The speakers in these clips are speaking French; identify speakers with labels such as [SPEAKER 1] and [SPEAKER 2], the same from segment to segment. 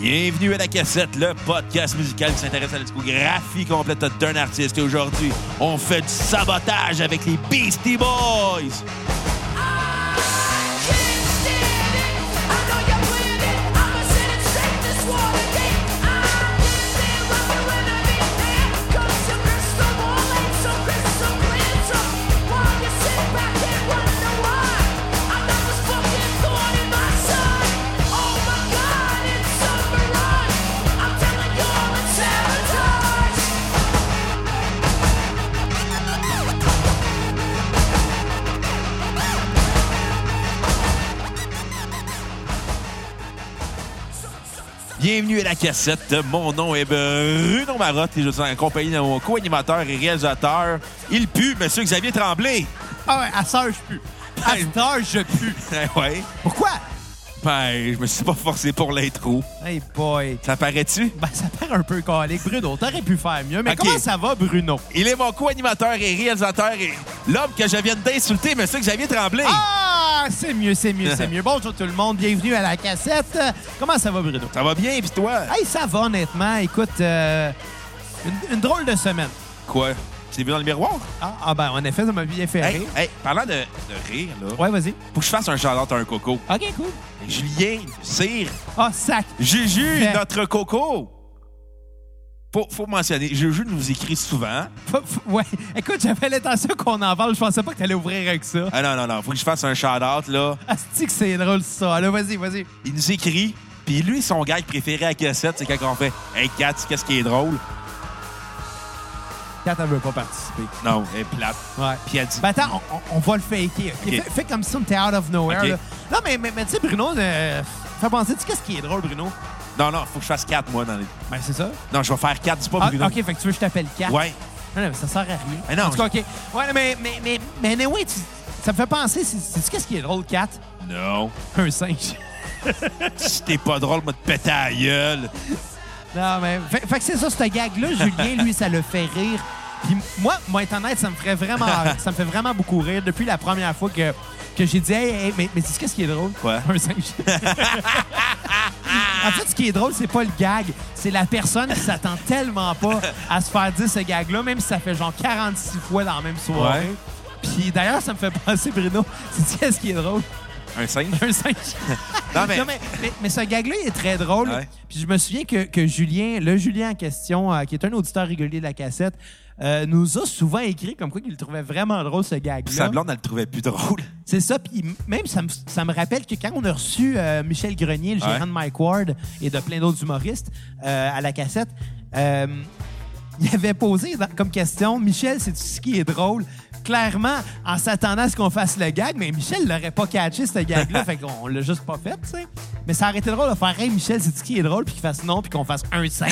[SPEAKER 1] Bienvenue à la cassette, le podcast musical qui s'intéresse à la discographie complète d'un artiste. Et aujourd'hui, on fait du sabotage avec les Beastie Boys.
[SPEAKER 2] Sabotage!
[SPEAKER 1] Bienvenue à la cassette. Mon nom est Bruno Marotte et je suis en compagnie de mon co-animateur et réalisateur. Il pue, Monsieur Xavier Tremblay.
[SPEAKER 3] Ah ouais, à cette heure, je pue. À cette heure, je pue.
[SPEAKER 1] Eh ouais.
[SPEAKER 3] Pourquoi?
[SPEAKER 1] Ben, je me suis pas forcé pour l'intro.
[SPEAKER 3] Hey boy.
[SPEAKER 1] Ça paraît-tu?
[SPEAKER 3] Ben, ça part un peu calique. Bruno, t'aurais pu faire mieux. Mais
[SPEAKER 1] Ok.
[SPEAKER 3] comment ça va, Bruno?
[SPEAKER 1] Il est mon co-animateur et réalisateur et l'homme que je viens d'insulter, Monsieur Xavier Tremblay.
[SPEAKER 3] Ah, c'est mieux, c'est mieux, c'est mieux. Bonjour tout le monde, bienvenue à la cassette. Euh, Comment ça va, Bruno?
[SPEAKER 1] Ça va bien, puis toi?
[SPEAKER 3] Hey, ça va, honnêtement. Écoute, euh, une, une drôle de semaine.
[SPEAKER 1] Quoi? Tu t'es vu dans le miroir?
[SPEAKER 3] Ah, ah, ben, en effet, ça m'a bien fait
[SPEAKER 1] Hey,
[SPEAKER 3] rire.
[SPEAKER 1] hey, parlant de, de rire, là,
[SPEAKER 3] Ouais, vas-y.
[SPEAKER 1] faut que je fasse un shout-out à un coco.
[SPEAKER 3] OK, cool.
[SPEAKER 1] Julien, Cyr,
[SPEAKER 3] Ah, sac.
[SPEAKER 1] Juju,
[SPEAKER 3] Fait-
[SPEAKER 1] notre coco. Faut, faut mentionner, Juju nous écrit souvent.
[SPEAKER 3] F- f- Ouais. Écoute, j'avais l'intention qu'on en parle. Je pensais pas que t'allais ouvrir avec ça.
[SPEAKER 1] Ah non, non, non, faut que je fasse un shout-out, là.
[SPEAKER 3] Asti que c'est drôle, ça. Là, vas-y, vas-y.
[SPEAKER 1] Il nous écrit, puis lui, son gag préféré à cassette, c'est quand on fait Hey, Kat, qu'est-ce qui est drôle?
[SPEAKER 3] Quand elle veut pas participer.
[SPEAKER 1] Non, elle est plate.
[SPEAKER 3] Ouais.
[SPEAKER 1] Puis elle dit
[SPEAKER 3] Ben attends, on, on- on va le faker. ok?
[SPEAKER 1] Ok.
[SPEAKER 3] Fais, fais comme si on était out of nowhere.
[SPEAKER 1] Ok.
[SPEAKER 3] là. Non, mais, mais, mais tu sais, Bruno, euh, fais penser, tu sais, qu'est-ce qui est drôle, Bruno?
[SPEAKER 1] Non, non, faut que je fasse 4, moi, dans les.
[SPEAKER 3] Ben, c'est ça.
[SPEAKER 1] Non, je vais faire 4, dis pas
[SPEAKER 3] Ah,
[SPEAKER 1] Bruno.
[SPEAKER 3] OK, fait que tu veux que je t'appelle Kat.
[SPEAKER 1] Ouais.
[SPEAKER 3] Non, non, mais ça sert à rien.
[SPEAKER 1] Mais non,
[SPEAKER 3] En tout cas, OK. Ouais, mais, mais, mais, mais anyway, tu- ça me fait penser, c'est- sais-tu qu'est-ce qui est drôle, Kat?
[SPEAKER 1] Non.
[SPEAKER 3] Un singe.
[SPEAKER 1] si t'es pas drôle, moi, te péter à la gueule.
[SPEAKER 3] non, mais... Fait, fait que c'est ça, cette gag-là, Julien, lui, ça le fait rire. Puis moi, moi, être honnête, ça me ferait vraiment... ça me fait vraiment beaucoup rire depuis la première fois que, que j'ai dit « Hey, hey, mais, mais sais-tu qu'est-ce qui est drôle?
[SPEAKER 1] Quoi?
[SPEAKER 3] Un singe. En fait, ce qui est drôle, c'est pas le gag, c'est la personne qui s'attend tellement pas à se faire dire ce gag-là, même si ça fait genre 46 fois dans la même soirée.
[SPEAKER 1] Ouais.
[SPEAKER 3] Puis d'ailleurs, ça me fait penser, Bruno, c'est qu'est-ce qui est drôle?
[SPEAKER 1] Un singe?
[SPEAKER 3] Un singe.
[SPEAKER 1] Non, mais.
[SPEAKER 3] Non, mais, mais- mais ce gag-là, il est très drôle.
[SPEAKER 1] Ouais.
[SPEAKER 3] Puis je me souviens que, que Julien, le Julien en question, euh, qui est un auditeur régulier de la cassette, euh, nous a souvent écrit comme quoi qu'il le trouvait vraiment drôle, ce
[SPEAKER 1] Puis sa
[SPEAKER 3] gag-là.
[SPEAKER 1] blonde, elle le trouvait plus drôle.
[SPEAKER 3] C'est ça. Puis même, ça me, ça me rappelle que quand on a reçu euh, Michel Grenier, le gérant
[SPEAKER 1] Ouais.
[SPEAKER 3] de Mike Ward et de plein d'autres humoristes euh, à la cassette, euh, il avait posé dans- comme question Michel, c'est ce qui est drôle. Clairement, en s'attendant à ce qu'on fasse le gag, mais Michel l'aurait pas catché, ce gag-là. fait qu'on l'a juste pas fait, tu sais. Mais ça aurait été drôle de faire Hey, Michel, c'est ce qui est drôle, puis qu'il fasse non, puis qu'on fasse un singe.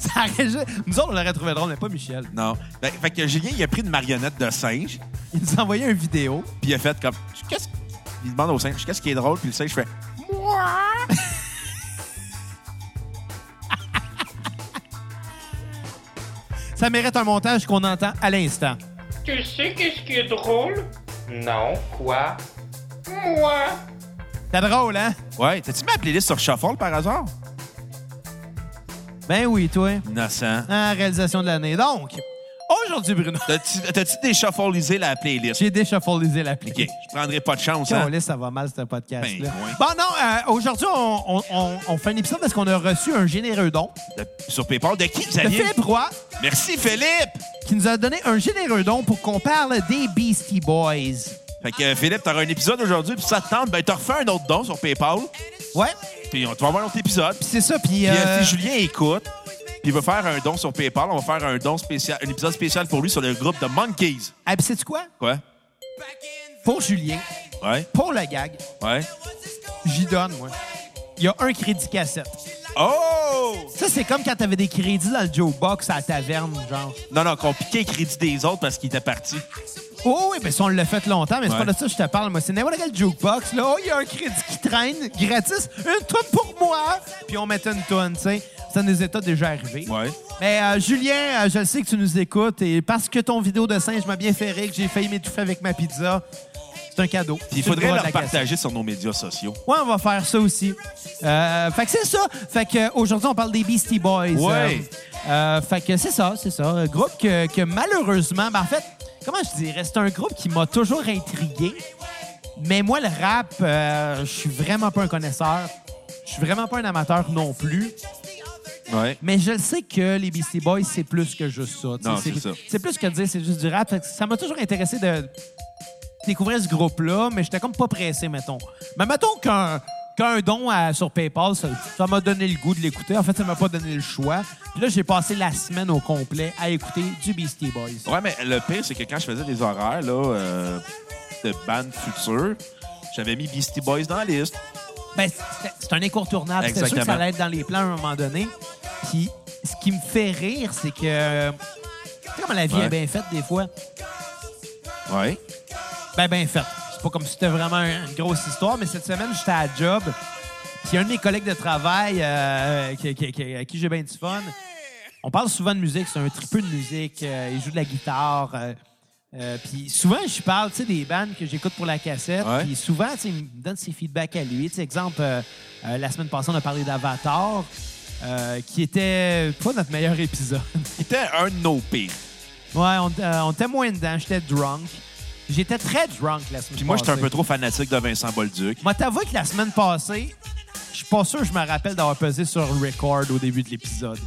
[SPEAKER 3] ça aurait juste... Nous autres, on l'aurait trouvé drôle, mais pas Michel.
[SPEAKER 1] Non. Ben, fait que Julien, il a pris une marionnette de singe,
[SPEAKER 3] Il nous a envoyé une vidéo.
[SPEAKER 1] puis il a fait comme. Qu'est-ce Il demande au singe, qu'est-ce qui est drôle, puis le singe fait.
[SPEAKER 3] Ça mérite un montage qu'on entend à l'instant.
[SPEAKER 4] Tu sais qu'est-ce qui est drôle Non, quoi Moi
[SPEAKER 3] C'est drôle, hein?
[SPEAKER 1] Ouais, t'as-tu ma playlist sur Shuffle par hasard?
[SPEAKER 3] Ben oui, toi.
[SPEAKER 1] Innocent.
[SPEAKER 3] Ah, réalisation de l'année. Donc, aujourd'hui, Bruno,
[SPEAKER 1] T'as-tu t'as-tu déshuffleisé la playlist?
[SPEAKER 3] j'ai déchauffolisé l'appli.
[SPEAKER 1] Ok, je prendrai pas de chance,
[SPEAKER 3] Quand
[SPEAKER 1] hein?
[SPEAKER 3] on laisse, ça va mal, ce podcast-là.
[SPEAKER 1] Ben, oui.
[SPEAKER 3] Bon, non, euh, aujourd'hui, on, on- on- on fait un épisode parce qu'on a reçu un généreux don
[SPEAKER 1] De- sur PayPal, de qui,
[SPEAKER 3] de
[SPEAKER 1] Xavier?
[SPEAKER 3] Philippe Roy
[SPEAKER 1] Merci, Philippe!
[SPEAKER 3] qui nous a donné un généreux don pour qu'on parle des Beastie Boys.
[SPEAKER 1] Fait que euh, Philippe, t'auras un épisode aujourd'hui, puis si ça te tente, ben t'as refait un autre don sur PayPal,
[SPEAKER 3] Ouais,
[SPEAKER 1] puis on tu vas avoir un autre épisode.
[SPEAKER 3] c'est ça, puis...
[SPEAKER 1] Puis euh,
[SPEAKER 3] euh,
[SPEAKER 1] si Julien écoute, puis il va faire un don sur PayPal, on va faire un don spécial, un épisode spécial pour lui sur le groupe de Monkeys.
[SPEAKER 3] ah, puis sais-tu quoi?
[SPEAKER 1] Quoi?
[SPEAKER 3] Pour Julien,
[SPEAKER 1] Ouais,
[SPEAKER 3] pour le gag,
[SPEAKER 1] ouais.
[SPEAKER 3] j'y donne, moi. Il y a un crédit cassette.
[SPEAKER 1] Oh!
[SPEAKER 3] Ça, c'est comme quand t'avais des crédits dans le Joe Box à la taverne, genre.
[SPEAKER 1] Non, non, qu'on piquait les crédits des autres parce qu'il était parti.
[SPEAKER 3] Oh oui, ben ça, on l'a fait longtemps, mais c'est
[SPEAKER 1] Ouais.
[SPEAKER 3] pas de ça que je te parle, moi. C'est n'importe quel jukebox, là. Oh, il y a un crédit qui traîne, gratis, une tonne pour moi, puis on mettait une tonne, tu sais. Ça nous est tout déjà arrivé.
[SPEAKER 1] Ouais.
[SPEAKER 3] Mais euh, Julien, euh, je le sais que tu nous écoutes, et parce que ton vidéo de singe m'a bien fait rire, que j'ai failli m'étouffer avec ma pizza, C'est un cadeau.
[SPEAKER 1] Puis il
[SPEAKER 3] C'est le
[SPEAKER 1] faudrait
[SPEAKER 3] droit de
[SPEAKER 1] leur
[SPEAKER 3] la cassette.
[SPEAKER 1] partager sur nos médias sociaux.
[SPEAKER 3] Ouais, on va faire ça aussi. Euh, fait que c'est ça. Fait que euh, aujourd'hui, on parle des Beastie Boys.
[SPEAKER 1] Ouais.
[SPEAKER 3] Euh, euh, fait que c'est ça, c'est ça. Un groupe que, que malheureusement, ben en fait, comment je dirais, c'est un groupe qui m'a toujours intrigué. Mais moi, le rap, euh, je suis vraiment pas un connaisseur. Je suis vraiment pas un amateur non plus.
[SPEAKER 1] Ouais.
[SPEAKER 3] Mais je le sais que les Beastie Boys, c'est plus que juste ça. tu sais,
[SPEAKER 1] Non, c'est ça.
[SPEAKER 3] C'est plus que de dire c'est juste du rap. Fait que Ça m'a toujours intéressé de découvrir ce groupe-là, mais j'étais comme pas pressé, mettons. Mais mettons qu'un qu'un don à- sur PayPal, ça ça m'a donné le goût de l'écouter. En fait, ça m'a pas donné le choix. Puis là, j'ai passé la semaine au complet à écouter du Beastie Boys.
[SPEAKER 1] Ouais, mais le pire, c'est que quand je faisais des horaires là, euh, de bandes futures, j'avais mis Beastie Boys dans la liste.
[SPEAKER 3] Ben, c'est- c'est un incontournable. C'est sûr que ça
[SPEAKER 1] Exactement.
[SPEAKER 3] allait être dans les plans à un moment donné. Puis ce qui me fait rire, c'est que... Tu sais comment la vie
[SPEAKER 1] Ouais.
[SPEAKER 3] est bien faite des fois?
[SPEAKER 1] Ouais.
[SPEAKER 3] Ben, ben fait. C'est pas comme si c'était vraiment une grosse histoire, mais cette semaine, j'étais à la job. Puis un de mes collègues de travail, euh, qui- qui- qui- à qui j'ai bien du fun, on parle souvent de musique, c'est un tripeux de musique. euh, il joue de la guitare. euh, euh, puis souvent, je parle tu sais, des bandes que j'écoute pour la cassette.
[SPEAKER 1] Ouais.
[SPEAKER 3] Puis souvent, tu sais, il me donne ses feedbacks à lui. Tu sais, exemple, euh, euh, la semaine passée, on a parlé d'Avatar, euh, qui était pas notre meilleur épisode.
[SPEAKER 1] Qui était un de nos pires.
[SPEAKER 3] ouais, on, euh, on était moins dedans. J'étais drunk. J'étais très drunk la semaine
[SPEAKER 1] Puis moi, j'étais un
[SPEAKER 3] passée.
[SPEAKER 1] peu trop fanatique de Vincent Bolduc.
[SPEAKER 3] Moi, t'avoue que la semaine passée, je suis pas sûr que je me rappelle d'avoir pesé sur record au début de l'épisode.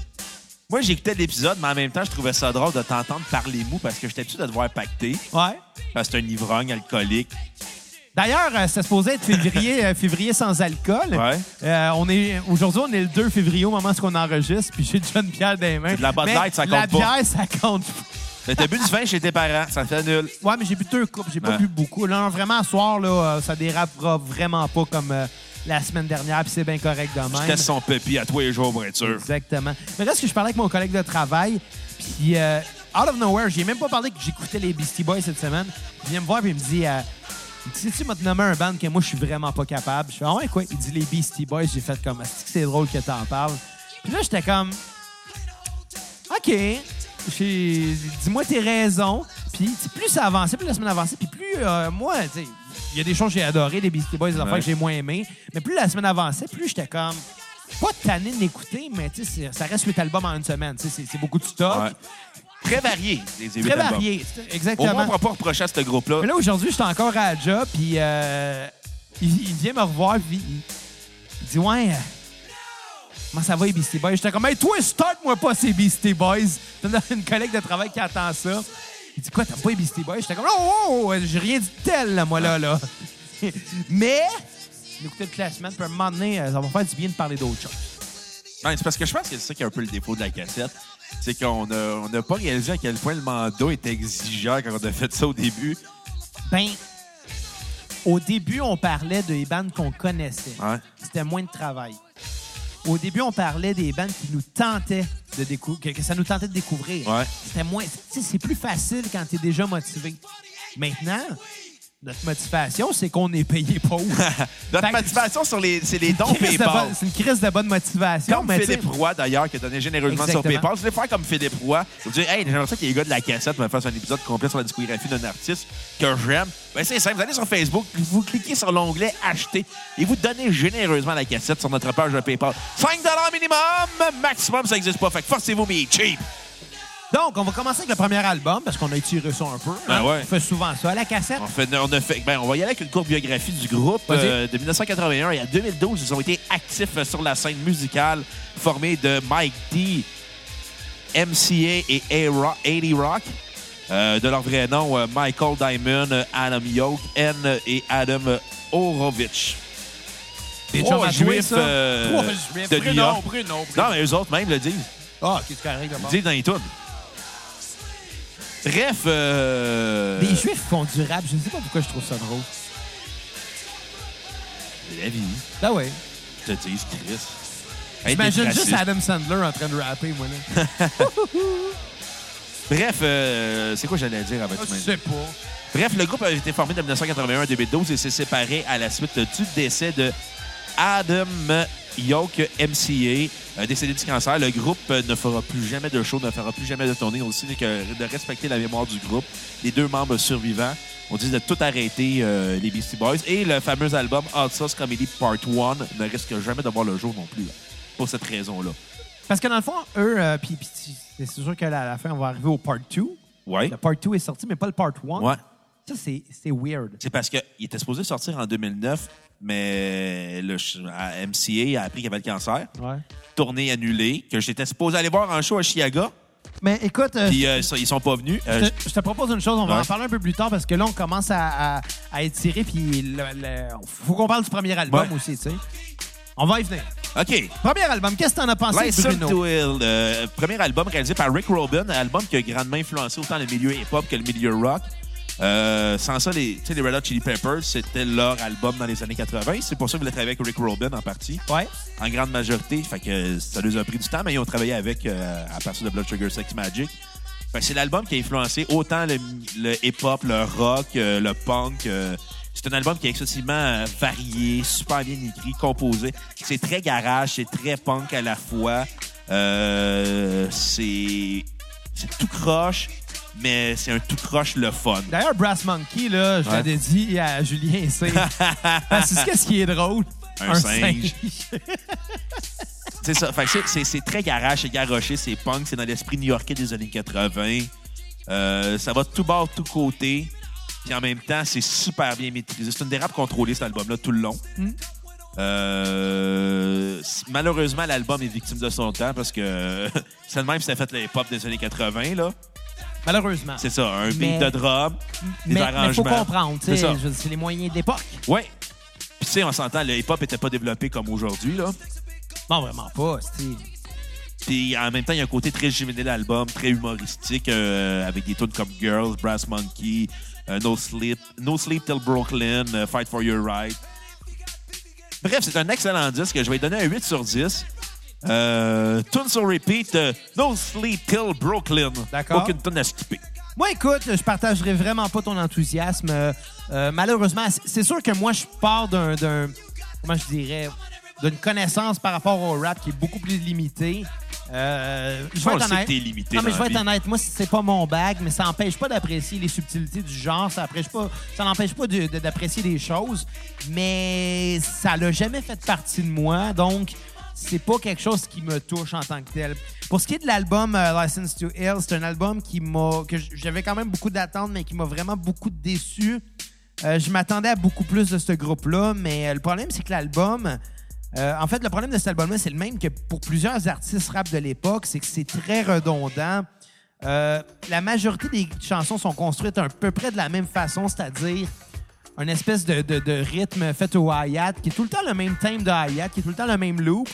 [SPEAKER 1] Moi, j'écoutais l'épisode, mais en même temps, je trouvais ça drôle de t'entendre parler mou parce que j'étais habitué de te voir pacter.
[SPEAKER 3] Ouais.
[SPEAKER 1] Parce que t'es un ivrogne alcoolique.
[SPEAKER 3] D'ailleurs, euh, ça se posait être février, euh, février sans alcool.
[SPEAKER 1] Ouais.
[SPEAKER 3] Euh, on est aujourd'hui, on est le 2 février au moment où on enregistre, puis j'ai John Pierre dans les mains.
[SPEAKER 1] C'est de la Bud
[SPEAKER 3] Mais
[SPEAKER 1] Light, ça
[SPEAKER 3] La
[SPEAKER 1] compte pas.
[SPEAKER 3] bière, ça compte pas.
[SPEAKER 1] T'as bu du vin chez tes parents, ça fait nul.
[SPEAKER 3] Ouais, mais j'ai bu deux coupes, j'ai pas
[SPEAKER 1] Ouais.
[SPEAKER 3] bu beaucoup. Là, non, vraiment, à soir, là, euh, ça dérapera vraiment pas comme euh, la semaine dernière, puis c'est bien correct de
[SPEAKER 1] Je
[SPEAKER 3] même.
[SPEAKER 1] teste son pépi à tous les jours pour être sûr.
[SPEAKER 3] Exactement. Mais reste que je parlais avec mon collègue de travail, puis euh, out of nowhere, j'ai même pas parlé que j'écoutais les Beastie Boys cette semaine. Il vient me voir et il me dit euh, Il dit, Sais-tu, m'a nommé un band que moi, je suis vraiment pas capable. Je fais Ah ouais, quoi Il dit Les Beastie Boys, j'ai fait comme Est-ce que c'est drôle que t'en parles Puis là, j'étais comme OK. J'ai- Dis-moi tes raisons. Puis tu sais, plus ça avançait, plus la semaine avançait, puis plus euh, moi, tu sais, il y a des choses que j'ai adorées, les Beastie Boys, des affaires
[SPEAKER 1] Ouais.
[SPEAKER 3] que j'ai moins aimées. Mais plus la semaine avançait, plus j'étais comme pas tanné de l'écouter, mais tu sais, c'est- ça reste huit albums en une semaine. Tu sais, C'est c'est beaucoup de stock.
[SPEAKER 1] Ouais. Ah, Très varié, les huit
[SPEAKER 3] Très
[SPEAKER 1] albums.
[SPEAKER 3] varié. c'est-
[SPEAKER 1] Au moins, on
[SPEAKER 3] Exactement.
[SPEAKER 1] pourra pas reprocher à ce groupe-là.
[SPEAKER 3] Mais là, aujourd'hui, j'étais encore à la job, puis euh, il, il vient me revoir, puis il, il dit Ouais, euh, comment ça va, les Beastie Boys J'étais comme Hey, toi, start-moi pas ces Beastie Boys. T'as une- une collègue de travail qui attend ça. Il dit Quoi, t'as pas les Beastie Boys J'étais comme Oh, oh, oh, j'ai rien dit de tel, là, moi, là. là. Mais, écoutez le classement, puis à un moment donné, euh, ça va faire du bien de parler d'autres choses.
[SPEAKER 1] Non, c'est parce que je pense que c'est ça qui est un peu le défaut de la cassette. C'est qu'on n'a on n'a pas réalisé à quel point le mandat était exigeant quand on a fait ça au début.
[SPEAKER 3] Ben, au début, on parlait des bandes qu'on connaissait.
[SPEAKER 1] Ouais.
[SPEAKER 3] C'était moins de travail. Au début, on parlait des bandes qui nous tentaient de décou- que, que ça nous tentait de découvrir.
[SPEAKER 1] Ouais.
[SPEAKER 3] C'était moins. tu sais, c'est plus facile quand tu es déjà motivé. Maintenant, notre motivation, c'est qu'on est payé pauvre.
[SPEAKER 1] Notre
[SPEAKER 3] Fait que-
[SPEAKER 1] motivation, sur les- c'est les dons
[SPEAKER 3] Crise de
[SPEAKER 1] PayPal.
[SPEAKER 3] bonne- C'est une crise de bonne motivation.
[SPEAKER 1] Comme
[SPEAKER 3] mais
[SPEAKER 1] Philippe
[SPEAKER 3] tu sais,
[SPEAKER 1] Roy, d'ailleurs, qui a donné généreusement
[SPEAKER 3] Exactement.
[SPEAKER 1] sur PayPal. Je voulais faire comme Philippe Roy. Je dire, hey, j'aimerais ça que les gars de la cassette me fassent un épisode complet sur la discographie d'un artiste que j'aime. Ben, c'est simple. Vous allez sur Facebook, vous cliquez sur l'onglet Acheter et vous donnez généreusement la cassette sur notre page de PayPal. 5 minimum, maximum, ça n'existe pas. Fait que forcez-vous, mais il est cheap.
[SPEAKER 3] Donc, on va commencer avec le premier album parce qu'on a étiré ça un peu. hein.
[SPEAKER 1] Ben ouais.
[SPEAKER 3] On fait souvent ça à la cassette.
[SPEAKER 1] On, fait, on, a fait- ben, on va y aller avec une courte biographie du groupe.
[SPEAKER 3] Vas-y.
[SPEAKER 1] Euh, de 1981 et à 2012, ils ont été actifs euh, sur la scène musicale formée de Mike D, MCA et A-Rock- 80 Rock. Euh, de leur vrai nom, euh, Michael Diamond, euh, Adam Yoke, N et Adam euh, Horowitz.
[SPEAKER 3] Des
[SPEAKER 1] Trois
[SPEAKER 3] chums à jouer,
[SPEAKER 1] juifs,
[SPEAKER 3] ça.
[SPEAKER 1] euh,
[SPEAKER 3] Trois juifs.
[SPEAKER 1] de New
[SPEAKER 3] Bruno,
[SPEAKER 1] York.
[SPEAKER 3] Bruno, Bruno.
[SPEAKER 1] Non, mais eux autres même le disent.
[SPEAKER 3] Ah, qu'est-ce qui arrive
[SPEAKER 1] Ils
[SPEAKER 3] d'abord?
[SPEAKER 1] le disent dans les tunes. Bref, euh,
[SPEAKER 3] Des juifs font du rap, je ne sais pas pourquoi je trouve ça drôle.
[SPEAKER 1] la vie
[SPEAKER 3] Ah ouais.
[SPEAKER 1] te disent, Chris. Hey, t'es
[SPEAKER 3] J'imagine
[SPEAKER 1] raciste.
[SPEAKER 3] juste Adam Sandler en train de rapper, moi, là.
[SPEAKER 1] Bref, euh, c'est quoi j'allais dire avec
[SPEAKER 3] Je sais pas.
[SPEAKER 1] Bref, le groupe a été formé de 1981 à 2012 et s'est séparé à la suite du décès de Adam Yoke MCA, euh, décédé du cancer. Le groupe euh, ne fera plus jamais de show, ne fera plus jamais de tournée. On dit que de respecter la mémoire du groupe. Les deux membres survivants ont dit de tout arrêter, euh, les Beastie Boys. Et le fameux album Hot Sauce Comedy Part 1 ne risque jamais de voir le jour non plus, pour cette raison-là.
[SPEAKER 3] Parce que dans le fond, eux, euh, puis puis tu- c'est sûr que là, à la fin, on va arriver au part 2.
[SPEAKER 1] Ouais.
[SPEAKER 3] Le part 2 est sorti, mais pas le part 1.
[SPEAKER 1] Ouais.
[SPEAKER 3] Ça, c'est c'est weird.
[SPEAKER 1] C'est parce qu'il était supposé sortir en 2009, mais le ch- à- MCA a appris qu'il avait le cancer.
[SPEAKER 3] Ouais.
[SPEAKER 1] Tournée annulée, que j'étais supposé aller voir en show à Chiaga,
[SPEAKER 3] Mais écoute, euh,
[SPEAKER 1] puis euh, ça, ils sont pas venus. Euh,
[SPEAKER 3] je, te, je te propose une chose, on va
[SPEAKER 1] Ouais.
[SPEAKER 3] en parler un peu plus tard parce que là, on commence à, à, à étirer, puis le- le- faut qu'on parle du premier album
[SPEAKER 1] Ouais.
[SPEAKER 3] aussi, tu sais. On va y venir.
[SPEAKER 1] je- OK.
[SPEAKER 3] Premier album, qu'est-ce que t'en as pensé,
[SPEAKER 1] License
[SPEAKER 3] Bruno?
[SPEAKER 1] to Ill, euh, premier album réalisé par Rick Rubin, un album qui a grandement influencé autant le milieu hip-hop que le milieu rock. Euh, sans ça, les, tu sais, les Red Hot Chili Peppers, c'était leur album dans les années 80. C'est pour ça qu'ils voulaient travailler avec Rick Rubin en partie,
[SPEAKER 3] Ouais.
[SPEAKER 1] en grande majorité. Fait que ça leur a pris du temps, mais ils ont travaillé avec euh, à partir de Blood Sugar Sex Magic. Fait que c'est l'album qui a influencé autant le, le hip-hop, le rock, euh, le punk. euh, c'est un album qui est excessivement euh, varié, super bien écrit, composé. C'est très garage, c'est très punk à la fois. Euh, c'est c'est tout croche, mais c'est un tout croche le fun.
[SPEAKER 3] D'ailleurs, Brass Monkey, là, je
[SPEAKER 1] Ouais.
[SPEAKER 3] l'avais dit à Julien C. Parce que c'est ce qui est drôle.
[SPEAKER 1] Un singe. C'est ça. Fait que c'est- c'est- c'est très garage, c'est garoché, c'est punk, c'est dans l'esprit new-yorkais des années 80. Euh, ça va de tout bord, de tout côté. Puis en même temps, c'est super bien maîtrisé. C'est une dérape contrôlée, cet album-là, tout le long. Euh, c- malheureusement, l'album est victime de son temps parce que c'est le même si t'as fait l'hip-hop des années 80, là.
[SPEAKER 3] Malheureusement.
[SPEAKER 1] C'est ça, un beat
[SPEAKER 3] Mais-
[SPEAKER 1] de drum, des
[SPEAKER 3] Mais il faut
[SPEAKER 1] arrangements.
[SPEAKER 3] comprendre, tu sais,
[SPEAKER 1] C'est ça.
[SPEAKER 3] je veux dire, c'est les moyens de l'époque.
[SPEAKER 1] Ouais. Puis tu sais, on s'entend, le hip-hop n'était pas développé comme aujourd'hui, là.
[SPEAKER 3] Non, vraiment pas. c'est-
[SPEAKER 1] Puis en même temps, il y a un côté très juvénile à l'album, très humoristique, euh, avec des tunes comme Girls, Brass Monkey, euh, No Sleep, No Sleep Till Brooklyn, euh, Fight for Your Right. Bref, c'est un excellent disque. Je vais lui donner un 8 sur 10. Euh, tune sur repeat, euh, No Sleep Till Brooklyn.
[SPEAKER 3] D'accord.
[SPEAKER 1] Aucune tune à skipper.
[SPEAKER 3] Moi, écoute, je partagerai vraiment pas ton enthousiasme. Euh, euh, malheureusement, c'est- c'est sûr que moi, je pars d'un, d'un- comment je dirais, d'une connaissance par rapport au rap qui est beaucoup plus limitée. Euh, je vais
[SPEAKER 1] On le
[SPEAKER 3] être
[SPEAKER 1] sait
[SPEAKER 3] honnête.
[SPEAKER 1] que t'es limité
[SPEAKER 3] Non, mais
[SPEAKER 1] dans
[SPEAKER 3] je vais
[SPEAKER 1] la
[SPEAKER 3] être
[SPEAKER 1] vie.
[SPEAKER 3] honnête. Moi, c'est pas mon bag, mais ça n'empêche pas d'apprécier les subtilités du genre. Ça n'empêche pas, ça n'empêche pas de- de- d'apprécier les choses, mais ça l'a jamais fait partie de moi, donc c'est pas quelque chose qui me touche en tant que tel. Pour ce qui est de l'album euh, License to Hell, c'est un album qui m'a que j- j'avais quand même beaucoup d'attentes, mais qui m'a vraiment beaucoup déçu. Euh, je m'attendais à beaucoup plus de ce groupe-là, mais euh, le problème, c'est que l'album. euh, en fait, le problème de cet album-là, c'est le même que pour plusieurs artistes rap de l'époque, c'est que c'est très redondant. Euh, la majorité des chansons sont construites à peu près de la même façon, c'est-à-dire un espèce de, de- de rythme fait au hi-hat, qui est tout le temps le même thème de hi-hat, qui est tout le temps le même loop,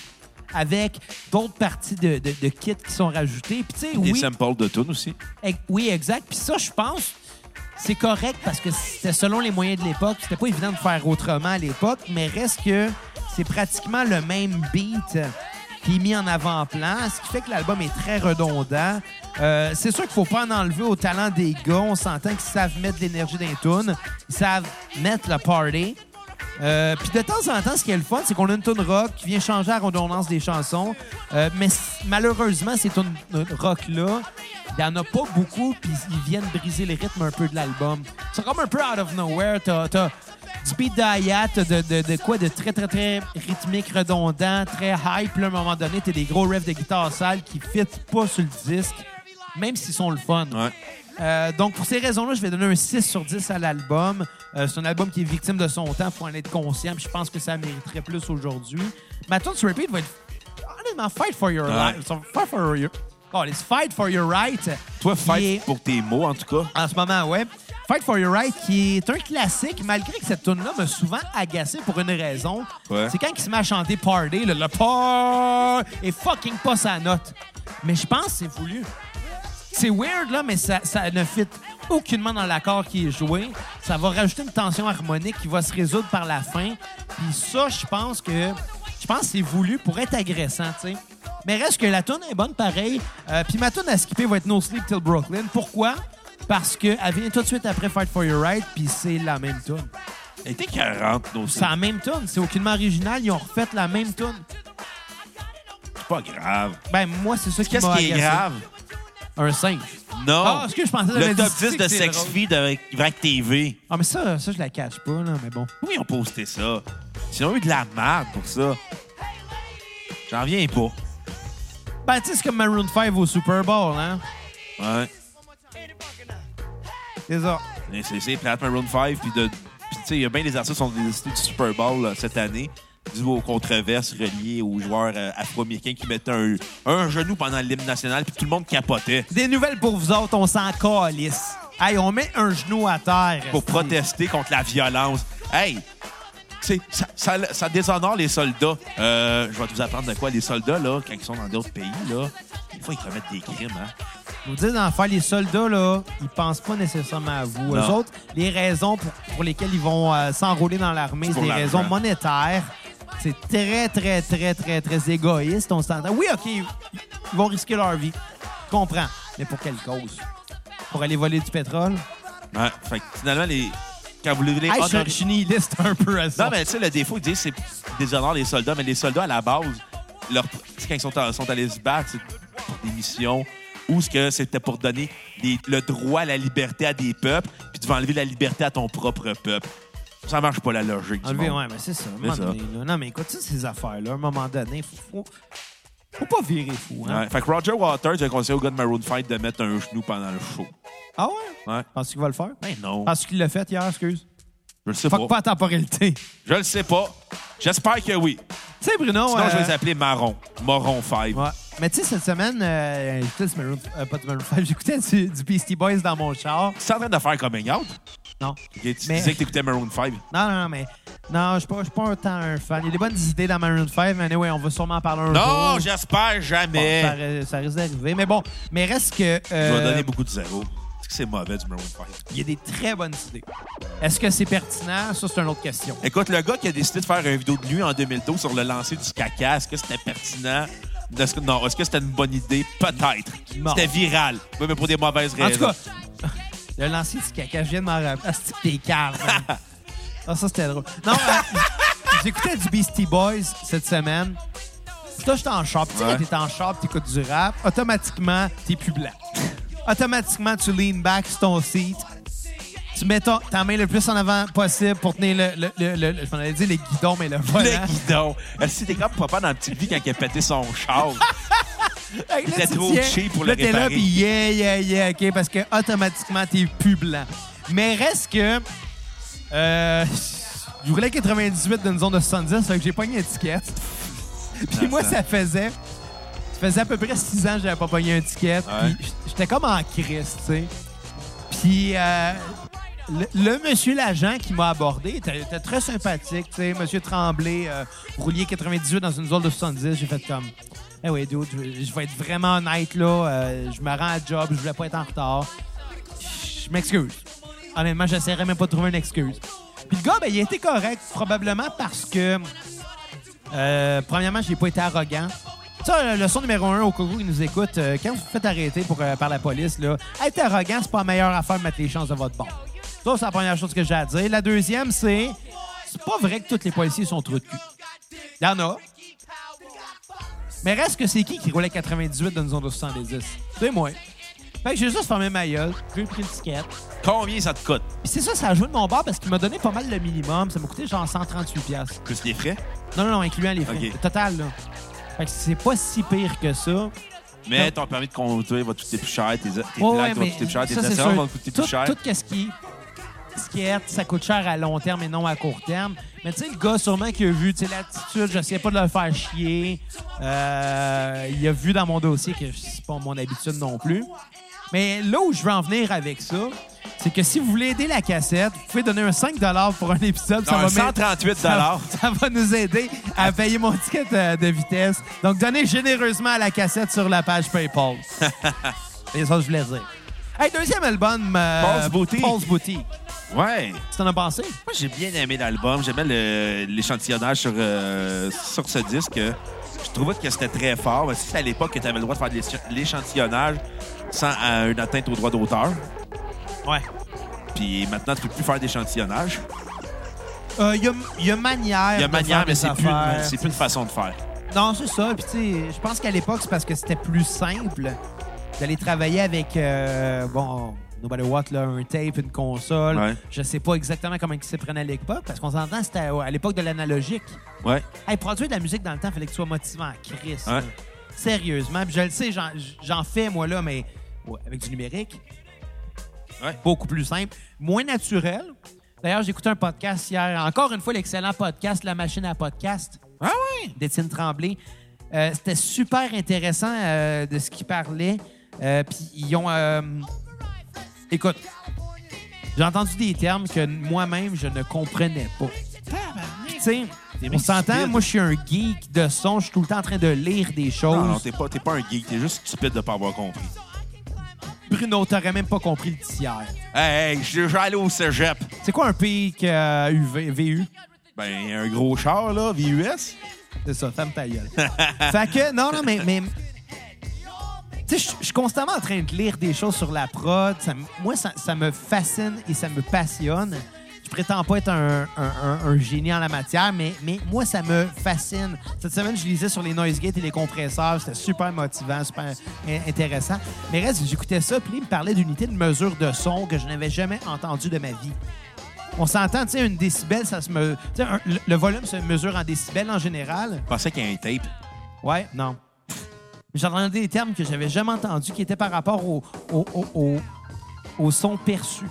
[SPEAKER 3] avec d'autres parties de, de, de kits qui sont rajoutées. Puis, tu sais,
[SPEAKER 1] Des
[SPEAKER 3] oui,
[SPEAKER 1] samples de tunes aussi.
[SPEAKER 3] Ex- Oui, exact. Puis ça, je pense, c'est correct parce que c'était selon les moyens de l'époque. C'était pas évident de faire autrement à l'époque, mais reste que c'est pratiquement le même beat qui est mis en avant-plan, ce qui fait que l'album est très redondant. Euh, c'est sûr qu'il faut pas en enlever au talent des gars. On s'entend qu'ils savent mettre de l'énergie dans les tunes. Ils savent mettre le party. Euh, Puis de temps en temps, ce qui est le fun, c'est qu'on a une tune rock qui vient changer la redondance des chansons. Euh, mais c- malheureusement, ces tunes euh, rock-là, il n'y en a pas beaucoup, puis ils viennent briser le rythme un peu de l'album. C'est comme un peu out of nowhere. T'as t'as du beat de hi-hat, t'as de, de, de quoi de très, très, très rythmique, redondant, très hype. Puis là, à un moment donné, t'as des gros riffs de guitare sale qui fit pas sur le disque, même s'ils sont le fun.
[SPEAKER 1] Ouais.
[SPEAKER 3] Euh, donc, pour ces raisons-là, je vais donner un 6 sur 10 à l'album. Euh, c'est un album qui est victime de son temps, faut en être conscient. puis Je pense que ça mériterait plus aujourd'hui. Ma tune sur repeat va être honnêtement Fight for Your
[SPEAKER 1] Ouais.
[SPEAKER 3] Life. Fight for Your... Oh, it's Fight for Your Right.
[SPEAKER 1] Toi,
[SPEAKER 3] qui
[SPEAKER 1] fight
[SPEAKER 3] est-
[SPEAKER 1] pour tes mots, en tout cas.
[SPEAKER 3] En ce moment, ouais. Fight for Your Right, qui est un classique, malgré que cette tune-là m'a souvent agacé pour une raison.
[SPEAKER 1] Ouais.
[SPEAKER 3] C'est quand il se met à chanter Party, le, le par et fucking pas sa note. Mais je pense que c'est voulu. C'est weird, là, mais ça, ça ne fit aucunement dans l'accord qui est joué. Ça va rajouter une tension harmonique qui va se résoudre par la fin. Puis ça, je pense que je pense que c'est voulu pour être agressant, tu sais. Mais reste que la tune est bonne pareil. Euh, Puis ma tune à skipper va être No Sleep Till Brooklyn. Pourquoi? Parce qu'elle vient tout de suite après Fight for Your Right, puis c'est la même tune.
[SPEAKER 1] Elle était 40, nos
[SPEAKER 3] C'est la même tune, c'est aucunement original, ils ont refait la même tune.
[SPEAKER 1] pas grave.
[SPEAKER 3] Ben, moi, c'est ça qui
[SPEAKER 1] Qu'est-ce
[SPEAKER 3] m'a
[SPEAKER 1] qui est
[SPEAKER 3] agacé.
[SPEAKER 1] grave?
[SPEAKER 3] Un singe.
[SPEAKER 1] Non.
[SPEAKER 3] Ah, est-ce que je pensais que j'avais
[SPEAKER 1] Le
[SPEAKER 3] dit
[SPEAKER 1] top
[SPEAKER 3] c'est
[SPEAKER 1] 10
[SPEAKER 3] que
[SPEAKER 1] de
[SPEAKER 3] c'est
[SPEAKER 1] Sex
[SPEAKER 3] drôle.
[SPEAKER 1] Feed avec Vrac TV.
[SPEAKER 3] Ah, mais ça, ça, je la cache pas, là, mais bon.
[SPEAKER 1] Oui, ils ont posté ça. Ils ont eu de la merde pour ça. J'en viens pas.
[SPEAKER 3] Ben, tu sais, c'est comme Maroon 5 au Super Bowl, hein?
[SPEAKER 1] Ouais.
[SPEAKER 3] C'est ça.
[SPEAKER 1] Mais C'est c'est plate, Maroon 5. Puis, de- puis tu sais, il y a bien des artistes qui sont délicités du Super Bowl là, cette année, dû aux controverses reliées aux joueurs euh, afro-américains qui mettaient un, un genou pendant l'hymne national, puis tout le monde capotait
[SPEAKER 3] Des nouvelles pour vous autres, on s'en calisse. Hey, on met un genou à terre.
[SPEAKER 1] pour protester contre la violence. Hey! c'est- Ça, ça, ça déshonore les soldats. Euh, je vais vous apprendre de quoi. Les soldats, là, quand ils sont dans d'autres pays, là, des fois, ils commettent des crimes. Hein?
[SPEAKER 3] Vous dites d'en faire les soldats, là, ils pensent pas nécessairement à vous. Eux
[SPEAKER 1] Non.
[SPEAKER 3] autres, les raisons pour, pour lesquelles ils vont euh, s'enrôler dans l'armée, c'est
[SPEAKER 1] pour
[SPEAKER 3] des
[SPEAKER 1] l'argent.
[SPEAKER 3] raisons monétaires. C'est très, très, très, très, très égoïste. On s'entend. Oui, OK, ils ils vont risquer leur vie. Je comprends. Mais pour quelle cause? Pour aller voler du pétrole?
[SPEAKER 1] Ouais, fait que finalement, les... quand vous voulez
[SPEAKER 3] Hey, je suis-
[SPEAKER 1] honoriser-
[SPEAKER 3] je suis nihiliste un peu à ça.
[SPEAKER 1] Non, mais tu sais, le défaut, ils disent c'est déshonore les soldats, mais les soldats, à la base, leur... tu sais, quand ils sont, en- sont allés se battre, c'est pour des missions ou ce que c'était pour donner des- le droit à la liberté à des peuples, puis tu vas enlever la liberté à ton propre peuple. Ça marche pas la logique. du
[SPEAKER 3] Enlever,
[SPEAKER 1] monde.
[SPEAKER 3] ouais, mais c'est ça. à un
[SPEAKER 1] C'est
[SPEAKER 3] moment
[SPEAKER 1] ça.
[SPEAKER 3] donné, là. Non, mais écoute, ça, ces affaires-là, à un moment donné, faut, faut, faut pas virer fou. Hein?
[SPEAKER 1] Ouais. Fait que Roger Waters a conseillé au gars de Maroon 5 de mettre un genou pendant le show.
[SPEAKER 3] Ah ouais?
[SPEAKER 1] Ouais.
[SPEAKER 3] Penses-tu qu'il va le faire?
[SPEAKER 1] Ben non. Oh.
[SPEAKER 3] Penses-tu qu'il l'a fait hier, excuse?
[SPEAKER 1] Je le sais
[SPEAKER 3] Fuck
[SPEAKER 1] pas.
[SPEAKER 3] pas la temporalité.
[SPEAKER 1] Je le sais pas. J'espère que oui.
[SPEAKER 3] Tu sais, Bruno.
[SPEAKER 1] Sinon,
[SPEAKER 3] euh,
[SPEAKER 1] je vais les appeler Marron. Moron 5.
[SPEAKER 3] ouais. Mais tu sais, cette semaine, euh, j'écoutais du Maroon- euh, pas du Maroon 5, j'écoutais du, du Beastie Boys dans mon char.
[SPEAKER 1] Tu es en train de faire coming out?
[SPEAKER 3] Non.
[SPEAKER 1] Ok, Tu
[SPEAKER 3] Mais-
[SPEAKER 1] disais que t'écoutais Maroon 5.
[SPEAKER 3] Non, non, non, mais. Non, je suis pas, je suis pas un tant un fan. Il y a des bonnes idées dans Maroon 5, mais anyway, on va sûrement en parler un
[SPEAKER 1] Non,
[SPEAKER 3] jour.
[SPEAKER 1] j'espère
[SPEAKER 3] Bon, ça,
[SPEAKER 1] jamais.
[SPEAKER 3] ri- ça risque d'arriver. Mais bon, mais reste que.
[SPEAKER 1] Je vais
[SPEAKER 3] euh,
[SPEAKER 1] donner beaucoup de zéro. Est-ce que c'est mauvais du Maroon 5?
[SPEAKER 3] Il y a des très bonnes idées. Est-ce que c'est pertinent? Ça, c'est une autre question.
[SPEAKER 1] Écoute, le gars qui a décidé de faire une vidéo de lui en 2012 sur le lancer du caca, est-ce que c'était pertinent? Est-ce que- non, est-ce que c'était une bonne idée? Peut-être.
[SPEAKER 3] Non.
[SPEAKER 1] C'était viral, mais pour des mauvaises
[SPEAKER 3] En
[SPEAKER 1] raisons.
[SPEAKER 3] tout cas, le lancer du caca, je viens de m'en rappeler. Ah, c'est des caves. hein. ah, ça, c'était drôle. Non, euh, j'écoutais du Beastie Boys cette semaine. Puis là, j'étais en shop. Tu sais,
[SPEAKER 1] Ouais.
[SPEAKER 3] quand t'es en shop, t'écoutes du rap, automatiquement, t'es plus blanc. automatiquement, tu lean back sur ton seat. Tu mets ton- ta main le plus en avant possible pour tenir le... le, le, le- le- je m'en allais dire les guidons, mais le volant.
[SPEAKER 1] Le guidon. Est-ce que t'es comme papa dans la petite vie quand il a pété son char?
[SPEAKER 3] Fait que là,
[SPEAKER 1] T'es
[SPEAKER 3] tu
[SPEAKER 1] trop
[SPEAKER 3] tiens,
[SPEAKER 1] cheap pour
[SPEAKER 3] là,
[SPEAKER 1] le
[SPEAKER 3] t'es là,
[SPEAKER 1] réparer.
[SPEAKER 3] puis yeah, yeah, yeah, OK, parce que automatiquement, t'es plus blanc. Mais reste que... Euh, je voulais 98 d'une zone de 70, fait que j'ai pogné une étiquette. puis
[SPEAKER 1] Non,
[SPEAKER 3] moi,
[SPEAKER 1] ça-
[SPEAKER 3] ça faisait... Ça faisait à peu près 6 ans que j'avais pas pogné une étiquette.
[SPEAKER 1] Ouais.
[SPEAKER 3] Puis j'étais comme en crise, tu sais. Puis... euh, le, le monsieur l'agent qui m'a abordé était, était très sympathique. tu sais, Monsieur Tremblay, euh, roulier 98 dans une zone de 70. J'ai fait comme, eh oui, dude, je, je vais être vraiment honnête là. euh, je me rends à job, je voulais pas être en retard. Je m'excuse. Honnêtement, j'essaierai même pas de trouver une excuse. Puis le gars, ben, il était correct, probablement parce que, euh, premièrement, j'ai pas été arrogant. Ça, leçon numéro un au coco qui nous écoute, euh, quand vous vous faites arrêter pour, euh, par la police, là, être arrogant, c'est pas la meilleure affaire de mettre les chances de votre bord. Ça, c'est la première chose que j'ai à dire. La deuxième, c'est c'est pas vrai que tous les policiers sont trop de cul. Il y en a. Mais reste que c'est qui qui roulait 98 dans une zone de 70? C'est moi. Fait que j'ai juste fermé ma gueule, j'ai pris le ticket.
[SPEAKER 1] Combien ça te coûte?
[SPEAKER 3] Puis c'est ça, ça a joué de mon bord parce qu'il m'a donné pas mal le minimum. Ça m'a coûté genre 138$. piastres.
[SPEAKER 1] Plus les frais?
[SPEAKER 3] Non, non, non, incluant les frais.
[SPEAKER 1] OK.
[SPEAKER 3] Le total, là. Fait que c'est pas si pire que ça.
[SPEAKER 1] Mais
[SPEAKER 3] Non.
[SPEAKER 1] ton permis de conduire va te coûter plus cher, tes, tes
[SPEAKER 3] Ouais, ouais,
[SPEAKER 1] plaques vont te
[SPEAKER 3] mais
[SPEAKER 1] coûter plus cher, tes
[SPEAKER 3] ça, c'est
[SPEAKER 1] assurances
[SPEAKER 3] sûr.
[SPEAKER 1] vont te coûter
[SPEAKER 3] tout,
[SPEAKER 1] plus cher.
[SPEAKER 3] Tout ce qui ce qui est, ça coûte cher à long terme et non à court terme. Mais tu sais, le gars, sûrement, qui a vu tu sais, l'attitude, j'essayais pas de le faire chier. Euh, il a vu dans mon dossier que c'est pas mon habitude non plus. Mais là où je veux en venir avec ça, c'est que si vous voulez aider la cassette, vous pouvez donner un 5 pour un épisode. ça
[SPEAKER 1] Non,
[SPEAKER 3] va
[SPEAKER 1] un
[SPEAKER 3] mettre-
[SPEAKER 1] 138
[SPEAKER 3] ça, ça va nous aider à payer mon ticket euh, de vitesse. Donc, donnez généreusement à la cassette sur la page PayPal. C'est ça que je voulais dire. Hey, deuxième album. euh,
[SPEAKER 1] Pulse Boutique.
[SPEAKER 3] Pulse Boutique.
[SPEAKER 1] Ouais.
[SPEAKER 3] Tu t'en as pensé?
[SPEAKER 1] Moi, j'ai bien aimé l'album. J'aimais le- l'échantillonnage sur, euh, sur ce disque. Je trouvais que c'était très fort. Mais si c'était à l'époque que tu avais le droit de faire de l'échant- l'échantillonnage sans euh, une atteinte aux droits d'auteur,
[SPEAKER 3] Ouais.
[SPEAKER 1] puis maintenant, tu peux plus faire d'échantillonnage.
[SPEAKER 3] Il Euh, y, a, y a manière.
[SPEAKER 1] Il y a
[SPEAKER 3] de
[SPEAKER 1] manière,
[SPEAKER 3] faire
[SPEAKER 1] mais
[SPEAKER 3] des
[SPEAKER 1] c'est plus, une-
[SPEAKER 3] affaires.
[SPEAKER 1] c'est plus une façon de faire.
[SPEAKER 3] Non, c'est ça. Puis, tu sais, je pense qu'à l'époque, c'est parce que c'était plus simple d'aller travailler avec, euh, bon, Nobody What, là, un tape, une console.
[SPEAKER 1] Ouais.
[SPEAKER 3] Je sais pas exactement comment ils se prenaient à l'époque, parce qu'on s'entend, c'était à à l'époque de l'analogique.
[SPEAKER 1] Ouais.
[SPEAKER 3] Hey, produire de la musique dans le temps, il fallait que tu sois motivant à Chris.
[SPEAKER 1] Ouais.
[SPEAKER 3] là. Sérieusement. Puis je le sais, j'en- j'en fais, moi, là, mais ouais, avec du numérique.
[SPEAKER 1] Ouais.
[SPEAKER 3] Beaucoup plus simple. Moins naturel. D'ailleurs, j'ai écouté un podcast hier. Encore une fois, l'excellent podcast La Machine à Podcast
[SPEAKER 1] Ah ouais!
[SPEAKER 3] d'Étienne Tremblay. Euh, C'était super intéressant euh, de ce qu'il parlait. Euh, Puis ils ont. euh, Écoute, j'ai entendu des termes que moi-même, je ne comprenais pas. Puis, Tu sais,
[SPEAKER 1] Des
[SPEAKER 3] on
[SPEAKER 1] mecs
[SPEAKER 3] s'entend,
[SPEAKER 1] stupides.
[SPEAKER 3] moi, je suis un geek de son. Je suis tout le temps en train de lire des choses.
[SPEAKER 1] Non, non, t'es pas, t'es pas un geek, t'es juste stupide de pas avoir compris.
[SPEAKER 3] Bruno, t'aurais même pas compris le tiers.
[SPEAKER 1] Hey, hey, je suis déjà allé au cégep.
[SPEAKER 3] C'est quoi un pic euh, UV, VU?
[SPEAKER 1] Ben, un gros char, là, VUS.
[SPEAKER 3] C'est ça, femme ta gueule. fait que, non, non, mais. mais tu sais, je- je suis constamment en train de lire des choses sur la prod. Ça, me- moi, ça, ça me fascine et ça me passionne. Je prétends pas être un, un- un- un génie en la matière, mais, mais moi, ça me fascine. Cette semaine, je lisais sur les noise gates et les compresseurs. C'était super motivant, super in- intéressant. Mais reste, j'écoutais ça, puis il me parlait d'unités de mesure de son que je n'avais jamais entendu de ma vie. On s'entend, tu sais, une décibel, ça se me... tu sais, un- le- le volume se mesure en décibels en général.
[SPEAKER 1] Je pensais qu'il y a un tape.
[SPEAKER 3] Ouais, non. J'ai entendu des termes que j'avais jamais entendus qui étaient par rapport au, au, au, au- au son perçu.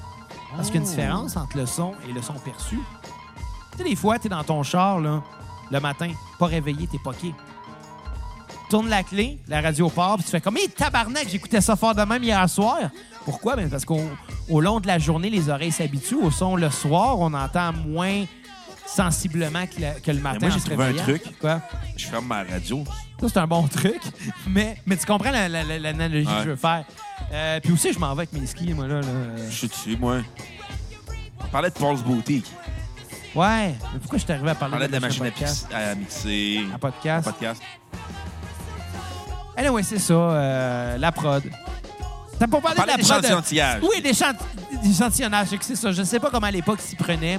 [SPEAKER 3] Parce qu'il y a une différence entre le son et le son perçu. Tu sais, des fois, t'es dans ton char, là, le matin, pas réveillé, t'es poqué. Tourne la clé, la radio part, puis tu fais comme Hé, tabarnak, j'écoutais ça fort de même hier soir. Pourquoi? Ben, parce qu'au au long de la journée, les oreilles s'habituent au son. Le soir, on entend moins sensiblement que le, que le matin.
[SPEAKER 1] moi, j'ai
[SPEAKER 3] en se
[SPEAKER 1] trouvé un
[SPEAKER 3] réveillant.
[SPEAKER 1] truc.
[SPEAKER 3] Quoi?
[SPEAKER 1] Je ferme ma radio.
[SPEAKER 3] Ça, c'est un bon truc. Mais, mais tu comprends la- la- la- l'analogie
[SPEAKER 1] Ouais.
[SPEAKER 3] que je veux faire. Euh, puis aussi, je m'en vais avec mes skis, moi, là. là. Euh,
[SPEAKER 1] Je suis dessus, moi. On parlait de Paul's Boutique.
[SPEAKER 3] Ouais. Mais pourquoi je suis arrivé à
[SPEAKER 1] On
[SPEAKER 3] parler
[SPEAKER 1] parlait de la machine à,
[SPEAKER 3] podcast?
[SPEAKER 1] pis- à mixer.
[SPEAKER 3] À podcast.
[SPEAKER 1] podcast.
[SPEAKER 3] Anyway, c'est ça, euh, la prod. T'as pas parlé
[SPEAKER 1] On parlait
[SPEAKER 3] de la prod?
[SPEAKER 1] d'échantillonnage.
[SPEAKER 3] Oui, d'échant- d'échantillonnage, c'est que c'est ça. Je sais pas comment à l'époque s'y prenait.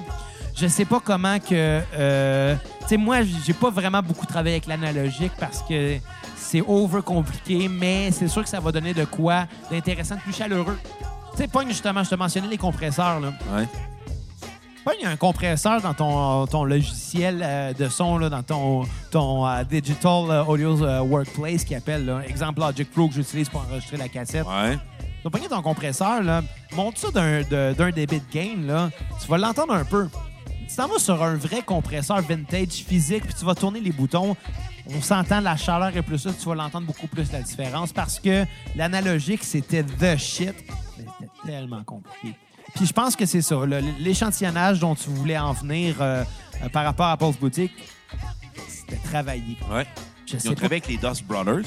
[SPEAKER 3] Je sais pas comment que... euh, tu sais, moi, j'ai pas vraiment beaucoup travaillé avec l'analogique parce que c'est over compliqué, mais c'est sûr que ça va donner de quoi d'intéressant, de plus chaleureux. Tu sais, Pogne, justement, je te mentionnais les compresseurs, là.
[SPEAKER 1] Ouais.
[SPEAKER 3] Pogne un compresseur dans ton, ton logiciel euh, de son, là, dans ton, ton euh, Digital euh, Audio euh, Workplace qui appelle. là. Exemple Logic Pro que j'utilise pour enregistrer la cassette.
[SPEAKER 1] Ouais.
[SPEAKER 3] Donc, pogner ton compresseur, là, monte ça d'un de- d'un débit de gain, là, tu vas l'entendre un peu. Tu t'en vas sur un vrai compresseur vintage physique, puis tu vas tourner les boutons. On s'entend, la chaleur est plus là, tu vas l'entendre beaucoup plus la différence parce que l'analogique, c'était the shit, mais c'était tellement compliqué. Puis je pense que c'est ça, là, l'échantillonnage dont tu voulais en venir euh, euh, par rapport à Pulse Boutique, c'était travaillé.
[SPEAKER 1] Ouais.
[SPEAKER 3] Je
[SPEAKER 1] Ils ont
[SPEAKER 3] sais pas.
[SPEAKER 1] travaillé avec les Dust Brothers.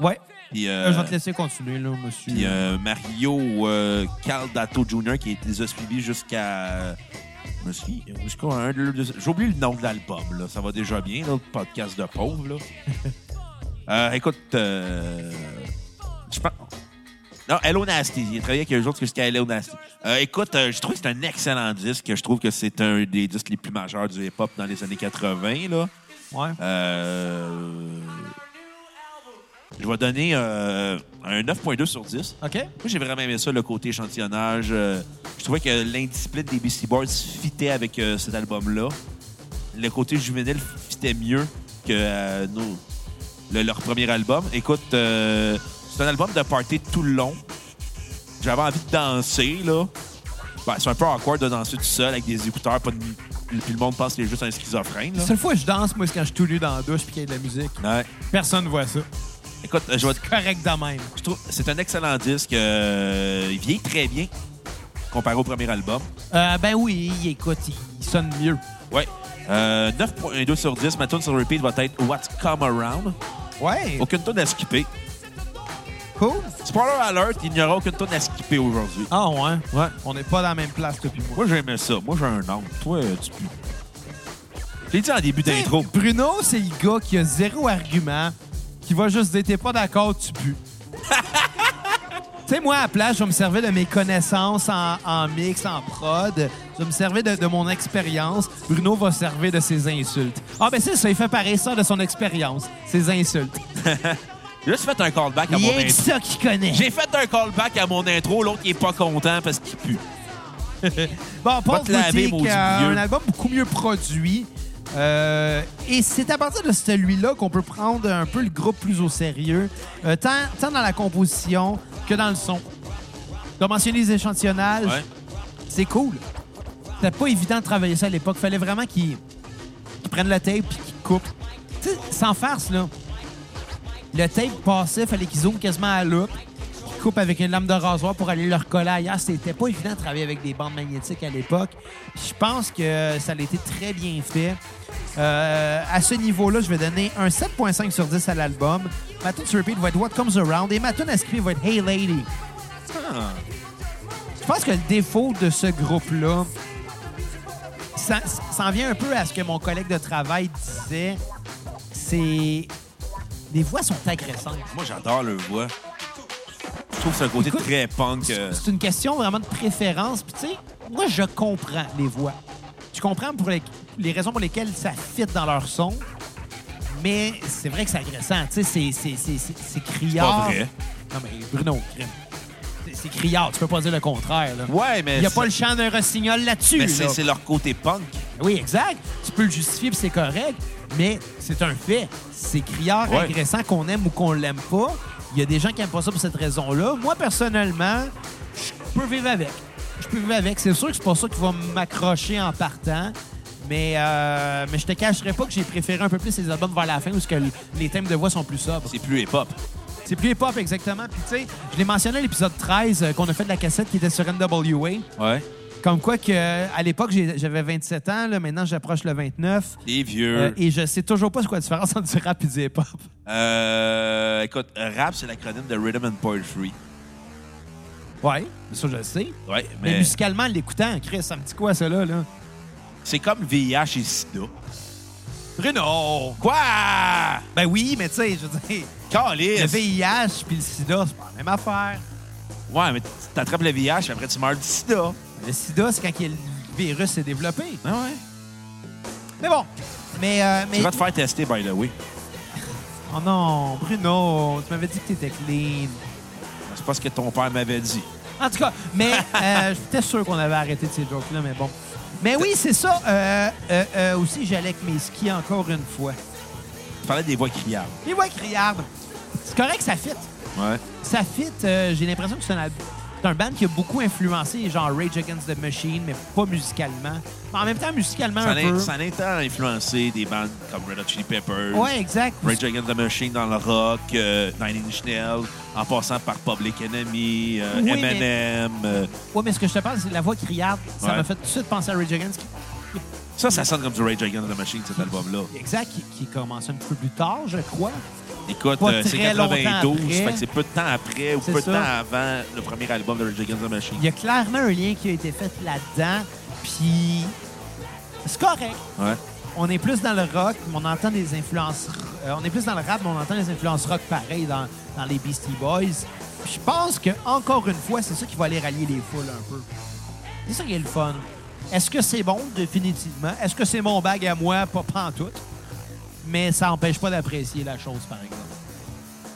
[SPEAKER 3] Ouais,
[SPEAKER 1] Puis,
[SPEAKER 3] Là,
[SPEAKER 1] euh,
[SPEAKER 3] je vais te laisser continuer, là, monsieur.
[SPEAKER 1] puis, euh, Mario euh, Caldato Jr. qui les a suivis jusqu'à. je me suis- jusqu'à un de leurs deux- J'ai oublié le nom de l'album, là. Ça va déjà bien, là, le podcast de pauvre, là. Euh, écoute, euh, je pense. Non, Hello Nasty. Il a travaillé avec eux autres jusqu'à Hello Nasty. Euh, écoute, euh, je trouve que c'est un excellent disque. Je trouve que c'est un des disques les plus majeurs du hip-hop dans les années 80, là.
[SPEAKER 3] Ouais.
[SPEAKER 1] Euh, Je vais donner euh, un 9.2 sur 10.
[SPEAKER 3] OK?
[SPEAKER 1] Moi, j'ai vraiment aimé ça, le côté échantillonnage. Euh, je trouvais que l'indiscipline des Beastie Boys fitait avec euh, cet album-là. Le côté juvénile fitait mieux que euh, nos- le- leur premier album. Écoute, euh, c'est un album de party tout le long. J'avais envie de danser, là. Ben, c'est un peu awkward de danser tout seul avec des écouteurs. Pas de... Puis le monde pense que c'est juste un schizophrène, là.
[SPEAKER 3] La seule fois que je danse, moi, c'est quand je suis tout nu dans la douche puis qu'il y a de la musique.
[SPEAKER 1] Ouais.
[SPEAKER 3] Personne ne voit ça.
[SPEAKER 1] Écoute, euh, je vais
[SPEAKER 3] Correct de même.
[SPEAKER 1] Je trouve- c'est un excellent disque. euh, il vieillit très bien comparé au premier album.
[SPEAKER 3] Euh, ben oui, il- écoute, il, il sonne mieux.
[SPEAKER 1] Ouais. Euh, 9.2 sur 10. Ma tune sur repeat va être What's Come Around.
[SPEAKER 3] Ouais.
[SPEAKER 1] Aucune tune à skipper.
[SPEAKER 3] Cool.
[SPEAKER 1] Spoiler alert, il n'y aura aucune tune à skipper aujourd'hui.
[SPEAKER 3] Ah ouais. Ouais. On n'est pas dans la même place, toi puis moi.
[SPEAKER 1] Moi, j'aimais ça. Moi, j'ai un nom. Toi, euh, tu peux. Je l'ai dit en début d'intro.
[SPEAKER 3] T'sais, Bruno, c'est le gars qui a zéro argument, qui va juste dire t'es pas d'accord, tu pues. Tu sais, moi, à la place, je vais me servir de mes connaissances en, en mix, en prod. Je vais me servir de, de mon expérience. Bruno va se servir de ses insultes. Ah, ben c'est ça, il fait pareil ça de son expérience, ses insultes.
[SPEAKER 1] J'ai juste fait un callback à
[SPEAKER 3] Il y
[SPEAKER 1] mon
[SPEAKER 3] a que
[SPEAKER 1] intro.
[SPEAKER 3] ça qu'il connaît.
[SPEAKER 1] ben, J'ai fait un callback à mon intro, l'autre il est pas content parce qu'il pue.
[SPEAKER 3] Bon, Paul
[SPEAKER 1] te laver,
[SPEAKER 3] Boutique,
[SPEAKER 1] maudit
[SPEAKER 3] euh,
[SPEAKER 1] vieux.
[SPEAKER 3] un album beaucoup mieux produit. Euh, et c'est à partir de celui-là qu'on peut prendre un peu le groupe plus au sérieux, euh, tant, tant dans la composition que dans le son. Tu as mentionné les échantillonnages,
[SPEAKER 1] Ouais.
[SPEAKER 3] c'est cool. C'était pas évident de travailler ça à l'époque. Fallait vraiment qu'ils qu'ils prennent le tape et qu'ils coupent. Tu sais, sans farce, là. Le tape passait, fallait qu'ils zooment quasiment à la loupe, qu'ils coupent avec une lame de rasoir pour aller le recoller ailleurs. C'était pas évident de travailler avec des bandes magnétiques à l'époque. Puis Je pense que ça a été très bien fait. Euh, à ce niveau-là, je vais donner un 7.5 sur 10 à l'album. Ma tune sur repeat va être What Comes Around et ma tune à skip va être Hey Lady.
[SPEAKER 1] Ah.
[SPEAKER 3] Je pense que le défaut de ce groupe-là, ça, ça en vient un peu à ce que mon collègue de travail disait. C'est. Les voix sont agressantes.
[SPEAKER 1] Moi j'adore le voix. Je trouve que c'est un côté
[SPEAKER 3] Écoute,
[SPEAKER 1] très punk. euh,
[SPEAKER 3] C'est une question vraiment de préférence. Puis, tu sais, moi, je comprends les voix. Je comprends pour les, les raisons pour lesquelles ça fit dans leur son. Mais c'est vrai que c'est agressant. Tu sais, c'est- c'est- c'est c'est- c'est
[SPEAKER 1] pas
[SPEAKER 3] criard.
[SPEAKER 1] vrai.
[SPEAKER 3] Non, mais Bruno, crime. C'est- c'est criard. Tu peux pas dire le contraire. là.
[SPEAKER 1] Ouais, mais.
[SPEAKER 3] Il n'y a
[SPEAKER 1] c'est-
[SPEAKER 3] pas le chant d'un rossignol là-dessus.
[SPEAKER 1] mais c'est
[SPEAKER 3] là.
[SPEAKER 1] c'est leur côté punk.
[SPEAKER 3] Oui, exact. Tu peux le justifier, puis c'est correct, mais c'est un fait. C'est criard,
[SPEAKER 1] Ouais.
[SPEAKER 3] agressant, qu'on aime ou qu'on l'aime pas. Il y a des gens qui aiment pas ça pour cette raison-là. Moi, personnellement, je peux vivre avec. Je peux vivre avec. C'est sûr que c'est pas ça qui va m'accrocher en partant. Mais, euh, mais je te cacherai pas que j'ai préféré un peu plus les albums vers la fin où ce que l- les thèmes de voix sont plus sobres.
[SPEAKER 1] C'est plus hip-hop.
[SPEAKER 3] C'est plus hip-hop, exactement. Puis tu sais, je l'ai mentionné à l'épisode 13 euh, qu'on a fait de la cassette qui était sur NWA.
[SPEAKER 1] Ouais.
[SPEAKER 3] Comme quoi que euh, à l'époque, j'ai- j'avais 27 ans. Là, maintenant, j'approche le 29.
[SPEAKER 1] Les vieux.
[SPEAKER 3] Euh, et je sais toujours pas c'est quoi la différence entre du rap et du hip-hop.
[SPEAKER 1] Euh, écoute, rap, c'est l'acronyme de Rhythm and Poetry.
[SPEAKER 3] Ouais, ça je le sais.
[SPEAKER 1] Ouais,
[SPEAKER 3] Mais,
[SPEAKER 1] mais
[SPEAKER 3] musicalement, l'écoutant, Chris, ça me dit quoi, ça, là? là?
[SPEAKER 1] c'est comme VIH et SIDA.
[SPEAKER 3] Bruno!
[SPEAKER 1] Quoi?
[SPEAKER 3] Ben oui, mais tu sais, je veux dire,
[SPEAKER 1] Calice!
[SPEAKER 3] le VIH puis le sida, c'est pas la même affaire.
[SPEAKER 1] Ouais, mais t'attrapes le VIH et après tu meurs du sida.
[SPEAKER 3] Le sida, c'est quand il y a le virus s'est développé.
[SPEAKER 1] Ah ouais.
[SPEAKER 3] Mais bon, mais... euh, mais...
[SPEAKER 1] Tu vas te faire tester, by the way.
[SPEAKER 3] Oh non, Bruno, tu m'avais dit que t'étais clean.
[SPEAKER 1] C'est pas ce que ton père m'avait dit.
[SPEAKER 3] En tout cas, mais euh, j'étais sûr qu'on avait arrêté de ces jokes-là, mais bon. Mais oui, c'est ça. Euh, euh, euh, aussi, j'allais avec mes skis encore une fois.
[SPEAKER 1] Tu parlais des voix criables.
[SPEAKER 3] Les voix criardes. C'est correct, ça fit.
[SPEAKER 1] Ouais.
[SPEAKER 3] Ça fit. euh, J'ai l'impression que c'est un, al- c'est un band qui a beaucoup influencé, genre Rage Against the Machine, mais pas musicalement. Mais en même temps, musicalement,
[SPEAKER 1] Ça
[SPEAKER 3] un peu.
[SPEAKER 1] a, ça a longtemps influencé des bandes comme Red Hot Chili Peppers,
[SPEAKER 3] Ouais, exact.
[SPEAKER 1] Rage Against the Machine dans le rock, euh, Nine Inch Nails, en passant par Public Enemy, euh,
[SPEAKER 3] Oui, mais-
[SPEAKER 1] M&M. euh,
[SPEAKER 3] Ouais, mais ce que je te parle, c'est la voix criarde. Ça
[SPEAKER 1] Ouais.
[SPEAKER 3] m'a fait tout de suite penser à Rage Against, qui-
[SPEAKER 1] ça, ça sonne comme du Rage Against the Machine, cet album-là.
[SPEAKER 3] exact, qui, qui commence un petit peu plus tard, je crois.
[SPEAKER 1] Écoute,
[SPEAKER 3] Pas
[SPEAKER 1] euh, c'est
[SPEAKER 3] très longtemps
[SPEAKER 1] 92,
[SPEAKER 3] après.
[SPEAKER 1] fait que c'est peu de temps après ou
[SPEAKER 3] C'est
[SPEAKER 1] peu de
[SPEAKER 3] ça.
[SPEAKER 1] temps avant le premier album de Rage Against the Machine.
[SPEAKER 3] Il y a clairement un lien qui a été fait là-dedans, puis c'est correct.
[SPEAKER 1] Ouais.
[SPEAKER 3] on est plus dans le rock, mais on entend des influences. euh, on est plus dans le rap, mais on entend des influences rock pareilles dans, dans les Beastie Boys. Puis je pense que encore une fois, c'est ça qui va aller rallier les foules un peu. C'est ça qui est le fun. Est-ce que c'est bon, définitivement? Est-ce que c'est mon bag à moi? Pas, pas en tout. Mais ça n'empêche pas d'apprécier la chose, par exemple.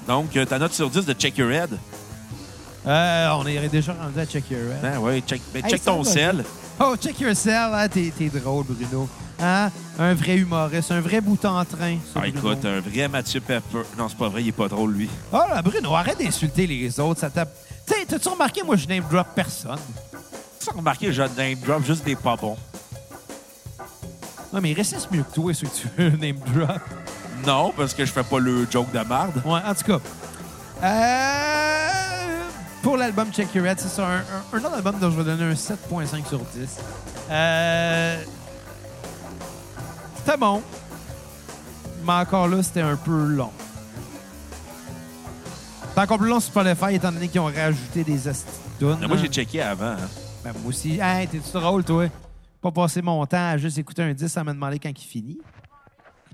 [SPEAKER 1] Donc, euh, ta note sur 10 de Check Your Head.
[SPEAKER 3] Euh, on est déjà rendu à Check Your Head.
[SPEAKER 1] Ben ouais, check, ben,
[SPEAKER 3] Hey,
[SPEAKER 1] check
[SPEAKER 3] ça
[SPEAKER 1] ton
[SPEAKER 3] va.
[SPEAKER 1] sel.
[SPEAKER 3] Oh, Check Yourself, hein, t'es t'es drôle, Bruno. Hein? Un vrai humoriste, un vrai bout en train. ce
[SPEAKER 1] Ah,
[SPEAKER 3] Bruno.
[SPEAKER 1] écoute, un vrai Mathieu Pepper. Non, c'est pas vrai, il est pas drôle, lui.
[SPEAKER 3] Oh là, Bruno, arrête d'insulter les autres, ça tape. Tu sais, t'as-tu remarqué, moi, je name drop personne.
[SPEAKER 1] Tu as remarqué, je name drop juste des pas bons.
[SPEAKER 3] Non, mais reste mieux que toi, si tu veux, name drop.
[SPEAKER 1] Non, parce que je fais pas le joke de marde.
[SPEAKER 3] Ouais, en tout cas. Euh, pour l'album Check Your Head, c'est ça, un, un- un autre album dont je vais donner un 7.5 sur 10. Euh, c'était bon. Mais encore là, c'était un peu long. C'est encore plus long sur Spotify, étant donné qu'ils ont rajouté des astuces.
[SPEAKER 1] Mais moi, j'ai checké avant. hein.
[SPEAKER 3] Ben, moi aussi. Hey, t'es-tu drôle, toi? Pas passer mon temps à juste écouter un disque sans me demander quand il finit.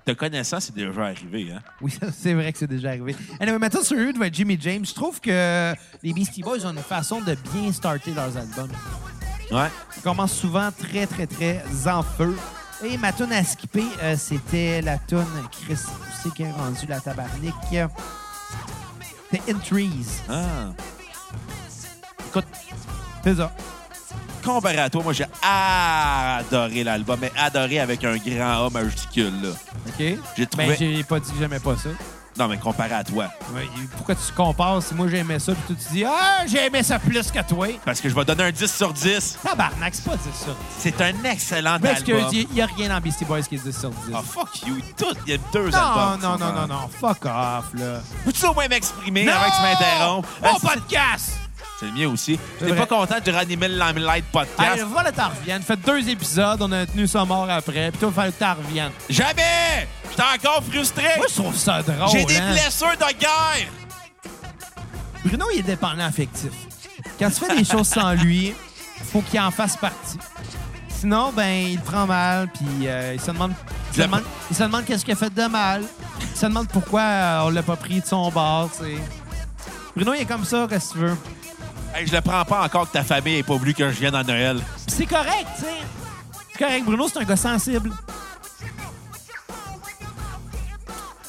[SPEAKER 1] te connaissant, c'est déjà arrivé. Hein?
[SPEAKER 3] Oui, ça, c'est vrai que c'est déjà arrivé. Anyway, maintenant, sur Rude va être Jimmy James. Je trouve que les Beastie Boys ont une façon de bien starter leurs albums.
[SPEAKER 1] Ouais.
[SPEAKER 3] Ils commencent souvent très, très, très en feu. Et ma tune à skipper, euh, c'était la tune Chris, où c'est qui est rendu la tabarnique? C'était In Trees.
[SPEAKER 1] Ah.
[SPEAKER 3] Écoute, c'est ça.
[SPEAKER 1] Comparé à toi, moi, j'ai adoré l'album, mais adoré avec un grand A majuscule. Là.
[SPEAKER 3] OK?
[SPEAKER 1] J'ai trouvé-
[SPEAKER 3] Ben, j'ai pas dit que j'aimais pas ça.
[SPEAKER 1] Non, mais comparé à toi.
[SPEAKER 3] Ouais, Pourquoi tu compares si moi j'aimais ça, puis toi tu dis « Ah, j'aimais ça plus que toi!
[SPEAKER 1] Parce que je vais donner un 10 sur 10. ».
[SPEAKER 3] Tabarnak, c'est pas 10 sur 10.
[SPEAKER 1] C'est un excellent
[SPEAKER 3] Mais
[SPEAKER 1] album.
[SPEAKER 3] excuse, il n'y a rien dans Beastie Boys qui est 10 sur 10.
[SPEAKER 1] Ah, fuck you. Tout, il y a deux
[SPEAKER 3] Non,
[SPEAKER 1] albums.
[SPEAKER 3] non,
[SPEAKER 1] qui sont
[SPEAKER 3] non, non,
[SPEAKER 1] dans-
[SPEAKER 3] non. Fuck off, là.
[SPEAKER 1] Peux-tu au moins m'exprimer avant que tu m'interrompes? Ah,
[SPEAKER 3] Mon
[SPEAKER 1] c'est-
[SPEAKER 3] podcast!
[SPEAKER 1] C'est le mien aussi.
[SPEAKER 3] C'est
[SPEAKER 1] J'étais
[SPEAKER 3] vrai.
[SPEAKER 1] pas content de ranimer le Limelight
[SPEAKER 3] Allez,
[SPEAKER 1] podcast.
[SPEAKER 3] voilà, t'en reviennes. Fait deux épisodes, on a tenu ça mort après, puis toi, fallait que t'en reviennes.
[SPEAKER 1] Jamais! J'étais encore frustré!
[SPEAKER 3] Moi, je trouve ça drôle.
[SPEAKER 1] J'ai des
[SPEAKER 3] hein.
[SPEAKER 1] blessures de guerre!
[SPEAKER 3] Bruno, il est dépendant affectif. Quand tu fais des choses sans lui, faut qu'il en fasse partie. Sinon, ben, il le prend mal, puis euh, il se demande, il se
[SPEAKER 1] Le-
[SPEAKER 3] demande, il se demande qu'est-ce qu'il a fait de mal. Il se demande pourquoi euh, on l'a pas pris de son bord, tu sais. Bruno, il est comme ça, qu'est-ce que tu veux.
[SPEAKER 1] Hey, je le prends pas encore que ta famille ait pas voulu que je vienne à Noël.
[SPEAKER 3] Puis c'est correct, tu sais. C'est correct, Bruno, c'est un gars sensible.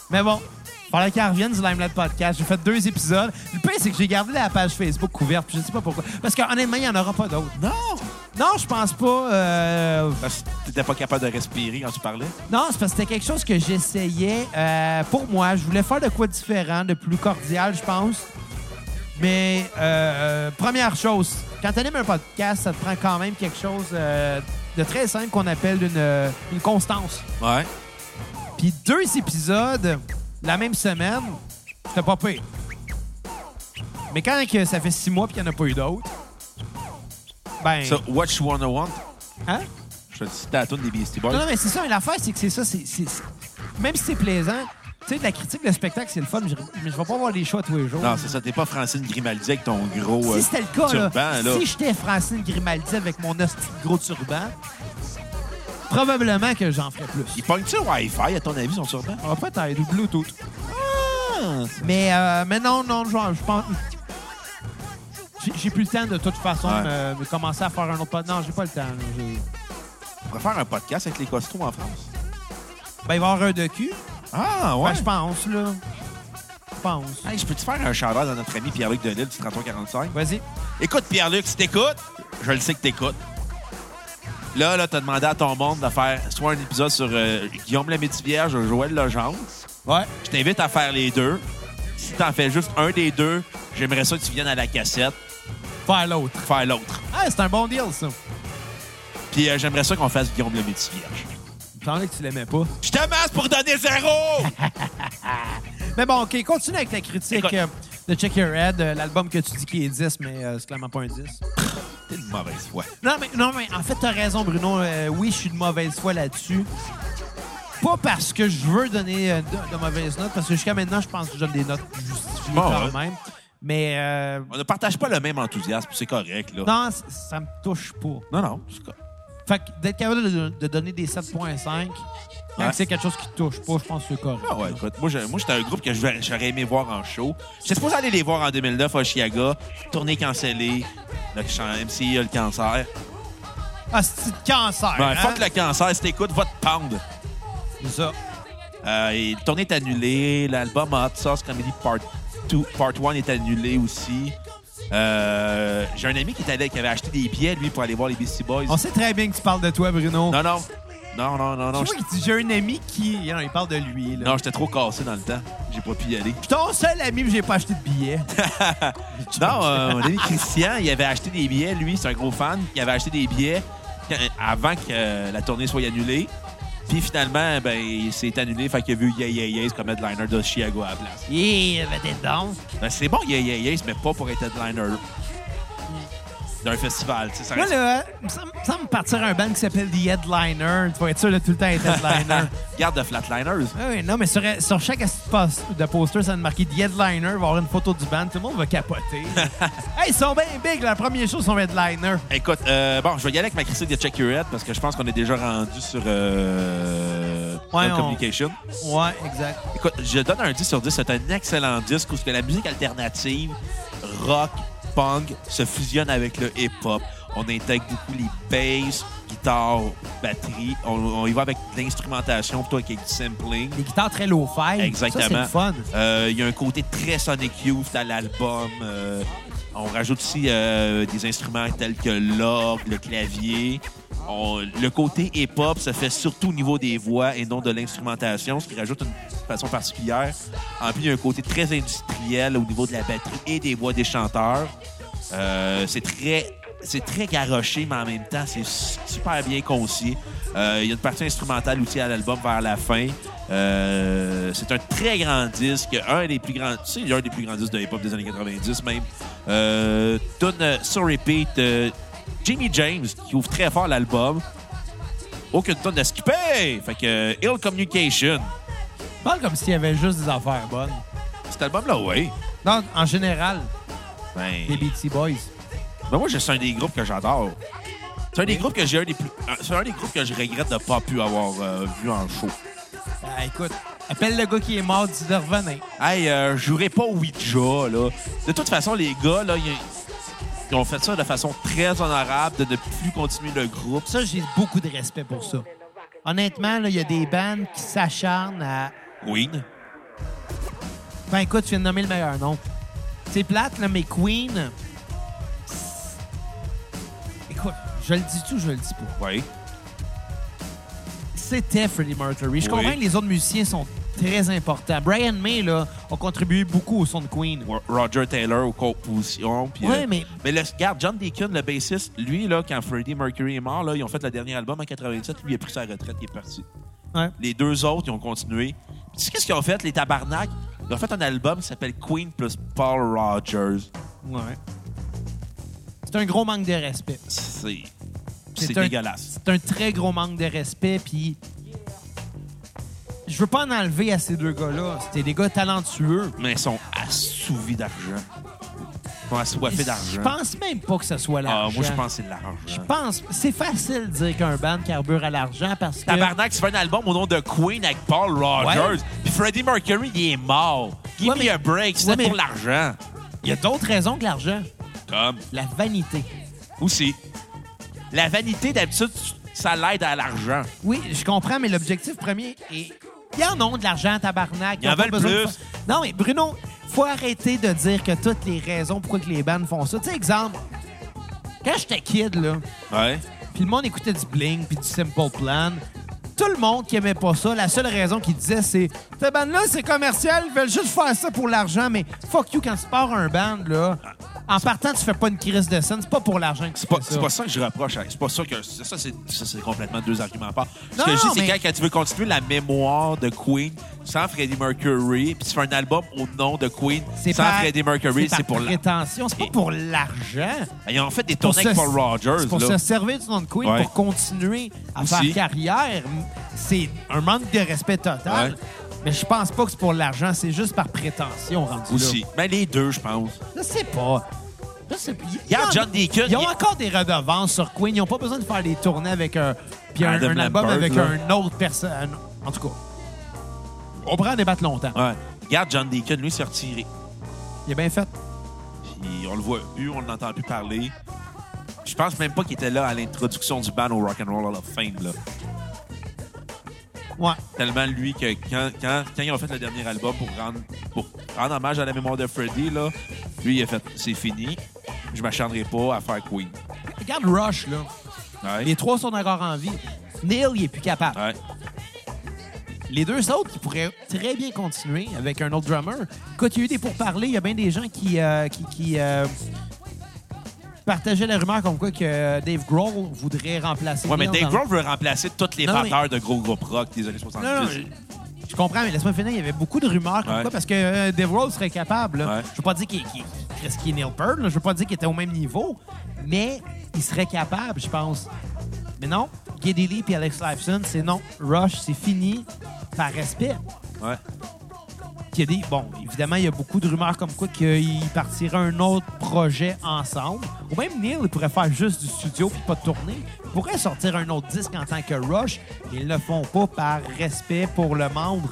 [SPEAKER 3] Mais bon, fallait qu'il revienne du Limelight Podcast. J'ai fait deux épisodes. Le pire, c'est que j'ai gardé la page Facebook couverte, puis je sais pas pourquoi. Parce qu'honnêtement, il n'y en aura pas d'autres.
[SPEAKER 1] Non!
[SPEAKER 3] Non, je pense pas. euh,
[SPEAKER 1] Parce que t'étais pas capable de respirer quand tu parlais.
[SPEAKER 3] Non, c'est parce que c'était quelque chose que j'essayais euh, pour moi. Je voulais faire de quoi de différent, de plus cordial, je pense. Mais euh, euh, première chose, quand t'animes un podcast, ça te prend quand même quelque chose euh, de très simple qu'on appelle une, euh, une constance.
[SPEAKER 1] Ouais.
[SPEAKER 3] Puis deux épisodes la même semaine, c'était pas pire. Mais quand que ça fait six mois et qu'il n'y en a pas eu d'autres, ben...
[SPEAKER 1] So, what you wanna want?
[SPEAKER 3] hein?
[SPEAKER 1] Je te dis, c'était la toune des Beastie Boys.
[SPEAKER 3] Non, non, mais c'est ça. mais L'affaire, c'est que c'est ça. c'est- c'est- c'est- Même si c'est plaisant, tu sais, de la critique de spectacle, c'est le fun, mais je- mais je vais pas voir les shows à tous les jours.
[SPEAKER 1] Non, c'est ça. T'es pas Francine Grimaldi avec ton gros euh,
[SPEAKER 3] Si c'était le cas, là,
[SPEAKER 1] turban, là.
[SPEAKER 3] si j'étais Francine Grimaldi avec mon hostie de gros turban, probablement que j'en ferais plus.
[SPEAKER 1] Il pogne-tu le Wi-Fi, à ton avis, son turban?
[SPEAKER 3] Ah, peut-être, ou Bluetooth.
[SPEAKER 1] Ah!
[SPEAKER 3] Mais, euh, mais non, non, genre, je pense. j'ai- J'ai plus le temps de toute façon
[SPEAKER 1] Ouais.
[SPEAKER 3] de me- de commencer à faire un autre pod. Non, j'ai pas le temps. là, j'ai-
[SPEAKER 1] On pourrait faire un podcast avec les costauds en France.
[SPEAKER 3] Ben, il va y avoir un de cul.
[SPEAKER 1] Ah, ouais.
[SPEAKER 3] Ben, je pense, là. Je pense.
[SPEAKER 1] Hey, je peux-tu faire un shout-out à notre ami Pierre-Luc Delisle du 3345?
[SPEAKER 3] Vas-y.
[SPEAKER 1] Écoute, Pierre-Luc, si t'écoutes, je le sais que t'écoutes. Là, là, t'as demandé à ton monde de faire soit un épisode sur euh, Guillaume Lamétivierge ou Joël Legendre.
[SPEAKER 3] Ouais.
[SPEAKER 1] Je t'invite à faire les deux. Si t'en fais juste un des deux, j'aimerais ça que tu viennes à la cassette
[SPEAKER 3] Faire l'autre.
[SPEAKER 1] faire l'autre.
[SPEAKER 3] Ah, c'est un bon deal, ça.
[SPEAKER 1] Puis euh, j'aimerais ça qu'on fasse Guillaume Lamétivierge.
[SPEAKER 3] Il me semblait que tu l'aimais pas.
[SPEAKER 1] Je te masse pour donner zéro!
[SPEAKER 3] Mais bon, OK, continue avec la critique
[SPEAKER 1] Écoute.
[SPEAKER 3] euh, de Check Your Head, euh, l'album que tu dis qui est 10, mais euh, c'est clairement pas un 10.
[SPEAKER 1] T'es une mauvaise foi.
[SPEAKER 3] Non, mais, non, mais en fait, t'as raison, Bruno. Euh, oui, je suis de mauvaise foi là-dessus. Pas parce que je veux donner euh, de, de mauvaises notes, parce que jusqu'à maintenant, je pense que je donne des notes justifiées
[SPEAKER 1] Bon,
[SPEAKER 3] quand
[SPEAKER 1] ouais.
[SPEAKER 3] même. Mais euh,
[SPEAKER 1] On ne partage pas le même enthousiasme, c'est correct, là.
[SPEAKER 3] non, c- ça me touche pas.
[SPEAKER 1] non, non, c'est correct.
[SPEAKER 3] Fait que d'être capable de, de donner des 7.5, quand
[SPEAKER 1] Ouais.
[SPEAKER 3] c'est quelque chose qui te touche pas, je pense que c'est correct.
[SPEAKER 1] Ah ouais, écoute, moi, je- moi, j'étais un groupe que je- j'aurais aimé voir en show. J'étais supposé aller les voir en 2009 à Chiaga, tournée cancellée, le chant MCI a le cancer.
[SPEAKER 3] Ah, c'est de cancer.
[SPEAKER 1] Ben,
[SPEAKER 3] hein?
[SPEAKER 1] fuck le cancer, si t'écoutes, va te pendre.
[SPEAKER 3] C'est ça.
[SPEAKER 1] Euh, et la tournée est annulée, l'album Hot Sauce Comedy Part 2, Part 1 est annulé aussi. Euh, J'ai un ami qui, est allé- qui avait acheté des billets, lui, pour aller voir les Beastie Boys.
[SPEAKER 3] On sait très bien que tu parles de toi, Bruno.
[SPEAKER 1] Non, non, non, non, non, non,
[SPEAKER 3] Tu vois qu'il dit, j'ai un ami qui. Non, il parle de lui.
[SPEAKER 1] j'-
[SPEAKER 3] Là.
[SPEAKER 1] non, j'étais trop cassé dans le temps. J'ai pas pu y aller.
[SPEAKER 3] Je suis ton seul ami, mais j'ai pas acheté de billets.
[SPEAKER 1] Non, euh, mon ami Christian, il avait acheté des billets, lui, c'est un gros fan. Il avait acheté des billets quand- avant que euh, la tournée soit annulée. Puis finalement, ben, il s'est annulé, fait qu'il a vu Yeah Yeah Yeahs comme headliner de Chicago à la place.
[SPEAKER 3] Yeah, ben des donc.
[SPEAKER 1] Ben, c'est bon Yeah Yeah Yeahs, mais pas pour être headliner d'un festival. tu sais, Ça
[SPEAKER 3] Moi,
[SPEAKER 1] reste-
[SPEAKER 3] là, hein, il me semble- il me semble partir un band qui s'appelle The Headliner. Tu vas être sûr de tout le temps être Headliner.
[SPEAKER 1] Garde de Flatliners.
[SPEAKER 3] Ah oui, non, mais sur, sur chaque astuce pos- de poster, ça va marquer The Headliner, il va y avoir une photo du band. Tout le monde va capoter. hey, ils sont bien big. La première chose, ils sont Headliner.
[SPEAKER 1] Écoute, euh, bon, je vais y aller avec ma critique de Check Your Head parce que je pense qu'on est déjà rendu sur euh,
[SPEAKER 3] Ouais,
[SPEAKER 1] No
[SPEAKER 3] on-
[SPEAKER 1] Communication.
[SPEAKER 3] Ouais, exact.
[SPEAKER 1] Écoute, je donne un 10 sur 10. C'est un excellent disque où ce que la musique alternative, rock, punk, se fusionne avec le hip-hop. On intègre beaucoup les basses, guitare, batterie. On, on y va avec de l'instrumentation plutôt qu'avec du sampling.
[SPEAKER 3] Les guitares très low-fi.
[SPEAKER 1] Exactement.
[SPEAKER 3] Ça, c'est le fun.
[SPEAKER 1] Euh, Il y a un côté très Sonic Youth à l'album. Euh, on rajoute aussi euh, des instruments tels que l'orgue, le clavier. On- le côté hip-hop se fait surtout au niveau des voix et non de l'instrumentation, ce qui rajoute une façon particulière. En plus, il y a un côté très industriel au niveau de la batterie et des voix des chanteurs. Euh, c'est très c'est très garoché, mais en même temps, c'est super bien concis. Euh, Il y a une partie instrumentale aussi à l'album vers la fin. Euh, c'est un très grand disque, un des plus grands, tu sais, un des plus grands disques de hip-hop des années 90 même. Euh, donne euh, sur repeat euh, Jimmy James qui ouvre très fort l'album. Aucune tonne de skipper! Fait que euh, Ill Communication,
[SPEAKER 3] Parle comme s'il y avait juste des affaires bonnes.
[SPEAKER 1] cet album-là, ouais.
[SPEAKER 3] Donc, en général,
[SPEAKER 1] Ben,
[SPEAKER 3] les BT Boys.
[SPEAKER 1] Ben moi, c'est un des groupes que j'adore. C'est un des groupes que j'ai un des plus- un- c'est un des groupes que je regrette de ne pas pu avoir euh, vu en show.
[SPEAKER 3] Ah, écoute, appelle le gars qui est mort, dis de revenir.
[SPEAKER 1] Hey, euh, je jouerai pas au Ouija, là. De toute façon, les gars, là, ils ils ont fait ça de façon très honorable de ne plus continuer le groupe.
[SPEAKER 3] Ça, j'ai beaucoup de respect pour ça. Honnêtement, là, il y a des bands qui s'acharnent à.
[SPEAKER 1] Queen.
[SPEAKER 3] Ben écoute, tu viens de nommer le meilleur nom. C'est plate, là, mais Queen. Écoute, je le dis tout, je le dis pas.
[SPEAKER 1] Oui.
[SPEAKER 3] C'était Freddie Mercury. Je
[SPEAKER 1] Oui.
[SPEAKER 3] comprends que les autres musiciens sont très importants. Brian May, là, a contribué beaucoup au son de Queen.
[SPEAKER 1] Ro- Roger Taylor aux compositions. puis,
[SPEAKER 3] Ouais,
[SPEAKER 1] euh,
[SPEAKER 3] mais-
[SPEAKER 1] Mais le, regarde, John Deacon, le bassiste, lui, là, quand Freddie Mercury est mort, là, ils ont fait le dernier album en 87, lui, il a pris sa retraite, il est parti.
[SPEAKER 3] Ouais.
[SPEAKER 1] Les deux autres, ils ont continué. Puis Tu sais qu'est-ce qu'ils ont fait, les tabarnaks? Ils ont fait un album qui s'appelle Queen plus Paul Rogers.
[SPEAKER 3] Ouais. C'est un gros manque de respect.
[SPEAKER 1] C'est... C'est
[SPEAKER 3] un-
[SPEAKER 1] dégueulasse.
[SPEAKER 3] C'est un très gros manque de respect, puis je veux pas en enlever à ces deux gars-là. C'était des gars talentueux.
[SPEAKER 1] Mais ils sont assouvis d'argent. Ils sont assoiffés
[SPEAKER 3] Je
[SPEAKER 1] d'argent.
[SPEAKER 3] pense même pas que ce soit
[SPEAKER 1] Ah,
[SPEAKER 3] l'argent.
[SPEAKER 1] moi, je pense que c'est de l'argent.
[SPEAKER 3] Je pense- c'est facile de dire qu'un band carbure à l'argent parce que
[SPEAKER 1] Tabarnak, tu fais un album au nom de Queen avec Paul Rogers.
[SPEAKER 3] Ouais.
[SPEAKER 1] Puis Freddie Mercury, il est mort. Give
[SPEAKER 3] Ouais,
[SPEAKER 1] me
[SPEAKER 3] mais-
[SPEAKER 1] a break, c'est
[SPEAKER 3] Ouais, mais-
[SPEAKER 1] pour l'argent.
[SPEAKER 3] il y a d'autres raisons que l'argent.
[SPEAKER 1] Comme.
[SPEAKER 3] La vanité.
[SPEAKER 1] Aussi. La vanité, d'habitude, tu- ça l'aide à l'argent.
[SPEAKER 3] Oui, je comprends, mais l'objectif premier est. Ils en ont de l'argent, tabarnak.
[SPEAKER 1] Ils en
[SPEAKER 3] ont pas
[SPEAKER 1] veulent
[SPEAKER 3] besoin de
[SPEAKER 1] plus.
[SPEAKER 3] fa- Non, mais Bruno, faut arrêter de dire que toutes les raisons pourquoi que les bands font ça. Tu sais, exemple, quand j'étais kid, là,
[SPEAKER 1] Ouais.
[SPEAKER 3] puis le monde écoutait du Bling puis du Simple Plan. Tout le monde qui aimait pas ça, la seule raison qu'ils disaient, c'est « Cette band-là, c'est commercial, ils veulent juste faire ça pour l'argent, mais fuck you, quand tu pars un band, là, en partant, tu fais pas une crise de scène, c'est pas pour l'argent que tu
[SPEAKER 1] C'est pas,
[SPEAKER 3] fais
[SPEAKER 1] c'est pas ça que je reproche. hein. C'est pas ça que. Ça, c'est ça, c'est complètement deux arguments à part. Ce
[SPEAKER 3] Non,
[SPEAKER 1] que je dis, c'est
[SPEAKER 3] mais-
[SPEAKER 1] quand, quand tu veux continuer la mémoire de Queen sans Freddie Mercury, puis tu fais un album au nom de Queen
[SPEAKER 3] C'est
[SPEAKER 1] sans
[SPEAKER 3] par-
[SPEAKER 1] Freddie Mercury, c'est
[SPEAKER 3] par
[SPEAKER 1] pour la.
[SPEAKER 3] prétention, c'est pas pour l'argent.
[SPEAKER 1] Ils ont fait des
[SPEAKER 3] Pour
[SPEAKER 1] tournées avec
[SPEAKER 3] se-
[SPEAKER 1] Paul Rogers.
[SPEAKER 3] c'est pour
[SPEAKER 1] là.
[SPEAKER 3] se servir du nom de Queen,
[SPEAKER 1] Ouais.
[SPEAKER 3] pour continuer à
[SPEAKER 1] Aussi.
[SPEAKER 3] faire carrière. C'est un manque de respect total.
[SPEAKER 1] Ouais.
[SPEAKER 3] Mais je pense pas que c'est pour l'argent, c'est juste par prétention rendu
[SPEAKER 1] Aussi. Mais les deux, je pense.
[SPEAKER 3] là. Je sais pas. Je sais pas. Il-
[SPEAKER 1] Regarde
[SPEAKER 3] il y en-
[SPEAKER 1] John Deacon.
[SPEAKER 3] Ils ont
[SPEAKER 1] il-
[SPEAKER 3] encore des redevances sur Queen. Ils n'ont pas besoin de faire des tournées avec un, puis un,
[SPEAKER 1] Adam
[SPEAKER 3] un album
[SPEAKER 1] Lambert,
[SPEAKER 3] avec
[SPEAKER 1] là.
[SPEAKER 3] un autre personne. En tout cas, on pourra en débattre longtemps.
[SPEAKER 1] Ouais. Regarde John Deacon, lui, s'est retiré.
[SPEAKER 3] Il est bien fait.
[SPEAKER 1] Puis on le voit plus, on l'entend plus parler. Je pense même pas qu'il était là à l'introduction du band au Rock'n'Roll Hall of Fame. Là.
[SPEAKER 3] Ouais.
[SPEAKER 1] Tellement lui que quand, quand, quand ils ont fait le dernier album pour rendre, pour rendre hommage à la mémoire de Freddie, là, lui, il a fait c'est fini, je m'acharnerai pas à faire Queen.
[SPEAKER 3] Regarde Rush, là.
[SPEAKER 1] Ouais.
[SPEAKER 3] Les trois sont encore en vie. Neil, il est plus capable.
[SPEAKER 1] Ouais.
[SPEAKER 3] Les deux autres, ils pourraient très bien continuer avec un autre drummer. Écoute, il y a eu des pourparlers. Il y a bien des gens qui, euh, qui, qui, euh, partageaient la rumeur comme quoi que euh, Dave Grohl voudrait remplacer
[SPEAKER 1] Ouais, mais
[SPEAKER 3] Neil
[SPEAKER 1] Dave
[SPEAKER 3] dans-
[SPEAKER 1] Grohl veut remplacer tous les
[SPEAKER 3] Non,
[SPEAKER 1] batteurs de gros groupes rock des années 70.
[SPEAKER 3] Non, non, je- je comprends, mais laisse-moi finir. Il y avait beaucoup de rumeurs comme
[SPEAKER 1] Ouais.
[SPEAKER 3] quoi, parce que euh, Dave Grohl serait capable. là.
[SPEAKER 1] Ouais.
[SPEAKER 3] Je veux pas dire qu'il qu'il- qu'il- qu'il est Neil Peart, là. je veux pas dire qu'il était au même niveau, mais il serait capable, je pense. Mais non, Geddy Lee et Alex Lifeson, c'est non. Rush, c'est fini, par respect.
[SPEAKER 1] Ouais.
[SPEAKER 3] Qu'il y a des- bon, évidemment, il y a beaucoup de rumeurs comme quoi qu'ils partiraient un autre projet ensemble. Ou même Neil, il pourrait faire juste du studio puis pas de tournée. pourraient sortir un autre disque en tant que Rush, mais ils ne le font pas par respect pour le membre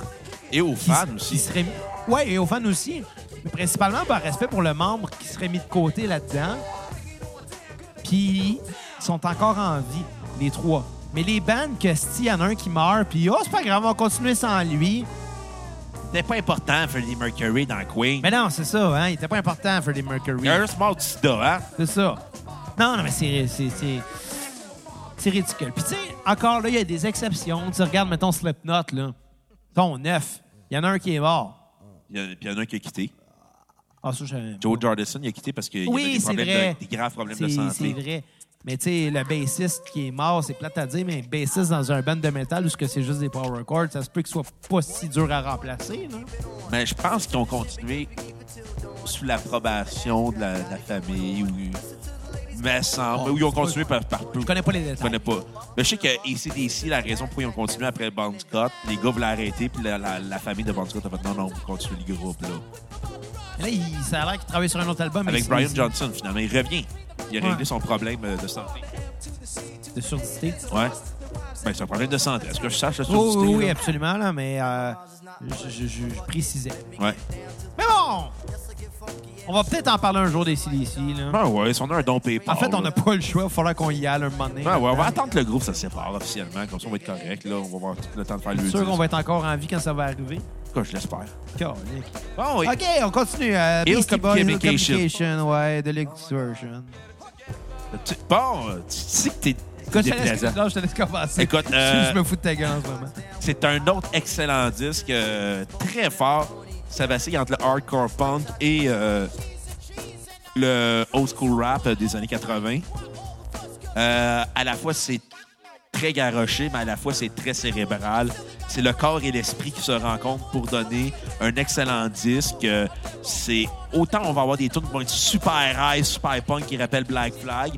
[SPEAKER 1] Et aux
[SPEAKER 3] qui
[SPEAKER 1] fans
[SPEAKER 3] s- qui
[SPEAKER 1] aussi.
[SPEAKER 3] serait mis- Ouais, et aux fans aussi. Mais principalement par respect pour le membre qui serait mis de côté là-dedans. Puis, ils sont encore en vie, les trois. Mais les bandes que s'il y en a un qui meurt, puis oh, c'est pas grave, on va continuer sans lui.
[SPEAKER 1] C'était pas important, Freddie Mercury dans Queen.
[SPEAKER 3] Mais non, c'est ça, hein, il était pas important, Freddie Mercury.
[SPEAKER 1] Curse mort du sida, hein?
[SPEAKER 3] C'est ça. Non, non, mais c'est. c'est- C'est c'est ridicule. Puis, tu sais, encore là, il y a des exceptions. Tu regardes, mettons, Slipknot, là. Ton neuf. Il y en a un qui est mort.
[SPEAKER 1] Il y en a- Puis il y en a un qui a quitté.
[SPEAKER 3] Ah, ça, je savais même
[SPEAKER 1] Joe Jordison, il a quitté parce qu'il
[SPEAKER 3] Oui,
[SPEAKER 1] avait des,
[SPEAKER 3] c'est
[SPEAKER 1] problèmes
[SPEAKER 3] vrai.
[SPEAKER 1] de- des graves problèmes de
[SPEAKER 3] C'est c'est
[SPEAKER 1] santé.
[SPEAKER 3] vrai. Mais tu sais, le bassiste qui est mort, c'est plate à dire, mais bassiste dans un band de métal où ce que c'est juste des power chords, ça se peut qu'il soit pas si dur à remplacer. là.
[SPEAKER 1] Mais je pense qu'ils ont continué sous l'approbation de la, de la famille ou mais sans,
[SPEAKER 3] Bon,
[SPEAKER 1] ou ils ont
[SPEAKER 3] Oh, c'est pas-
[SPEAKER 1] continué par, par peu.
[SPEAKER 3] Je connais pas les
[SPEAKER 1] Je
[SPEAKER 3] détails.
[SPEAKER 1] connais pas. Mais je sais que ici, la raison pour ils ont continué après Bon Scott, les gars voulaient arrêter, puis la, la- la famille de Bon Scott a fait non, non, on continue le groupe. là.
[SPEAKER 3] Là, il, ça a l'air qu'il travaille sur un autre album. mais
[SPEAKER 1] Avec
[SPEAKER 3] c'est-
[SPEAKER 1] Brian Johnson, finalement, il revient. Il a
[SPEAKER 3] Ouais.
[SPEAKER 1] réglé son problème euh, de santé.
[SPEAKER 3] De surdité.
[SPEAKER 1] Ouais. Ben, c'est un problème de santé. Est-ce que je sache la
[SPEAKER 3] Oh,
[SPEAKER 1] surdité?
[SPEAKER 3] oui, oui,
[SPEAKER 1] là?
[SPEAKER 3] absolument, là, mais euh, je, je- je- je précisais.
[SPEAKER 1] Ouais.
[SPEAKER 3] Mais bon! On va peut-être en parler un jour des CDC. Là.
[SPEAKER 1] Ben ouais, si on a un don PayPal.
[SPEAKER 3] En fait, on
[SPEAKER 1] là.
[SPEAKER 3] n'a pas le choix. Il va falloir qu'on y aille un moment donné.
[SPEAKER 1] Ben Ouais, ouais, on va attendre que le groupe se sépare officiellement, comme ça on va être correct. Là, on va avoir tout le temps de faire le
[SPEAKER 3] Je suis sûr
[SPEAKER 1] disque.
[SPEAKER 3] qu'on va être encore en vie quand ça va arriver.
[SPEAKER 1] En tout cas, je l'espère.
[SPEAKER 3] Calique.
[SPEAKER 1] Bon, oui.
[SPEAKER 3] OK, on continue. Euh,
[SPEAKER 1] Ill
[SPEAKER 3] Beastie Boys, Ill
[SPEAKER 1] Communication.
[SPEAKER 3] Communication, ouais, de Distortion.
[SPEAKER 1] Ah, Tu- Bon, euh, tu sais que t'es
[SPEAKER 3] Écoute, je te laisse,
[SPEAKER 1] déplaisant.
[SPEAKER 3] non, je te laisse commencer.
[SPEAKER 1] Écoute, euh,
[SPEAKER 3] je me fous de ta gueule en ce moment.
[SPEAKER 1] C'est un autre excellent disque, euh, très fort. Ça vacille entre le hardcore punk et euh, le old school rap euh, des années 80. Euh, à la fois, c'est très garoché, mais à la fois, c'est très cérébral. C'est le corps et l'esprit qui se rencontrent pour donner un excellent disque. Euh, c'est Autant on va avoir des tunes qui vont être super high, super punk, qui rappellent Black Flag.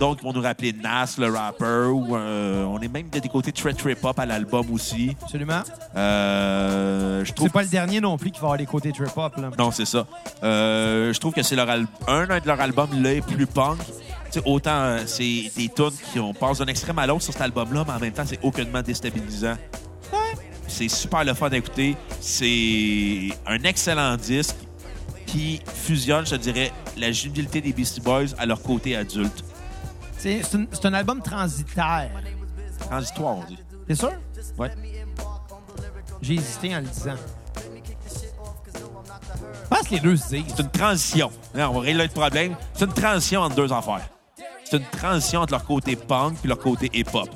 [SPEAKER 1] Donc, ils vont nous rappeler Nas, le rapper. Ou, euh, on est même des côtés très trip hop à l'album aussi.
[SPEAKER 3] Absolument.
[SPEAKER 1] Euh, je trouve
[SPEAKER 3] C'est pas le dernier non plus qui va avoir les côtés trip-hop. là.
[SPEAKER 1] non, c'est ça. Euh, je trouve que c'est leur al- un, un de leurs albums le plus punk. Tu sais, autant euh, c'est des tunes qui on passe d'un extrême à l'autre sur cet album-là, mais en même temps, c'est aucunement déstabilisant. C'est super le fun d'écouter. C'est un excellent disque qui fusionne, je te dirais, la jubilité des Beastie Boys à leur côté adulte.
[SPEAKER 3] C'est c'est un, c'est un album transitaire.
[SPEAKER 1] Transitoire, on dit.
[SPEAKER 3] T'es sûr?
[SPEAKER 1] Ouais.
[SPEAKER 3] J'ai hésité en le disant. Je pense que les deux se disent.
[SPEAKER 1] C'est une transition. Là, on va régler le problème. C'est une transition entre deux affaires. C'est une transition entre leur côté punk et leur côté hip-hop.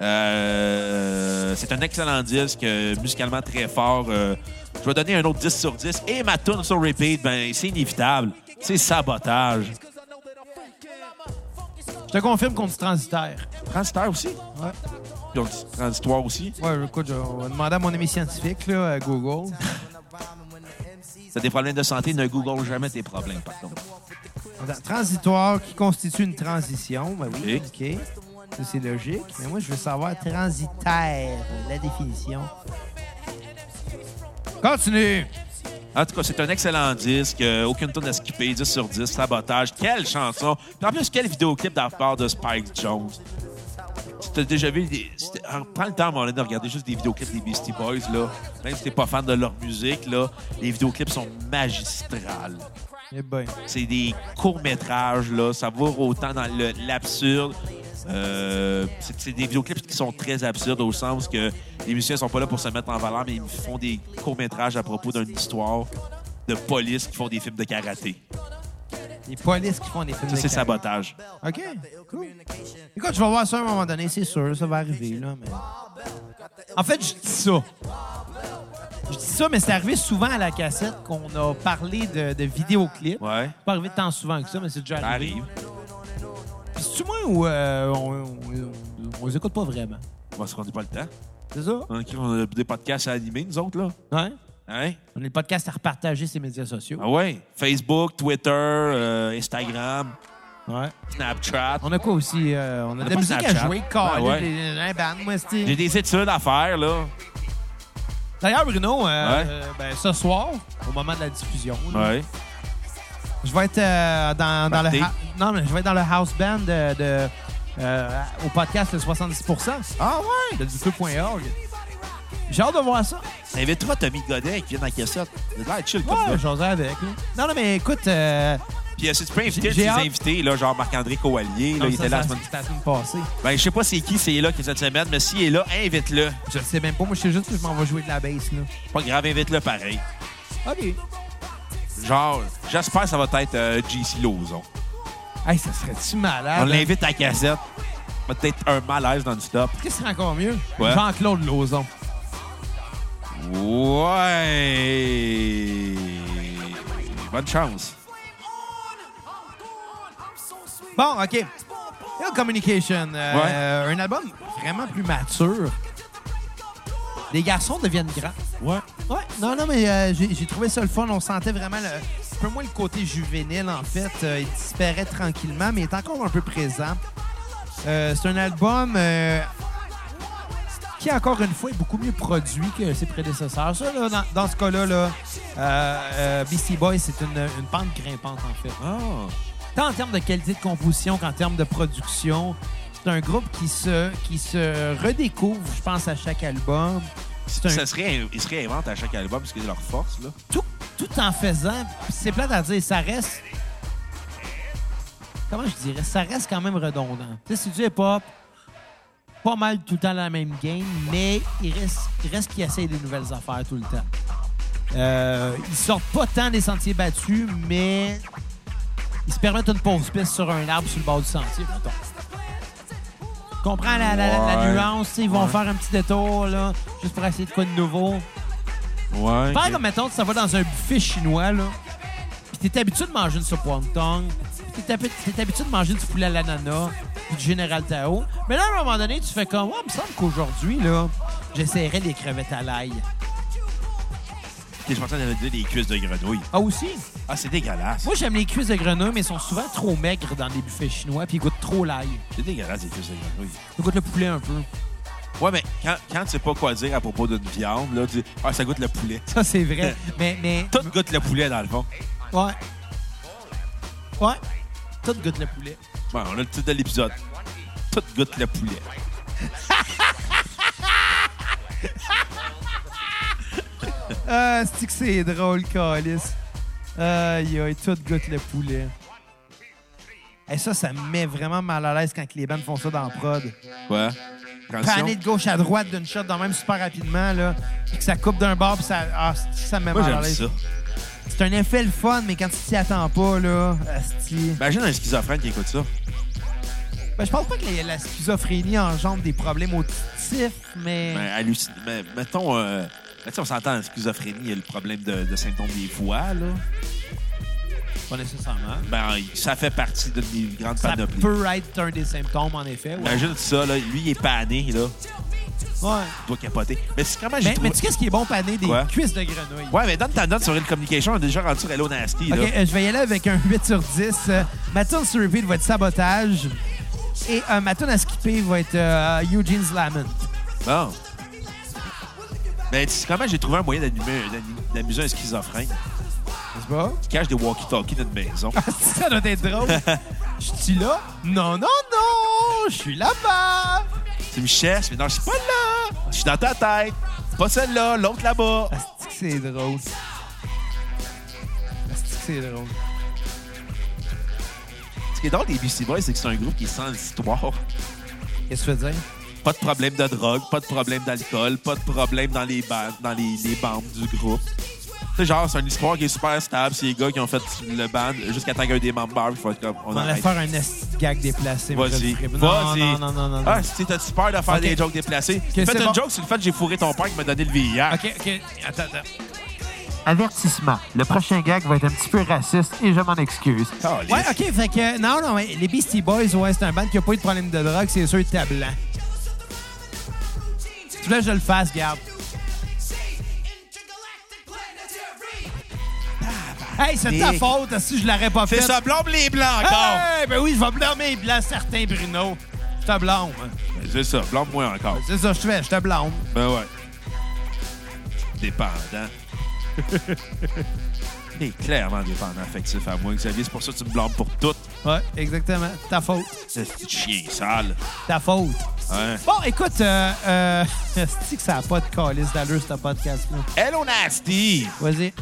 [SPEAKER 1] Euh, c'est un excellent disque, euh, musicalement très fort. Euh, je vais donner un autre 10 sur 10. Et ma tune sur repeat, ben, c'est inévitable. C'est sabotage.
[SPEAKER 3] Je te confirme qu'on dit transitaire.
[SPEAKER 1] Transiteur aussi.
[SPEAKER 3] Ouais.
[SPEAKER 1] Puis on dit transitoire aussi.
[SPEAKER 3] Ouais, écoute, je- on va demander à mon ami scientifique, là, à Google.
[SPEAKER 1] T'as des problèmes de santé, ne google jamais tes problèmes, par contre.
[SPEAKER 3] Attends, Transitoire qui constitue une transition. Ben oui,
[SPEAKER 1] Ok.
[SPEAKER 3] OK. Ça, c'est logique. Mais moi, je veux savoir transitaire, la définition. Continue!
[SPEAKER 1] En tout cas, c'est un excellent disque. euh, aucune tonne à skipper. 10 sur 10. Sabotage. Quelle chanson. Puis en plus, quel vidéoclip de la part de Spike Jones. Si t'as déjà vu... Des... si t'as- ah, Prends le temps, à un moment donné, de regarder juste des vidéoclips des Beastie Boys. Là. Même si t'es pas fan de leur musique, là, les vidéoclips sont magistrales.
[SPEAKER 3] Eh ben.
[SPEAKER 1] C'est des courts-métrages, là. Ça va autant dans le- l'absurde. Euh, c'est c'est des vidéoclips qui sont très absurdes au sens que les musiciens sont pas là pour se mettre en valeur, mais ils font des courts-métrages à propos d'une histoire de police qui font des films de karaté.
[SPEAKER 3] Les polices qui font des films
[SPEAKER 1] Ça,
[SPEAKER 3] de
[SPEAKER 1] c'est
[SPEAKER 3] carré.
[SPEAKER 1] sabotage.
[SPEAKER 3] OK, cool. Écoute, je vais voir ça à un moment donné, c'est sûr, ça va arriver, là, mais... En fait, je dis ça. Je dis ça, mais c'est arrivé souvent à la cassette qu'on a parlé de, de vidéoclips.
[SPEAKER 1] Ouais. Ben,
[SPEAKER 3] C'est pas arrivé tant souvent que ça, mais c'est déjà
[SPEAKER 1] Ça
[SPEAKER 3] arrivé.
[SPEAKER 1] arrive.
[SPEAKER 3] Puis c'est-tu moi ou euh, on, on- on les écoute pas vraiment?
[SPEAKER 1] Parce qu'on n'a pas le temps.
[SPEAKER 3] C'est ça?
[SPEAKER 1] On a, on a des podcasts à animer, nous autres, là.
[SPEAKER 3] Hein?
[SPEAKER 1] Hein?
[SPEAKER 3] On est le podcast à repartager ses médias sociaux.
[SPEAKER 1] Ah ouais. Facebook, Twitter, euh, Instagram,
[SPEAKER 3] Ouais.
[SPEAKER 1] Snapchat.
[SPEAKER 3] On a quoi aussi? euh, on a de
[SPEAKER 1] pas
[SPEAKER 3] la musique à
[SPEAKER 1] Snapchat.
[SPEAKER 3] jouer,
[SPEAKER 1] Ah ouais.
[SPEAKER 3] Un band, moi, c'est-
[SPEAKER 1] J'ai des études à faire, là.
[SPEAKER 3] D'ailleurs, Bruno, euh,
[SPEAKER 1] Ouais.
[SPEAKER 3] euh, ben, ce soir, au moment de la diffusion, là,
[SPEAKER 1] Ouais.
[SPEAKER 3] je vais être euh, dans, dans le
[SPEAKER 1] Party.
[SPEAKER 3] ha- non, mais je vais être dans le house band de, de euh, au podcast le 70%
[SPEAKER 1] Ah ouais!
[SPEAKER 3] de disque.org. J'ai hâte de voir ça.
[SPEAKER 1] T'inviteras Tommy Godet qui vient dans la cassette. Il a l'air chill comme
[SPEAKER 3] Ouais,
[SPEAKER 1] gars.
[SPEAKER 3] j'oserais avec. là. Non, non, mais écoute, euh,
[SPEAKER 1] Puis euh, si tu peux inviter
[SPEAKER 3] J'ai-
[SPEAKER 1] tes
[SPEAKER 3] j'ai hâte.
[SPEAKER 1] invités, là, genre Marc-André Coallier, là,
[SPEAKER 3] non,
[SPEAKER 1] il
[SPEAKER 3] ça,
[SPEAKER 1] était là la
[SPEAKER 3] ça,
[SPEAKER 1] semaine
[SPEAKER 3] c'était la semaine passée.
[SPEAKER 1] Ben, je sais pas c'est qui, c'est là qui est cette semaine, mais s'il est là, invite-le.
[SPEAKER 3] Je le sais même pas. Moi, je sais juste que je m'en vais jouer de la bass. Là.
[SPEAKER 1] Pas grave, invite-le pareil.
[SPEAKER 3] OK.
[SPEAKER 1] Genre, j'espère que ça va être euh, JC Lauzon.
[SPEAKER 3] Hey, ça serait-tu
[SPEAKER 1] On
[SPEAKER 3] malade? hein?
[SPEAKER 1] l'invite à la cassette. Peut-être un malaise dans le stop.
[SPEAKER 3] Qu'est-ce qui serait encore mieux?
[SPEAKER 1] Ouais.
[SPEAKER 3] Jean-Claude Lauzon.
[SPEAKER 1] Ouais. Bonne chance.
[SPEAKER 3] Bon, OK. Hill Communication, euh, un album vraiment plus mature. Les garçons deviennent grands.
[SPEAKER 1] Ouais.
[SPEAKER 3] Ouais, non, non, mais euh, j'ai j'ai trouvé ça le fun. On sentait vraiment le, un peu moins le côté juvénile, en fait. Euh, il disparaît tranquillement, mais il est encore un peu présent. Euh, c'est un album euh, qui, encore une fois, est beaucoup mieux produit que ses prédécesseurs. Ça, là, dans, dans ce cas-là, là, euh, euh, Beastie Boys, c'est une, une pente grimpante, en fait.
[SPEAKER 1] Oh.
[SPEAKER 3] Tant en termes de qualité de composition qu'en termes de production, c'est un groupe qui se, qui se redécouvre, je pense, à chaque album. C'est un
[SPEAKER 1] Ça se, ré- ils se réinventent à chaque album parce que c'est leur force, là.
[SPEAKER 3] tout, tout en faisant, pis c'est plate à dire, ça reste. Comment je dirais? Ça reste quand même redondant. Tu sais, c'est du hip-hop, pas mal tout le temps la même game, mais il reste, il reste qu'ils essayent des nouvelles affaires tout le temps. Euh, ils sortent pas tant des sentiers battus, mais ils se permettent une pause piste sur un arbre sur le bord du sentier, mettons. Je comprends la, la- la
[SPEAKER 1] Ouais.
[SPEAKER 3] nuance, tu sais, ils vont
[SPEAKER 1] Ouais.
[SPEAKER 3] faire un petit détour, là, juste pour essayer de quoi de nouveau.
[SPEAKER 1] Ouais.
[SPEAKER 3] Pas comme, mettons, ça va dans un buffet chinois, là. Puis t'es habitué de manger une soupe wonton. Puis t'es habi- t'es habitué de manger du poulet à l'ananas. Puis du Général Tao. Mais là, à un moment donné, tu fais comme, ouais, il me semble qu'aujourd'hui, là, j'essaierais des crevettes à l'ail.
[SPEAKER 1] Je pensais d'aller dire des cuisses de grenouille.
[SPEAKER 3] Ah, aussi?
[SPEAKER 1] Ah, c'est dégueulasse.
[SPEAKER 3] Moi, j'aime les cuisses de grenouille, mais elles sont souvent trop maigres dans des buffets chinois. Puis ils goûtent trop l'ail.
[SPEAKER 1] C'est dégueulasse, des cuisses de grenouille.
[SPEAKER 3] Ils goûtent le poulet un peu.
[SPEAKER 1] Ouais, mais quand, quand tu sais pas quoi dire à propos d'une viande, là, tu dis Ah, ça goûte le poulet.
[SPEAKER 3] Ça, c'est vrai. mais, mais,
[SPEAKER 1] Tout goûte le poulet, dans le fond.
[SPEAKER 3] ouais. Ouais. Tout goûte le poulet.
[SPEAKER 1] Ouais, on a le titre de l'épisode. Tout goûte le poulet.
[SPEAKER 3] Ah, c'est que c'est drôle, Calis. Aïe, aïe, tout goûte le poulet. Et ça, ça me met vraiment mal à l'aise quand les bandes font ça dans la prod.
[SPEAKER 1] Ouais. Transition.
[SPEAKER 3] Paner de gauche à droite d'une shot dans même super rapidement, là. Puis que ça coupe d'un bord, puis ça, ah, c'est-tu que ça me met
[SPEAKER 1] Moi,
[SPEAKER 3] mal à
[SPEAKER 1] j'aime
[SPEAKER 3] l'aise.
[SPEAKER 1] ça.
[SPEAKER 3] C'est un effet le fun, mais quand tu t'y attends pas, là, asti.
[SPEAKER 1] Imagine un schizophrène qui écoute ça.
[SPEAKER 3] Ben, je pense pas que la, la schizophrénie engendre des problèmes auditifs, mais.
[SPEAKER 1] Ben, hallucin... ben, mettons, euh, ben, tu sais, on s'entend, la schizophrénie, il y a le problème de, de symptômes des voix, là.
[SPEAKER 3] Pas nécessairement.
[SPEAKER 1] Ben, il- ça fait partie d'une des grandes
[SPEAKER 3] Ça
[SPEAKER 1] panoplies.
[SPEAKER 3] peut être un des symptômes, en effet. Ouais.
[SPEAKER 1] Imagine ça, là. Lui, il est pané, là.
[SPEAKER 3] Ouais.
[SPEAKER 1] Il doit capoter. Mais c'est comment j'ai
[SPEAKER 3] Mais,
[SPEAKER 1] trouvé...
[SPEAKER 3] mais tu sais, qu'est-ce qui est bon paner des
[SPEAKER 1] Quoi?
[SPEAKER 3] cuisses de grenouille?
[SPEAKER 1] Ouais, mais donne ta note sur une communication. On est déjà rendu sur Hello Nasty,
[SPEAKER 3] OK,
[SPEAKER 1] là.
[SPEAKER 3] euh, je vais y aller avec un 8 sur 10. Euh, ma tune sur repeat va être Sabotage. Et euh, ma tune à skipper va être euh, Eugene's Lament.
[SPEAKER 1] Bon. Ben, tu sais comment j'ai trouvé un moyen d'animer- d'ani- d'amuser un schizophrène
[SPEAKER 3] C'est pas?
[SPEAKER 1] qui cache des walkie-talkies dans une maison?
[SPEAKER 3] Ah. Ça doit être drôle. Je suis là? Non, non, non! Je suis là-bas!
[SPEAKER 1] Tu me cherches, mais non, je suis pas là. Je suis dans ta tête. Pas celle-là, l'autre là-bas.
[SPEAKER 3] Asti que c'est drôle. Asti que c'est drôle.
[SPEAKER 1] Ce qui est drôle des Beastie Boys, c'est que c'est un groupe qui est sans histoire.
[SPEAKER 3] Qu'est-ce que tu veux dire?
[SPEAKER 1] Pas de problème de drogue, pas de problème d'alcool, pas de problème dans les, ba- dans les, les bandes du groupe. C'est genre, c'est une histoire qui est super stable. C'est les gars qui ont fait le band jusqu'à temps qu'un des membres faut être comme. On
[SPEAKER 3] On allait
[SPEAKER 1] arrête.
[SPEAKER 3] faire un esti de gag déplacé. mais je
[SPEAKER 1] Vas-y.
[SPEAKER 3] le ferai pas. Non,
[SPEAKER 1] Vas-y.
[SPEAKER 3] non, non, non, non. non.
[SPEAKER 1] Ah, si t'as peur de faire
[SPEAKER 3] Ok.
[SPEAKER 1] des jokes déplacés. Faites
[SPEAKER 3] c'est
[SPEAKER 1] une
[SPEAKER 3] bon.
[SPEAKER 1] joke sur le fait que j'ai fourré ton père qui m'a donné le VIH.
[SPEAKER 3] OK, OK. Attends, attends. Avertissement. Le prochain gag va être un petit peu raciste et je m'en excuse.
[SPEAKER 1] Ah,
[SPEAKER 3] Ouais, OK, fait que... Non, non, mais les Beastie Boys, ouais, c'est un band qui a pas eu de problème de drogue, c'est sûr, t'es blanc. Tu voulais que je le fasse, garde. Hey, c'est de ta
[SPEAKER 1] Et-
[SPEAKER 3] faute, si je l'aurais pas fait.
[SPEAKER 1] C'est ça, blâme les blancs encore.
[SPEAKER 3] Hey, ben oui, je vais blâmer les blancs, certains, Bruno. Je te blâme.
[SPEAKER 1] Ben, C'est ça, blâme-moi encore.
[SPEAKER 3] C'est ça que je fais, je te blâme.
[SPEAKER 1] Ben ouais. Dépendant. T'es clairement dépendant affectif à moi, Xavier. C'est pour ça que tu me blâmes pour tout.
[SPEAKER 3] Ouais, exactement. Ta faute.
[SPEAKER 1] C'est ce petit chien sale.
[SPEAKER 3] Ta faute.
[SPEAKER 1] Hein?
[SPEAKER 3] Bon, écoute, euh, euh, c'est que ça n'a pas de calice d'allure, ce podcast-là.
[SPEAKER 1] Hello Nasty!
[SPEAKER 3] Vas-y.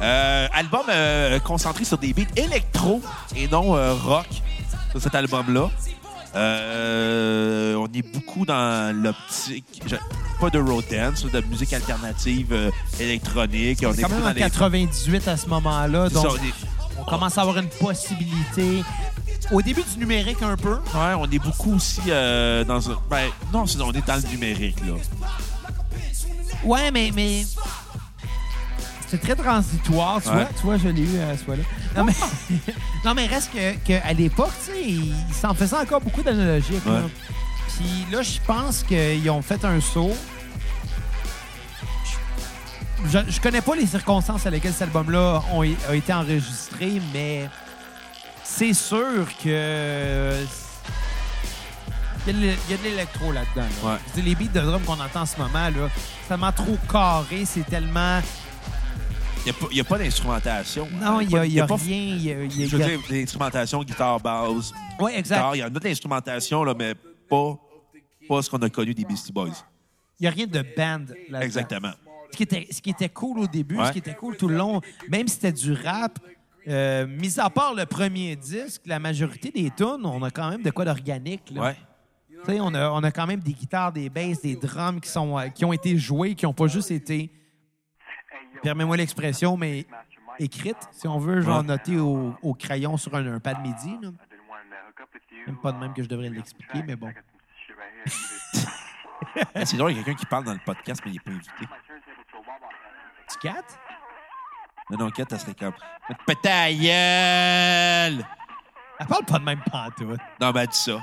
[SPEAKER 1] Euh, album euh, concentré sur des beats électro et non euh, rock sur cet album-là. Euh, on est beaucoup dans l'optique, je- pas de road dance, de musique alternative euh, électronique. On
[SPEAKER 3] C'est
[SPEAKER 1] est
[SPEAKER 3] quand même
[SPEAKER 1] beaucoup dans
[SPEAKER 3] en
[SPEAKER 1] les-
[SPEAKER 3] 98 à ce moment-là,
[SPEAKER 1] C'est ça,
[SPEAKER 3] donc
[SPEAKER 1] on est-
[SPEAKER 3] on commence à avoir une possibilité. Au début du numérique, un peu.
[SPEAKER 1] Ouais, on est beaucoup aussi euh, dans un- Ben, non, sinon, on est dans le numérique, là.
[SPEAKER 3] Ouais, mais. mais... C'est très transitoire, tu
[SPEAKER 1] Ouais.
[SPEAKER 3] vois. Tu vois, je l'ai eu à ce là Non, mais, non, mais reste que- qu'à l'époque, tu sais, ils ils s'en faisaient encore beaucoup d'analogiques. là.
[SPEAKER 1] Ouais.
[SPEAKER 3] Puis là, je pense qu'ils ont fait un saut. Je, je connais pas les circonstances à lesquelles cet album-là ont- a été enregistré, mais c'est sûr que. euh, Il y a de l'é- il y a de l'électro là-dedans. là.
[SPEAKER 1] Ouais.
[SPEAKER 3] Je veux dire, Les beats de drum qu'on entend en ce moment, là, c'est tellement trop carré, c'est tellement.
[SPEAKER 1] Il n'y a, pas d'instrumentation. hein.
[SPEAKER 3] Non, il n'y a, il y a
[SPEAKER 1] pas-
[SPEAKER 3] rien. il y a- il y a-
[SPEAKER 1] Je veux dire, l'instrumentation, guitare, basse,
[SPEAKER 3] Ouais, exact.
[SPEAKER 1] guitare, il y en a de l'instrumentation, là, mais pas, pas ce qu'on a connu des Beastie Boys.
[SPEAKER 3] Il n'y a rien de band là-dedans.
[SPEAKER 1] Exactement.
[SPEAKER 3] Ce qui, était, ce qui était cool au début,
[SPEAKER 1] Ouais.
[SPEAKER 3] ce qui était cool tout le long, même si c'était du rap, euh, mis à part le premier disque, la majorité des tunes, on a quand même de quoi d'organique. là.
[SPEAKER 1] Ouais.
[SPEAKER 3] Tu sais, On, a, on a quand même des guitares, des basses, des drums qui, sont, euh, qui ont été joués, qui n'ont pas juste été, permets-moi l'expression, mais écrites, si on veut, genre
[SPEAKER 1] Ouais.
[SPEAKER 3] notées au, au crayon sur un, un pad midi. là.
[SPEAKER 2] Même pas de même que je devrais l'expliquer, mais bon.
[SPEAKER 1] Eh, C'est drôle, il y a quelqu'un qui parle dans le podcast, mais il n'est pas invité.
[SPEAKER 3] Tu quatre?
[SPEAKER 1] Non, non, Kat, elle serait comme. Pète ta gueule!
[SPEAKER 3] Elle parle pas de même pantoute.
[SPEAKER 1] Non, ben, elle dit ça.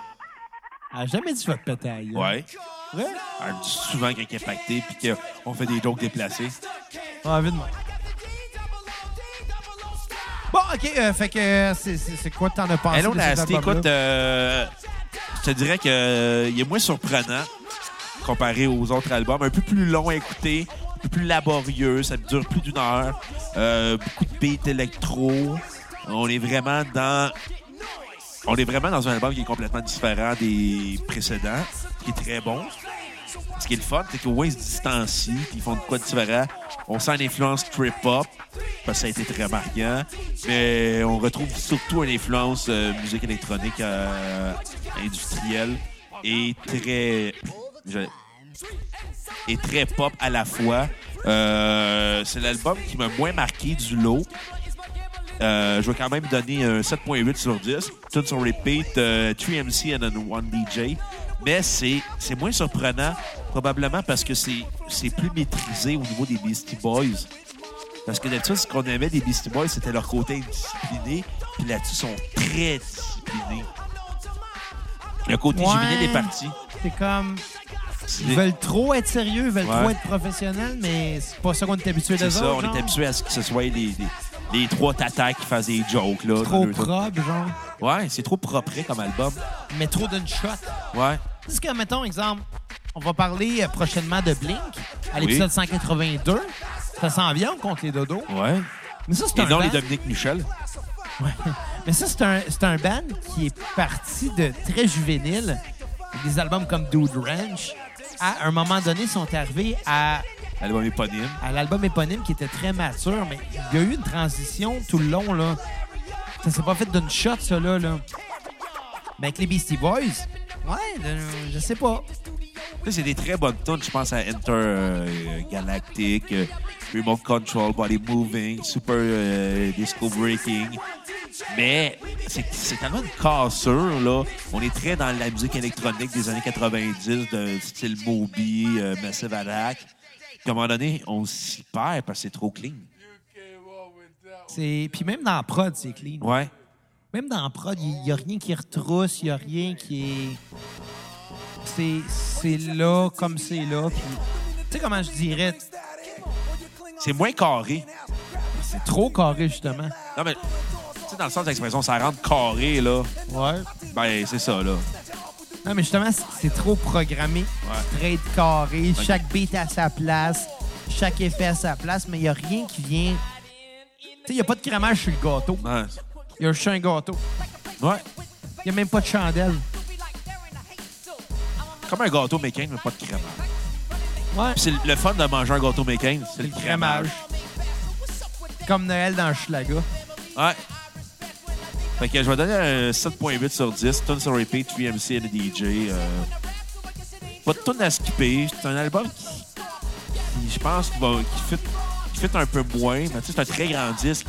[SPEAKER 3] Elle n'a jamais dit hein? « va te péter la gueule
[SPEAKER 1] Ouais.
[SPEAKER 3] Vrai?
[SPEAKER 1] Elle me dit souvent qu'elle est impactée puis qu'on fait des jokes déplacés.
[SPEAKER 3] On a envie Ah, de moi. Bon, OK, euh, fait que euh, c'est- c'est c'est quoi que t'en as pensé?
[SPEAKER 1] Hello
[SPEAKER 3] de cet
[SPEAKER 1] Nasty,
[SPEAKER 3] album-là?
[SPEAKER 1] écoute, euh, je te dirais que euh, il est moins surprenant comparé aux autres albums. Un peu plus long à écouter, un peu plus laborieux, ça dure plus d'une heure. Euh, beaucoup de beats électro. On est vraiment dans. On est vraiment dans un album qui est complètement différent des précédents, qui est très bon. Ce qui est le fun, c'est qu'au moins ils se distancient, puis ils font de quoi de différent. On sent l'influence trip-hop, parce que ça a été très marquant, mais on retrouve surtout une influence euh, musique électronique euh, industrielle et très, je- et très pop à la fois. Euh, c'est l'album qui m'a moins marqué du lot. Euh, je vais quand même donner un 7.8 sur 10. Tout sur repeat, euh, 3MC and then one DJ. Mais c'est c'est moins surprenant, probablement parce que c'est c'est plus maîtrisé au niveau des Beastie Boys. Parce que d'habitude, ce qu'on aimait des Beastie Boys, c'était leur côté indiscipliné. Puis là-dessus, ils sont très disciplinés. Le côté
[SPEAKER 3] Ouais.
[SPEAKER 1] jubilé des parties.
[SPEAKER 3] C'est comme... Ils veulent trop être sérieux, ils veulent
[SPEAKER 1] Ouais.
[SPEAKER 3] trop être professionnels, mais c'est pas ça qu'on est habitué
[SPEAKER 1] C'est
[SPEAKER 3] de
[SPEAKER 1] ça, on est habitué à ce que ce soit les, les, les trois tatas qui fassent des jokes. Là, dans
[SPEAKER 3] Trop
[SPEAKER 1] le-
[SPEAKER 3] propre, genre.
[SPEAKER 1] Ouais, c'est trop propre comme album.
[SPEAKER 3] Mais trop d'une shot.
[SPEAKER 1] Ouais.
[SPEAKER 3] Parce que, mettons, exemple, on va parler euh, prochainement de Blink, à l'épisode
[SPEAKER 1] Oui.
[SPEAKER 3] 182. Ça s'en vient contre les dodos.
[SPEAKER 1] Ouais.
[SPEAKER 3] Mais ça, c'est
[SPEAKER 1] Et
[SPEAKER 3] un
[SPEAKER 1] non, les
[SPEAKER 3] band-
[SPEAKER 1] Dominique Michel.
[SPEAKER 3] Mais ça, c'est un, c'est un band qui est parti de très juvénile. Des albums comme Dude Ranch, à un moment donné, sont arrivés à,
[SPEAKER 1] L'album éponyme.
[SPEAKER 3] à l'album éponyme qui était très mature, mais il y a eu une transition tout le long. Là. Ça s'est pas fait d'une shot, ça, là. là. Mais avec les Beastie Boys, ouais, je- je sais pas.
[SPEAKER 1] Tu sais, c'est des très bonnes tunes. Je pense à Enter euh, Galactic, euh, Remote Control, Body Moving, Super euh, Disco Breaking. Mais c'est c'est tellement une cassure, là. On est très dans la musique électronique des années 90, de style Moby, euh, Massive Attack. Puis à un moment donné, on s'y perd parce que c'est trop clean.
[SPEAKER 3] C'est- Puis même dans la prod, c'est clean.
[SPEAKER 1] Ouais.
[SPEAKER 3] Même dans la prod, il n'y a rien qui retrousse, il n'y a rien qui est. C'est, c'est là comme c'est là. Puis, tu sais comment je dirais,
[SPEAKER 1] C'est moins carré.
[SPEAKER 3] c'est trop carré justement.
[SPEAKER 1] Non, mais, tu sais, dans le sens de l'expression, ça rentre carré, là.
[SPEAKER 3] Ouais.
[SPEAKER 1] Ben, c'est ça, là.
[SPEAKER 3] Non, mais justement, c'est, c'est trop programmé, très carré, chaque beat à sa place, chaque effet à sa place, mais il n'y a rien qui vient sais, il n'y a pas de cramage sur le gâteau.
[SPEAKER 1] Ouais.
[SPEAKER 3] Il y a juste un gâteau.
[SPEAKER 1] Ouais.
[SPEAKER 3] Il n'y a même pas de chandelle.
[SPEAKER 1] Comme un gâteau mécanique, mais pas de crémage.
[SPEAKER 3] Ouais.
[SPEAKER 1] Puis c'est le- le fun de manger un gâteau mécanique, c'est le
[SPEAKER 3] C'est le crémage.
[SPEAKER 1] crémage.
[SPEAKER 3] Comme Noël dans Schlaga.
[SPEAKER 1] Ouais. Fait que je vais donner un 7.8 sur 10. Tune sur repeat, 3MC et le DJ. euh, pas de tune à skipper. C'est un album qui, qui, je pense, qui, va- qui, fit, qui fit un peu moins. Mais tu sais, c'est un très grand disque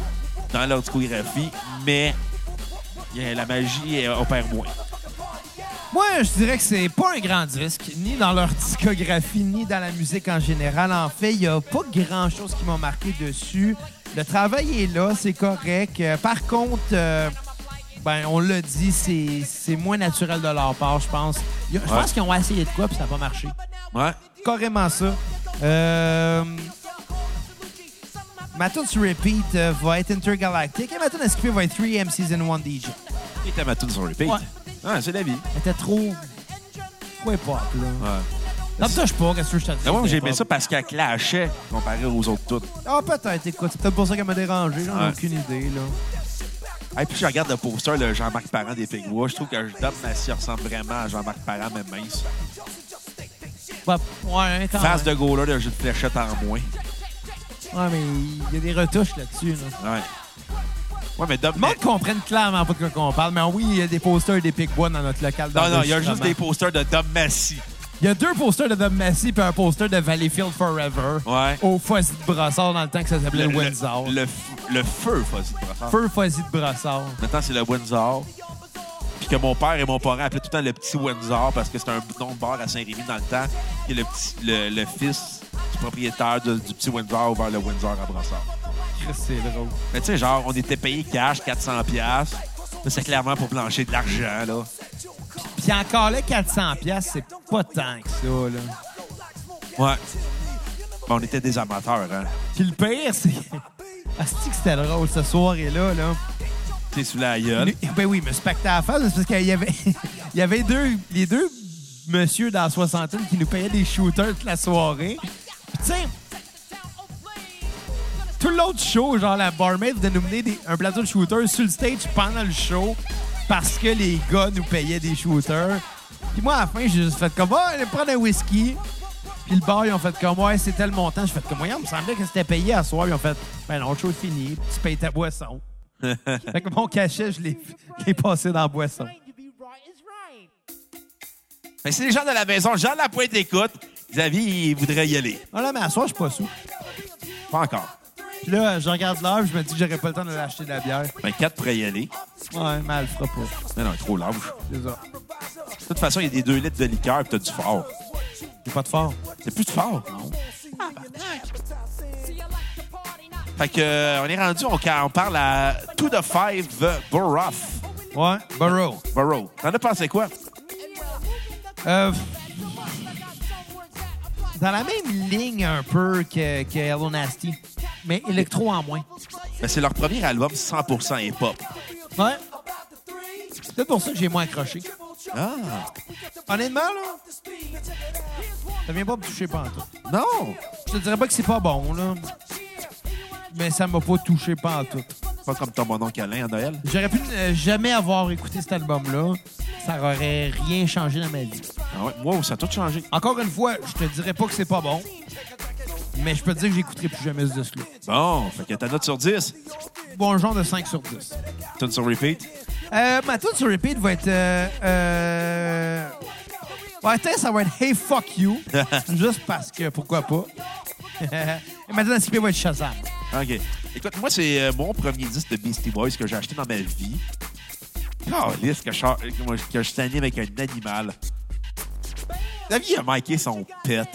[SPEAKER 1] dans leur discographie, mais il y a- la magie elle opère moins.
[SPEAKER 3] Moi, je dirais que c'est pas un grand disque, ni dans leur discographie, ni dans la musique en général. En fait, il n'y a pas grand-chose qui m'a marqué dessus. Le travail est là, c'est correct. Euh, par contre, euh, ben, on l'a dit, c'est- c'est moins naturel de leur part, je pense. Il y a- Je
[SPEAKER 1] Ouais.
[SPEAKER 3] pense qu'ils ont essayé de quoi, puis ça n'a pas marché.
[SPEAKER 1] Ouais.
[SPEAKER 3] Carrément ça. Euh, ma tune sur repeat euh, va être Intergalactic et ma tune à skipper va être 3M Season 1 DJ.
[SPEAKER 1] Et t'as ma tune sur repeat.
[SPEAKER 3] Ouais.
[SPEAKER 1] Ah, c'est la vie.
[SPEAKER 3] Elle était trop... Trop pop, là.
[SPEAKER 1] Ouais.
[SPEAKER 3] Non, ça, je pas, qu'est-ce que je te dis?
[SPEAKER 1] Mais moi, Ah j'ai aimé ça parce qu'elle clashait comparé aux autres toutes.
[SPEAKER 3] Ah, peut-être, écoute. C'est peut-être pour ça qu'elle m'a dérangé, j'en ai
[SPEAKER 1] Ouais.
[SPEAKER 3] aucune idée, là.
[SPEAKER 1] Et puis, je regarde le poster, le Jean-Marc Parent des Pigbois. Je trouve que Dom Massy ressemble vraiment à Jean-Marc Parent, même mince.
[SPEAKER 3] Bah, ouais, quand
[SPEAKER 1] Face
[SPEAKER 3] même.
[SPEAKER 1] de goaler de jeu de fléchette en moins.
[SPEAKER 3] Ouais, mais il y a des retouches là-dessus, là.
[SPEAKER 1] Ouais. Ouais, mais Dom.
[SPEAKER 3] Le monde comprenne clairement pas de quoi qu'on parle, mais oui, il y a des posters et des pics bois dans notre local.
[SPEAKER 1] Non, non, il y a juste
[SPEAKER 3] d'enregistrement.
[SPEAKER 1] des posters de Dom Massy.
[SPEAKER 3] Il y a deux posters de Dom Massy et un poster de Valleyfield Forever.
[SPEAKER 1] Ouais.
[SPEAKER 3] Au Fuzzy de Brassard dans le temps que ça s'appelait le Windsor.
[SPEAKER 1] Le, f- le feu, Fuzzy de Brassard.
[SPEAKER 3] Feu Fuzzy de Brassard.
[SPEAKER 1] Maintenant, c'est le Windsor. Puis que mon père et mon parent appelaient tout le temps le petit Windsor parce que c'était un nom de bar à Saint-Rémy dans le temps. Et le, petit, le, le fils du propriétaire de- du petit Windsor vers le Windsor à Brassard.
[SPEAKER 3] Christ, C'est drôle.
[SPEAKER 1] Mais tu sais, genre, on était payé cash, 400 pièces. C'est clairement pour plancher de l'argent, là.
[SPEAKER 3] Puis encore là, 400$, piastres, c'est pas tant que ça, là.
[SPEAKER 1] Ouais. Mais on était des amateurs, hein.
[SPEAKER 3] Puis le pire, c'est. Asti que c'était drôle ce soir-là, là.
[SPEAKER 1] Tu sais, sous la gueule.
[SPEAKER 3] Le- Ben oui, mais se pacter à la face, c'est parce qu'il y avait, il y avait deux, les deux monsieur dans la soixantaine qui nous payaient des shooters toute la soirée. Puis tu sais, tout l'autre show, genre la barmaid venait nous mener des- un plateau de shooters sur le stage pendant le show parce que les gars nous payaient des shooters. Puis moi, à la fin, j'ai juste fait comme, ah, allez prendre un whisky. Puis le bar, ils ont fait comme, ouais, c'est tel montant. J'ai fait comme, voyons, il me semblait que c'était payé à soir. Ils ont fait, ben non, le show est fini, tu payes ta boisson. Fait que mon cachet, je l'ai je l'ai passé dans la boisson.
[SPEAKER 1] Mais si les gens de la maison, Jean Lapointe écoute, Xavier, il voudrait y aller.
[SPEAKER 3] Ah là, mais à soir, je suis pas sous.
[SPEAKER 1] Pas encore.
[SPEAKER 3] Puis là, je regarde l'heure, puis je me dis que j'aurais pas le temps de l'acheter de la bière.
[SPEAKER 1] Mais 4 pourrait y aller.
[SPEAKER 3] Ouais, mais elle le fera pas.
[SPEAKER 1] Mais non, trop large.
[SPEAKER 3] C'est ça.
[SPEAKER 1] De toute façon, il y a des 2 litres de liqueur pis t'as du fort.
[SPEAKER 3] J'ai pas de fort.
[SPEAKER 1] C'est plus de fort. Non. Fait que, euh, on est rendu, on, on parle à tout de five Borough.
[SPEAKER 3] Ouais, Burrow.
[SPEAKER 1] Borough. T'en as pensé quoi?
[SPEAKER 3] Euh, dans la même ligne un peu que, que Hello Nasty, mais électro en moins.
[SPEAKER 1] Ben, c'est leur premier album 100% hip-hop.
[SPEAKER 3] Ouais. C'est peut-être pour ça que j'ai moins accroché.
[SPEAKER 1] Ah!
[SPEAKER 3] Honnêtement, là, ça vient pas me toucher pas en tout.
[SPEAKER 1] Non!
[SPEAKER 3] Je te dirais pas que c'est pas bon, là. Mais ça m'a pas touché pas en tout.
[SPEAKER 1] Pas comme ton mon oncle Alain à Noël.
[SPEAKER 3] J'aurais pu ne jamais avoir écouté cet album-là. Ça aurait rien changé dans ma vie.
[SPEAKER 1] Ah ouais, wow, ça a tout changé.
[SPEAKER 3] Encore une fois, je te dirais pas que c'est pas bon, mais je peux te dire que j'écouterai plus jamais ce disque-là.
[SPEAKER 1] Bon, fait que ta note sur 10,
[SPEAKER 3] Bon genre de 5 sur 10.
[SPEAKER 1] tune sur repeat.
[SPEAKER 3] Euh, ma tune sur repeat va être... Euh, euh... ouais, attends, ça va être Hey Fuck You, juste parce que pourquoi pas. Et ma tune à skipper va être Shazam.
[SPEAKER 1] OK. Écoute, moi, c'est euh, mon premier disque de Beastie Boys que j'ai acheté dans ma vie. Oh, liste que je, que moi, que je tannais avec un animal. David a manqué son pet.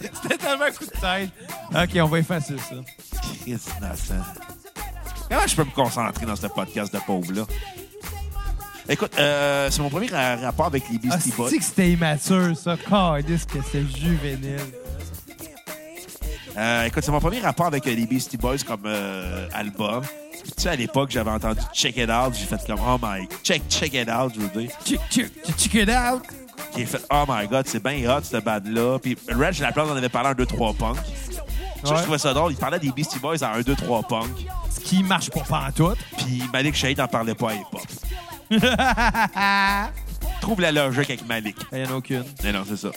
[SPEAKER 3] C'était tellement un coup de tête. OK, on va effacer ça.
[SPEAKER 1] Chris innocent. Comment je peux me concentrer dans ce podcast de pauvre-là? Écoute, euh, c'est mon premier ra- rapport avec les
[SPEAKER 3] Ah,
[SPEAKER 1] Beastie Boys.
[SPEAKER 3] c'est que c'était immature, ça. Calisse que c'était juvénile.
[SPEAKER 1] Euh, écoute, c'est mon premier rapport avec euh, les Beastie Boys comme euh, album. Puis, Tu sais, à l'époque, j'avais entendu Check It Out. J'ai fait comme, oh my, check, check it out, je veux dire.
[SPEAKER 3] Check, check, check it out.
[SPEAKER 1] J'ai fait, oh my god, c'est bien hot, cette band-là. Puis Red, je la place, on en avait parlé en 2-3 punk. Ça,
[SPEAKER 3] Ouais.
[SPEAKER 1] je trouvais ça drôle. Il parlait des Beastie Boys en 1, 2, 3 punk.
[SPEAKER 3] Ce qui marche pas pantoute.
[SPEAKER 1] Puis Malik Shahid n'en parlait pas à l'époque. Trouve la logique avec Malik.
[SPEAKER 3] Il y en a aucune.
[SPEAKER 1] Mais non, c'est ça.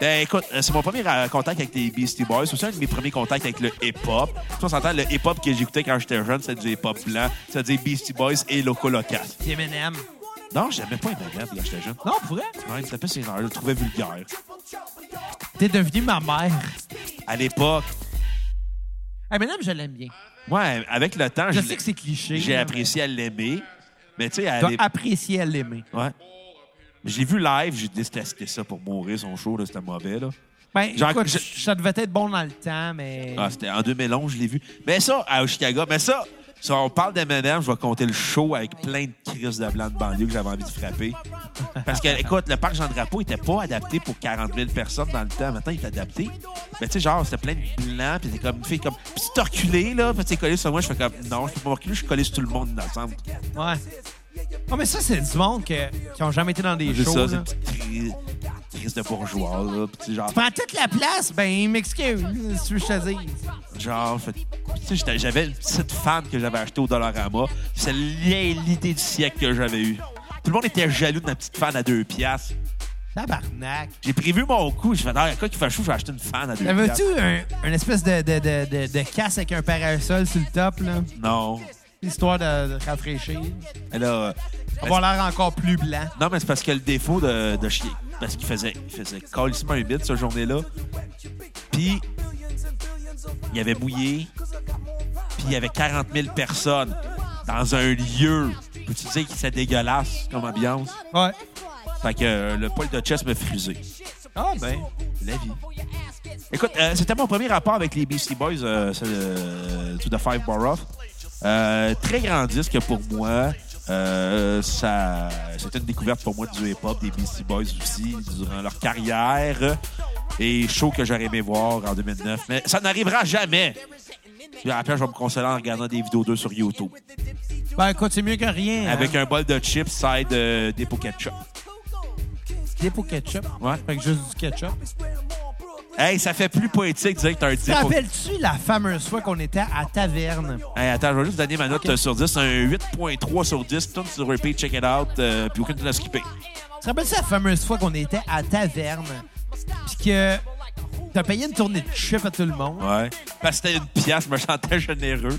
[SPEAKER 1] Ben, écoute, euh, c'est mon premier euh, contact avec les Beastie Boys. C'est aussi un de mes premiers contacts avec le hip-hop. Tu sais, on s'entend, le hip-hop que j'écoutais quand j'étais jeune, c'était du hip-hop blanc. C'est-à-dire Beastie Boys et Loco Local. M&M.
[SPEAKER 3] Eminem.
[SPEAKER 1] Non, j'aimais pas Eminem quand j'étais jeune.
[SPEAKER 3] Non, pour vrai?
[SPEAKER 1] Non, il me tapait ses nerfs. Je le trouvais vulgaire.
[SPEAKER 3] T'es devenu ma mère.
[SPEAKER 1] À l'époque,
[SPEAKER 3] Eminem, je l'aime bien.
[SPEAKER 1] ouais, avec le temps,
[SPEAKER 3] Je
[SPEAKER 1] l'ai-
[SPEAKER 3] sais que c'est cliché.
[SPEAKER 1] j'ai
[SPEAKER 3] là,
[SPEAKER 1] apprécié à l'aimer. Mais tu sais,
[SPEAKER 3] mais
[SPEAKER 1] à
[SPEAKER 3] T'as
[SPEAKER 1] l'époque...
[SPEAKER 3] apprécié à l'aimer.
[SPEAKER 1] Ouais. Mais Je l'ai vu live, j'ai détesté ça pour mourir son show, là, c'était mauvais. Là.
[SPEAKER 3] Ben,
[SPEAKER 1] Genre,
[SPEAKER 3] écoute,
[SPEAKER 1] je-
[SPEAKER 3] ça devait être bon dans le temps, mais...
[SPEAKER 1] Ah, c'était en 2011, je l'ai vu. Mais ça, à Chicago, mais ça, si on parle d'Eminem, je vais compter le show avec plein de crises de blanc de banlieue que j'avais envie de frapper. Parce que, écoute, le parc Jean-Drapeau était pas adapté pour 40 000 personnes dans le temps. Maintenant, il est adapté. Mais tu sais, genre, c'était plein de blancs, puis t'es comme une fille comme, puis tu t'es reculé, là, puis t'es collé sur moi, je fais comme, non, je peux pas me reculer, je suis collé sur tout le monde dans le centre.
[SPEAKER 3] Ouais. Non, mais ça, c'est du monde que- qui ont jamais été dans des
[SPEAKER 1] C'est
[SPEAKER 3] shows.
[SPEAKER 1] ça,
[SPEAKER 3] là.
[SPEAKER 1] c'est une petite cri- crise de bourgeois, là, puis tu sais, genre.
[SPEAKER 3] Prends toute la place, ben, m'excuse, si tu veux que je te dise.
[SPEAKER 1] Genre, fait- tu sais, j'étais- j'avais une petite fan que j'avais achetée au Dollarama. C'est l'i- l'idée du siècle que j'avais eue. Tout le monde était jaloux de ma petite fan à deux piastres.
[SPEAKER 3] Tabarnak.
[SPEAKER 1] J'ai prévu mon coup. J'ai fait, ah, quoi qu'il fait chaud, je vais acheter une fan à deux
[SPEAKER 3] T'avais-tu
[SPEAKER 1] piastres.
[SPEAKER 3] un, un espèce de, de, de, de, de casse avec un parasol sur le top, là?
[SPEAKER 1] Non.
[SPEAKER 3] Histoire de, de rafraîchir.
[SPEAKER 1] Elle a- euh,
[SPEAKER 3] Avoir l'air encore plus blanc.
[SPEAKER 1] Non, mais c'est parce que le défaut de, de chier. Parce qu'il faisait, il faisait calissement humide, cette journée-là. Puis, il avait mouillé. Puis, il y avait 40 000 personnes dans un lieu. Peux-tu dire que c'est dégueulasse comme ambiance?
[SPEAKER 3] Ouais.
[SPEAKER 1] Fait que euh, le poil de chest me frisait.
[SPEAKER 3] Ah, ben.
[SPEAKER 1] La vie. Écoute, euh, c'était mon premier rapport avec les Beastie Boys, euh, c'est, euh, To The Five Bar Off. Euh, très grand disque pour moi. Euh, ça, c'était une découverte pour moi du hip-hop, des Beastie Boys aussi, durant leur carrière. Et show que j'aurais aimé voir en 2009. Mais ça n'arrivera jamais. Puis Après, je vais me consoler en regardant des vidéos d'eux sur YouTube.
[SPEAKER 3] Ben, écoute, c'est mieux que rien. hein.
[SPEAKER 1] Avec un bol de chips, side euh, des pots ketchup.
[SPEAKER 3] Des pots ketchup.
[SPEAKER 1] Ouais.
[SPEAKER 3] Fait que juste du ketchup.
[SPEAKER 1] Hey, ça fait plus poétique de dire que t'as un
[SPEAKER 3] Te
[SPEAKER 1] dip au-
[SPEAKER 3] rappelles-tu la fameuse fois qu'on était à taverne?
[SPEAKER 1] Hey, attends, je vais juste donner ma note euh, sur 10. Un 8.3 sur 10. Tourne sur repeat, check it out. euh, puis aucune de la skipper.
[SPEAKER 3] Tu te rappelles-tu la fameuse fois qu'on était à taverne? Puis que t'as payé une tournée de chip à tout le monde.
[SPEAKER 1] Ouais. Parce que c'était une pièce, je me sentais généreux.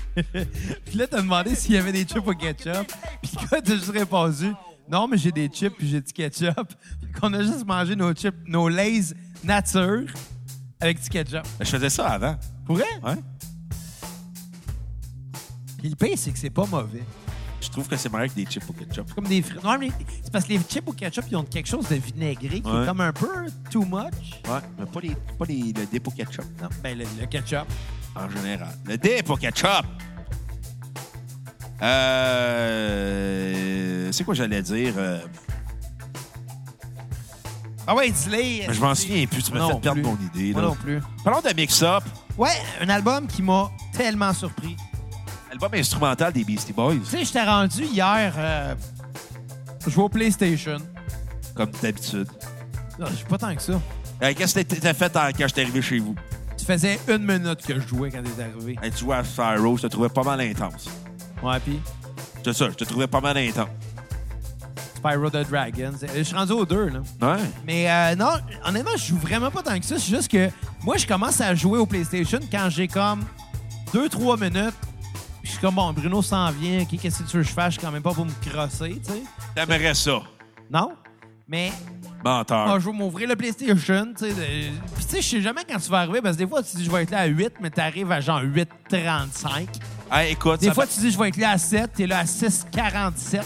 [SPEAKER 3] Puis là, t'as demandé s'il y avait des chips au ketchup. Puis le gars, t'as juste répondu Non, mais j'ai des chips puis j'ai du ketchup. Fait qu'on a juste mangé nos chips, nos lays nature avec du ketchup.
[SPEAKER 1] Je faisais ça avant.
[SPEAKER 3] Pour vrai?
[SPEAKER 1] Ouais.
[SPEAKER 3] Puis le pire, c'est que c'est pas mauvais.
[SPEAKER 1] Je trouve que c'est meilleur que des chips au ketchup.
[SPEAKER 3] Comme des frites. Non, mais c'est parce que les chips au ketchup, ils ont quelque chose de vinaigré qui
[SPEAKER 1] Ouais.
[SPEAKER 3] est comme un peu too much.
[SPEAKER 1] Ouais, mais pas, les, pas les, le dip au ketchup
[SPEAKER 3] Non, ben le, le ketchup.
[SPEAKER 1] en général. Le dip au ketchup! Euh. C'est quoi j'allais dire? Euh,
[SPEAKER 3] Ah ouais, dis-le.
[SPEAKER 1] je m'en souviens plus. Tu m'as
[SPEAKER 3] Non
[SPEAKER 1] fait perdre
[SPEAKER 3] plus.
[SPEAKER 1] mon idée.
[SPEAKER 3] Moi
[SPEAKER 1] là.
[SPEAKER 3] non plus.
[SPEAKER 1] Parlons de mix-up.
[SPEAKER 3] Ouais, un album qui m'a tellement surpris.
[SPEAKER 1] Album instrumental des Beastie Boys.
[SPEAKER 3] Tu sais, j'étais rendu hier. euh, je vais au PlayStation.
[SPEAKER 1] Comme d'habitude.
[SPEAKER 3] Non, je suis pas tant que ça.
[SPEAKER 1] Euh, Qu'est-ce que t'as- t'as fait en- quand j'étais arrivé chez vous?
[SPEAKER 3] Tu faisais une minute que je jouais quand t'es arrivé.
[SPEAKER 1] Hey, tu vois, Pharaoh, je te trouvais pas mal intense.
[SPEAKER 3] Ouais, puis
[SPEAKER 1] C'est ça, je te trouvais pas mal intense.
[SPEAKER 3] Spyro the Dragon. c'est- Je suis rendu aux deux, là.
[SPEAKER 1] Ouais.
[SPEAKER 3] Mais euh, non, honnêtement, je joue vraiment pas tant que ça. C'est juste que moi, je commence à jouer au PlayStation quand j'ai comme 2-3 minutes. Je suis comme, bon, Bruno s'en vient. OK, qu'est-ce que tu veux que je fasse? Je suis quand même pas pour me crosser, tu sais.
[SPEAKER 1] T'aimerais ça.
[SPEAKER 3] Non? Mais
[SPEAKER 1] Menteur.
[SPEAKER 3] Ah, je vais m'ouvrir le PlayStation. tu sais, de- Puis, tu sais, je sais jamais quand tu vas arriver, parce que des fois, tu dis je vais être là à 8, mais t'arrives à genre 8,35.
[SPEAKER 1] Hey, écoute,
[SPEAKER 3] Des
[SPEAKER 1] ça
[SPEAKER 3] fois,
[SPEAKER 1] bat-
[SPEAKER 3] tu dis je vais être là à 7, t'es là à 6,47.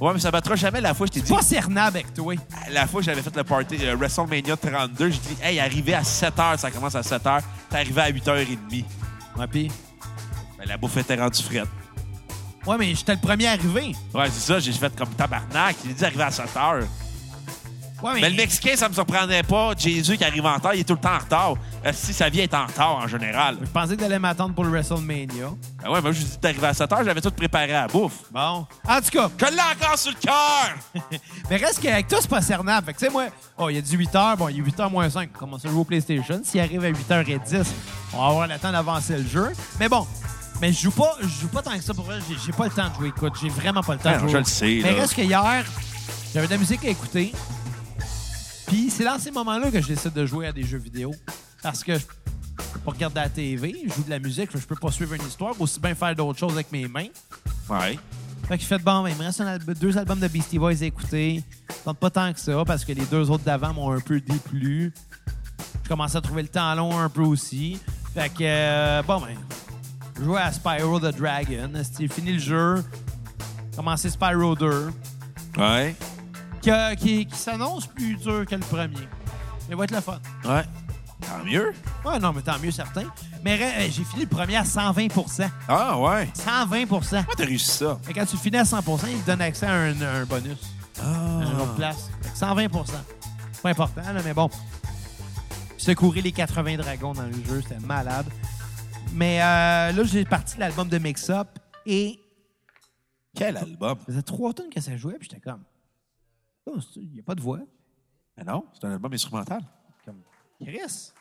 [SPEAKER 1] ouais, mais ça battra jamais la fois que je t'ai dit.
[SPEAKER 3] Pas cernable avec toi.
[SPEAKER 1] La fois que j'avais fait le party euh, WrestleMania 32, j'ai dit, hey, arrivé à 7 h, ça commence à 7 h, t'es arrivé à 8 h 30.
[SPEAKER 3] Ouais, puis.
[SPEAKER 1] Ben, la bouffe était rendue frette.
[SPEAKER 3] Ouais, mais j'étais le premier arrivé.
[SPEAKER 1] Ouais, c'est ça, j'ai fait comme tabarnak. J'ai dit, arrivé à 7 h.
[SPEAKER 3] Ouais, mais-
[SPEAKER 1] Mais le Mexicain, ça me surprendrait pas. Jésus qui arrive en retard, il est tout le temps en retard. Euh, Si sa vie est en retard en général.
[SPEAKER 3] Je pensais que t'allais m'attendre pour le WrestleMania.
[SPEAKER 1] Ben ouais, moi, je suis arrivé à 7 heures, j'avais tout préparé à la bouffe.
[SPEAKER 3] Bon. En tout cas,
[SPEAKER 1] Je l'ai encore sur le cœur!
[SPEAKER 3] mais reste qu'avec toi, c'est pas cernable. Fait que, tu sais, moi, oh, il y a 18 h bon, il est 8h moins 5. Comment ça, je joue au PlayStation? S'il arrive à 8h10, on va avoir le temps d'avancer le jeu. Mais bon. Mais je joue pas, je joue pas tant que ça pour vrai. J'ai- J'ai pas le temps de jouer. Écoute, j'ai vraiment pas le temps
[SPEAKER 1] Ah,
[SPEAKER 3] de jouer.
[SPEAKER 1] je le sais,
[SPEAKER 3] Mais
[SPEAKER 1] là.
[SPEAKER 3] reste que hier, j'avais de la musique à écouter. Puis c'est dans ces moments-là que je décide de jouer à des jeux vidéo. Parce que je peux pas regarder la TV, je joue de la musique, je peux pas suivre une histoire, aussi bien faire d'autres choses avec mes mains.
[SPEAKER 1] Ouais.
[SPEAKER 3] Fait que je fais bon, ben, il me reste un albu- deux albums de Beastie Boys à écouter. Je tente pas tant que ça parce que les deux autres d'avant m'ont un peu déplu. Je commençais à trouver le temps long un peu aussi. Fait que, euh, bon, ben, je jouais à Spyro the Dragon. J'ai fini le jeu. Commencé Spyro 2
[SPEAKER 1] Ouais.
[SPEAKER 3] que- qui, qui s'annonce plus dur que le premier. Mais va être le fun.
[SPEAKER 1] Ouais. Tant mieux.
[SPEAKER 3] Ouais, non, mais tant mieux, certain. Mais re- euh, j'ai fini le premier à 120
[SPEAKER 1] Ah ouais.
[SPEAKER 3] 120
[SPEAKER 1] Comment t'as réussi ça?
[SPEAKER 3] Fait que quand tu finis à 100 il te donne accès à un, un bonus,
[SPEAKER 1] Ah.
[SPEAKER 3] à une autre place. Fait que 120 C'est Pas important, là, mais bon. Secourir les 80 dragons dans le jeu, c'était malade. Mais euh, là, j'ai parti de l'album de Mix Up et
[SPEAKER 1] Quel album?
[SPEAKER 3] ça faisait trois tonnes que ça jouait, puis j'étais comme. oh, Il n'y a pas de voix.
[SPEAKER 1] Ben non, c'est un album instrumental.
[SPEAKER 3] Comme, Chris,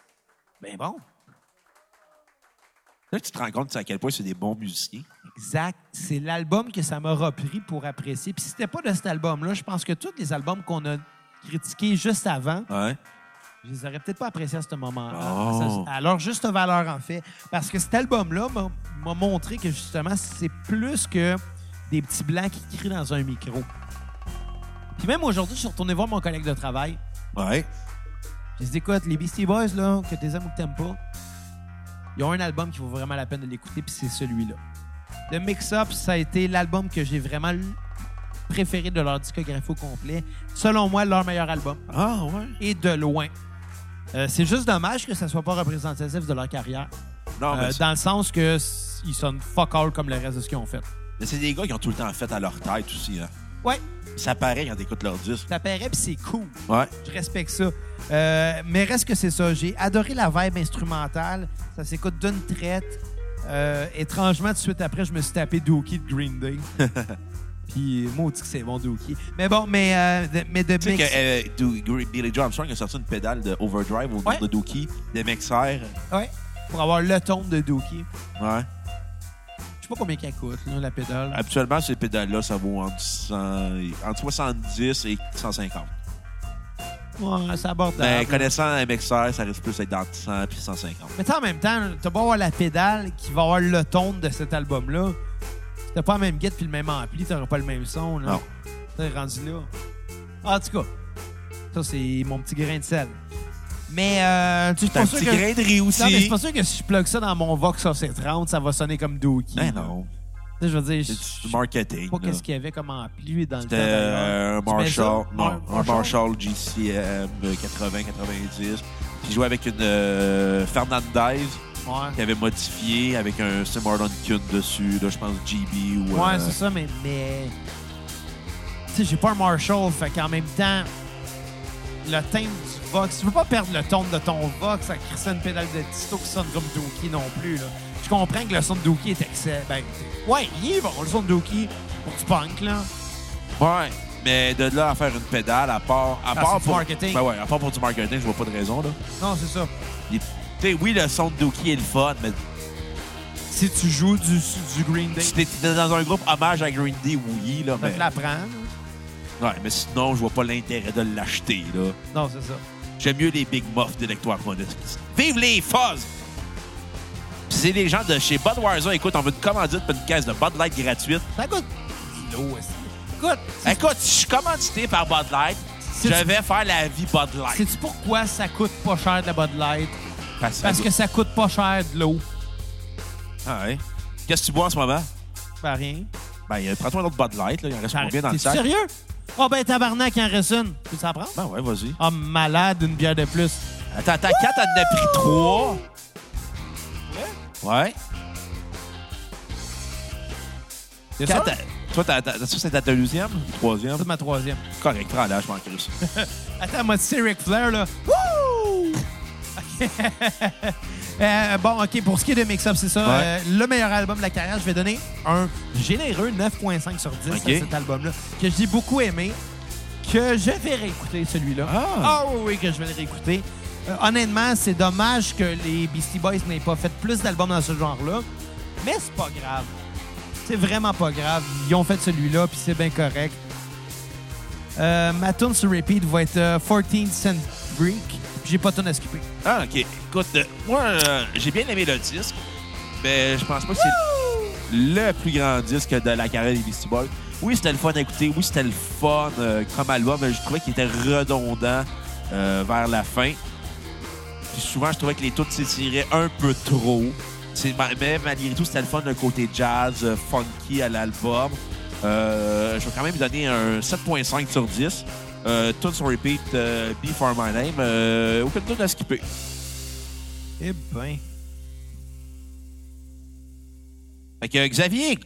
[SPEAKER 3] ben bon.
[SPEAKER 1] Là, tu te rends compte à quel point c'est des bons musiciens.
[SPEAKER 3] Exact. C'est l'album que ça m'a repris pour apprécier. Puis si c'était pas de cet album-là, je pense que tous les albums qu'on a critiqués juste avant,
[SPEAKER 1] Ouais.
[SPEAKER 3] je les aurais peut-être pas appréciés à ce moment-là.
[SPEAKER 1] Oh.
[SPEAKER 3] À leur juste valeur, en fait. Parce que cet album-là m'a- m'a montré que justement, c'est plus que des petits blancs qui crient dans un micro. Puis même aujourd'hui, je suis retourné voir mon collègue de travail.
[SPEAKER 1] Ouais.
[SPEAKER 3] J'ai dit, écoute, les Beastie Boys, là, que t'aimes ou que t'aimes pas, ils ont un album qui vaut vraiment la peine de l'écouter, puis c'est celui-là. Le Mix Up, ça a été l'album que j'ai vraiment l- préféré de leur discographie au complet. Selon moi, leur meilleur album,
[SPEAKER 1] Ah ouais.
[SPEAKER 3] et de loin. Euh, c'est juste dommage que ça soit pas représentatif de leur carrière,
[SPEAKER 1] Non, mais Ah,
[SPEAKER 3] Euh,
[SPEAKER 1] ben, c'est-
[SPEAKER 3] dans le sens que s- ils sonnent fuck all comme le reste de ce qu'ils ont fait.
[SPEAKER 1] mais c'est des gars qui ont tout le temps fait à leur tête aussi. Hein.
[SPEAKER 3] Ouais,
[SPEAKER 1] Ça paraît quand t'écoutes leur disque.
[SPEAKER 3] ça paraît, puis c'est cool.
[SPEAKER 1] Ouais.
[SPEAKER 3] Je respecte ça. Euh, mais reste que c'est ça. J'ai adoré la vibe instrumentale. Ça s'écoute d'une traite. Euh, étrangement, tout de suite après, je me suis tapé Dookie de Green Day. Puis, euh, maudit que c'est bon, Dookie. Mais bon, mais, euh, de- mais de
[SPEAKER 1] Tu sais
[SPEAKER 3] mix-
[SPEAKER 1] que euh, Do- Gr- Billy Joe Armstrong a sorti une pédale de Overdrive au nom
[SPEAKER 3] Ouais.
[SPEAKER 1] de Dookie, de Mexer.
[SPEAKER 3] Ouais, pour avoir le ton de Dookie.
[SPEAKER 1] Ouais.
[SPEAKER 3] Je sais pas combien qu'elle coûte, là, la pédale.
[SPEAKER 1] Habituellement, ces pédales-là, ça vaut entre, 100 et- entre 70 et 150.
[SPEAKER 3] Ouais, c'est abordable.
[SPEAKER 1] Mais connaissant MXR, ça risque plus d'être dans 100 puis 150.
[SPEAKER 3] Mais tu sais, en même temps, t'as beau avoir la pédale qui va avoir le ton de cet album-là. Si t'as pas la même guide puis le même ampli, t'auras pas le même son. Là.
[SPEAKER 1] Non.
[SPEAKER 3] T'es rendu là. Ah, En tout cas, ça, c'est mon petit grain de sel. Mais, euh, tu sais,
[SPEAKER 1] C'est
[SPEAKER 3] je suis pas
[SPEAKER 1] un
[SPEAKER 3] sûr
[SPEAKER 1] petit
[SPEAKER 3] que...
[SPEAKER 1] grain de riz aussi.
[SPEAKER 3] Non, mais je suis pas sûr que si je plug ça dans mon Vox AC30, ça va sonner comme Dookie.
[SPEAKER 1] Ben non,
[SPEAKER 3] Tu sais, je veux dire, je
[SPEAKER 1] c'est
[SPEAKER 3] je
[SPEAKER 1] du
[SPEAKER 3] sais
[SPEAKER 1] marketing.
[SPEAKER 3] pas
[SPEAKER 1] là.
[SPEAKER 3] qu'est-ce qu'il y avait comme ampli dans le temps.
[SPEAKER 1] C'était
[SPEAKER 3] d'ailleurs.
[SPEAKER 1] euh, un
[SPEAKER 3] Tu mets ça?
[SPEAKER 1] Marshall, non,
[SPEAKER 3] Ouais,
[SPEAKER 1] un Marshall GCM 80-90. Puis jouait avec une euh, Fernandez
[SPEAKER 3] Ouais.
[SPEAKER 1] qui avait modifié avec un Sim Marlon Kuhn dessus, là, je pense GB ou.
[SPEAKER 3] Ouais,
[SPEAKER 1] euh,
[SPEAKER 3] c'est ça, mais. mais... Tu sais, j'ai pas un Marshall, fait qu'en même temps, le thème du Vox, tu veux pas perdre le ton de ton Vox à crisser une pédale de disto qui sonne comme Dookie non plus. Là. Je comprends que le son de Dookie est excellent. Ben, ouais, il est bon, le son de Dookie pour du punk, là.
[SPEAKER 1] Ouais, mais de là à faire une pédale, à part, à
[SPEAKER 3] Ah, c'est
[SPEAKER 1] part
[SPEAKER 3] du
[SPEAKER 1] pour
[SPEAKER 3] marketing.
[SPEAKER 1] Ben ouais, à part pour du marketing, je vois pas de raison là.
[SPEAKER 3] Non, c'est ça.
[SPEAKER 1] Les- Tu sais, oui, le son de Dookie est le fun, mais
[SPEAKER 3] Si tu joues du, du Green Day,
[SPEAKER 1] si
[SPEAKER 3] tu
[SPEAKER 1] t'es t'es dans un groupe hommage à Green Day, oui là, mais
[SPEAKER 3] te l'apprends. là.
[SPEAKER 1] ouais, mais sinon, je vois pas l'intérêt de l'acheter là.
[SPEAKER 3] Non, c'est ça.
[SPEAKER 1] J'aime mieux les Big Muff d'Electoire Monist. Vive les Fuzz! Puis c'est les gens de chez Budweiser. Écoute, on veut une commandite pour une caisse de Bud Light gratuite.
[SPEAKER 3] Ça coûte. Dis-le, aussi. Écoute, c'est-
[SPEAKER 1] Écoute, si je suis commandité par Bud Light,
[SPEAKER 3] C'est-
[SPEAKER 1] je vais faire la vie Bud Light.
[SPEAKER 3] sais-tu pourquoi ça coûte pas cher de la Bud Light? Parce que ça coûte pas cher de l'eau.
[SPEAKER 1] Ah ouais. Qu'est-ce que tu bois en ce moment?
[SPEAKER 3] Ben, rien.
[SPEAKER 1] Ben, euh, prends-toi un autre Bud Light. Là. Il en reste combien dans le
[SPEAKER 3] Ben, T'es
[SPEAKER 1] sac?
[SPEAKER 3] sérieux? Ah ben tabarnak, il en reste une. Tu peux s'en prendre?
[SPEAKER 1] Ben ouais, vas-y.
[SPEAKER 3] Ah, malade, une bière de plus.
[SPEAKER 1] Attends, attends, 4, elle en a pris 3. Ouais.
[SPEAKER 3] C'est
[SPEAKER 1] Quatre,
[SPEAKER 3] ça?
[SPEAKER 1] t'as- Toi, t'as- t'as- ça, c'est ta deuxième? Troisième?
[SPEAKER 3] C'est ma troisième.
[SPEAKER 1] Correct, prends-la, je m'en crisse.
[SPEAKER 3] Attends, moi, c'est Ric Flair, là. Wouh! OK. Euh, bon, OK, pour ce qui est de Mix Up, c'est ça.
[SPEAKER 1] Ouais.
[SPEAKER 3] euh, le meilleur album de la carrière, je vais donner un généreux 9,5 sur 10
[SPEAKER 1] OK.
[SPEAKER 3] à cet album-là, que j'ai beaucoup aimé, que je vais réécouter celui-là.
[SPEAKER 1] Ah.
[SPEAKER 3] oui, oui, que je vais le réécouter. Euh, honnêtement, c'est dommage que les Beastie Boys n'aient pas fait plus d'albums dans ce genre-là, mais c'est pas grave. C'est vraiment pas grave. Ils ont fait celui-là, puis c'est bien correct. Euh, ma tune sur repeat va être euh, 14 Cent Break. J'ai pas de tune à skipper.
[SPEAKER 1] Ah, OK. Écoute, euh, moi, euh, j'ai bien aimé le disque, mais je pense pas que c'est le plus grand disque de la carrière des Beastie Boys. Oui, c'était le fun à écouter. Oui, c'était le fun euh, comme album, mais je trouvais qu'il était redondant euh, vers la fin. Puis souvent, je trouvais que les toutes s'étiraient un peu trop. C'est- ma- Mais malgré tout, c'était le fun d'un côté jazz, euh, funky à l'album. Euh, je vais quand même lui donner un 7.5 sur 10. Euh, tout sur repeat, euh, Be For My Name. Euh, aucune tune à skipper.
[SPEAKER 3] Eh ben.
[SPEAKER 1] Fait que euh, Xavier,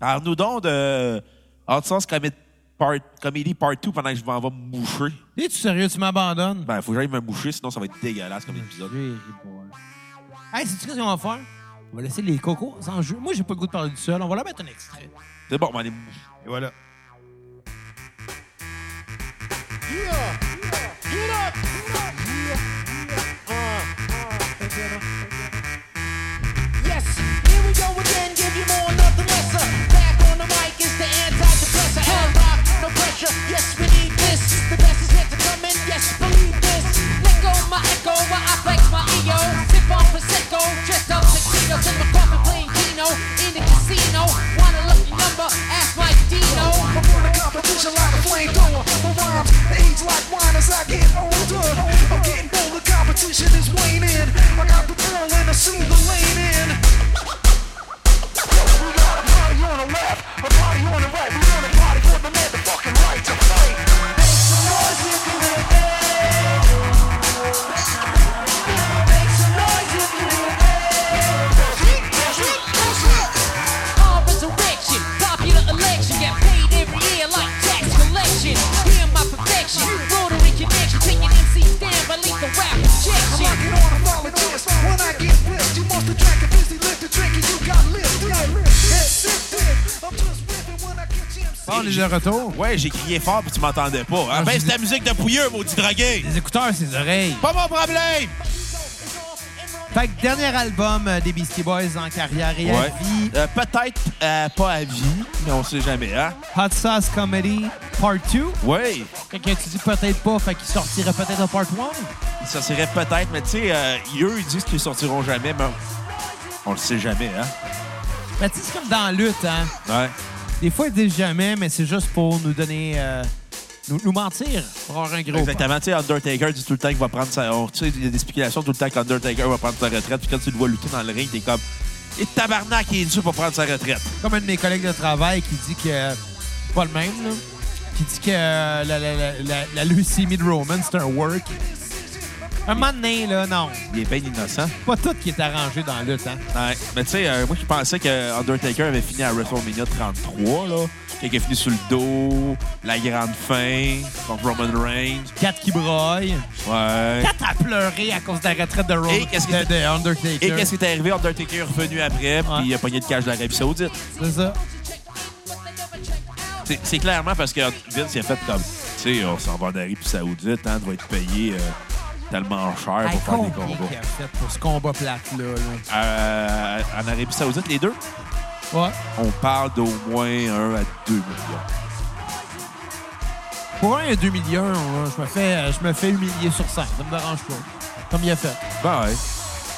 [SPEAKER 1] parle-nous donc de Hot Sauce Comi- Part- Comedy Part 2 pendant que je m'en vais me moucher.
[SPEAKER 3] Es-tu sérieux? Tu m'abandonnes?
[SPEAKER 1] Ben, faut que j'aille me moucher, sinon ça va être dégueulasse comme épisode.
[SPEAKER 3] Jerry boy. Hey, c'est-tu qu'est-ce qu'on va faire? On va laisser les cocos en jeu. Moi, j'ai pas le goût de parler du seul. On va leur mettre un extrait.
[SPEAKER 1] C'est bon, on va aller me moucher.
[SPEAKER 3] Et voilà.
[SPEAKER 5] Yes, here we go again, give you more, nothing
[SPEAKER 6] Uh,
[SPEAKER 5] lesser. Back on the mic is the antidepressant. Hell rock, no pressure. Yes, we need this. The best is yet to come in. Yes, believe this. Let go my echo while I flex my ego. Sip on prosecco, dressed up tuxedo, in my carpet playing Keno in the casino. Want a lucky number? Ask Mike Dino.
[SPEAKER 6] I'm on a competition like a flamethrower. My rhymes age like wine as I get older. I'm getting bolder, competition is waning. I got the ball and I see the lane in. We got a party on the left, a party on the right. We want a party for the man, the fucking right to fight. Make some noise if you live there. Make some noise if you live there.
[SPEAKER 5] All resurrection, popular election, get paid every year like tax collection. Hear my perfection, rotary connection, taking MC stand by lethal rap
[SPEAKER 6] I'm
[SPEAKER 5] rejection.
[SPEAKER 6] knocking on a volunteers when I get whipped. You must attract a busy lift to drink and you got lift. Head sifted. I'm just whipping when I catch MC.
[SPEAKER 3] on est de retour.
[SPEAKER 1] Ouais, j'ai crié fort puis tu m'entendais pas. Ah,
[SPEAKER 3] Non,
[SPEAKER 1] ben,
[SPEAKER 3] je-
[SPEAKER 1] c'est la musique de Pouilleux, maudit dragué!
[SPEAKER 3] Les écouteurs, ses oreilles.
[SPEAKER 1] Pas mon problème!
[SPEAKER 3] Fait que dernier album euh, des Beastie Boys en carrière et à vie.
[SPEAKER 1] Euh, Peut-être euh, pas à vie, mais on sait jamais, hein?
[SPEAKER 3] Hot Sauce Comedy Part 2.
[SPEAKER 1] Oui!
[SPEAKER 3] Quelqu'un tu dis peut-être pas, fait qu'il sortirait peut-être en Part 1.
[SPEAKER 1] Ça serait peut-être, mais tu sais, euh, eux, ils disent qu'ils sortiront jamais, mais on le sait jamais, hein?
[SPEAKER 3] Ben, tu sais, c'est comme dans la lutte, hein.
[SPEAKER 1] Ouais.
[SPEAKER 3] Des fois, ils disent jamais, mais c'est juste pour nous donner... euh, nous, nous mentir pour avoir un gros...
[SPEAKER 1] Exactement. Tu sais, Undertaker dit tout le temps qu'il va prendre sa. on- Tu sais, il y a des spéculations tout le temps qu'Undertaker va prendre sa retraite. Puis quand tu le vois lutter dans le ring, t'es comme. Et tabarnak, il est dû pour prendre sa retraite.
[SPEAKER 3] comme un de mes collègues de travail qui dit que pas le même, là, qui dit que euh, la, la- la- la- la leucémie de Roman, c'est un work. Un moment donné, là, non.
[SPEAKER 1] Il est bien innocent.
[SPEAKER 3] C'est Pas tout qui est arrangé dans hein. le temps.
[SPEAKER 1] Ouais. Mais tu sais, euh, moi, je pensais que Undertaker avait fini à WrestleMania 33, là. Quelqu'un a fini sur le dos, la grande fin, contre Roman Reigns.
[SPEAKER 3] Quatre qui broille.
[SPEAKER 1] Ouais.
[SPEAKER 3] Quatre à pleurer à cause de la retraite de Roman.
[SPEAKER 1] Et qu'est-ce qui-
[SPEAKER 3] de, de Undertaker.
[SPEAKER 1] Et qu'est-ce qui est arrivé? Undertaker est revenu après, puis
[SPEAKER 3] Ouais.
[SPEAKER 1] il a pogné le cash de l'Arabie Saoudite.
[SPEAKER 3] C'est ça.
[SPEAKER 1] C'est- C'est clairement parce que Vince il a fait comme, tu sais, on s'en va en Arabie Saoudite, hein, doit être payé euh, tellement cher
[SPEAKER 3] Hey,
[SPEAKER 1] pour faire des
[SPEAKER 3] combien
[SPEAKER 1] combats.
[SPEAKER 3] qu'il a fait pour ce combat plate-là. là?
[SPEAKER 1] Euh, en Arabie Saoudite, les deux,
[SPEAKER 3] Ouais.
[SPEAKER 1] on parle d'au moins 1 à 2 millions.
[SPEAKER 3] Pour un, il y a 2 millions. là. Je me fais, euh, je me fais humilier sur scène. Ça me dérange pas. Comme il a fait.
[SPEAKER 1] Ben ouais.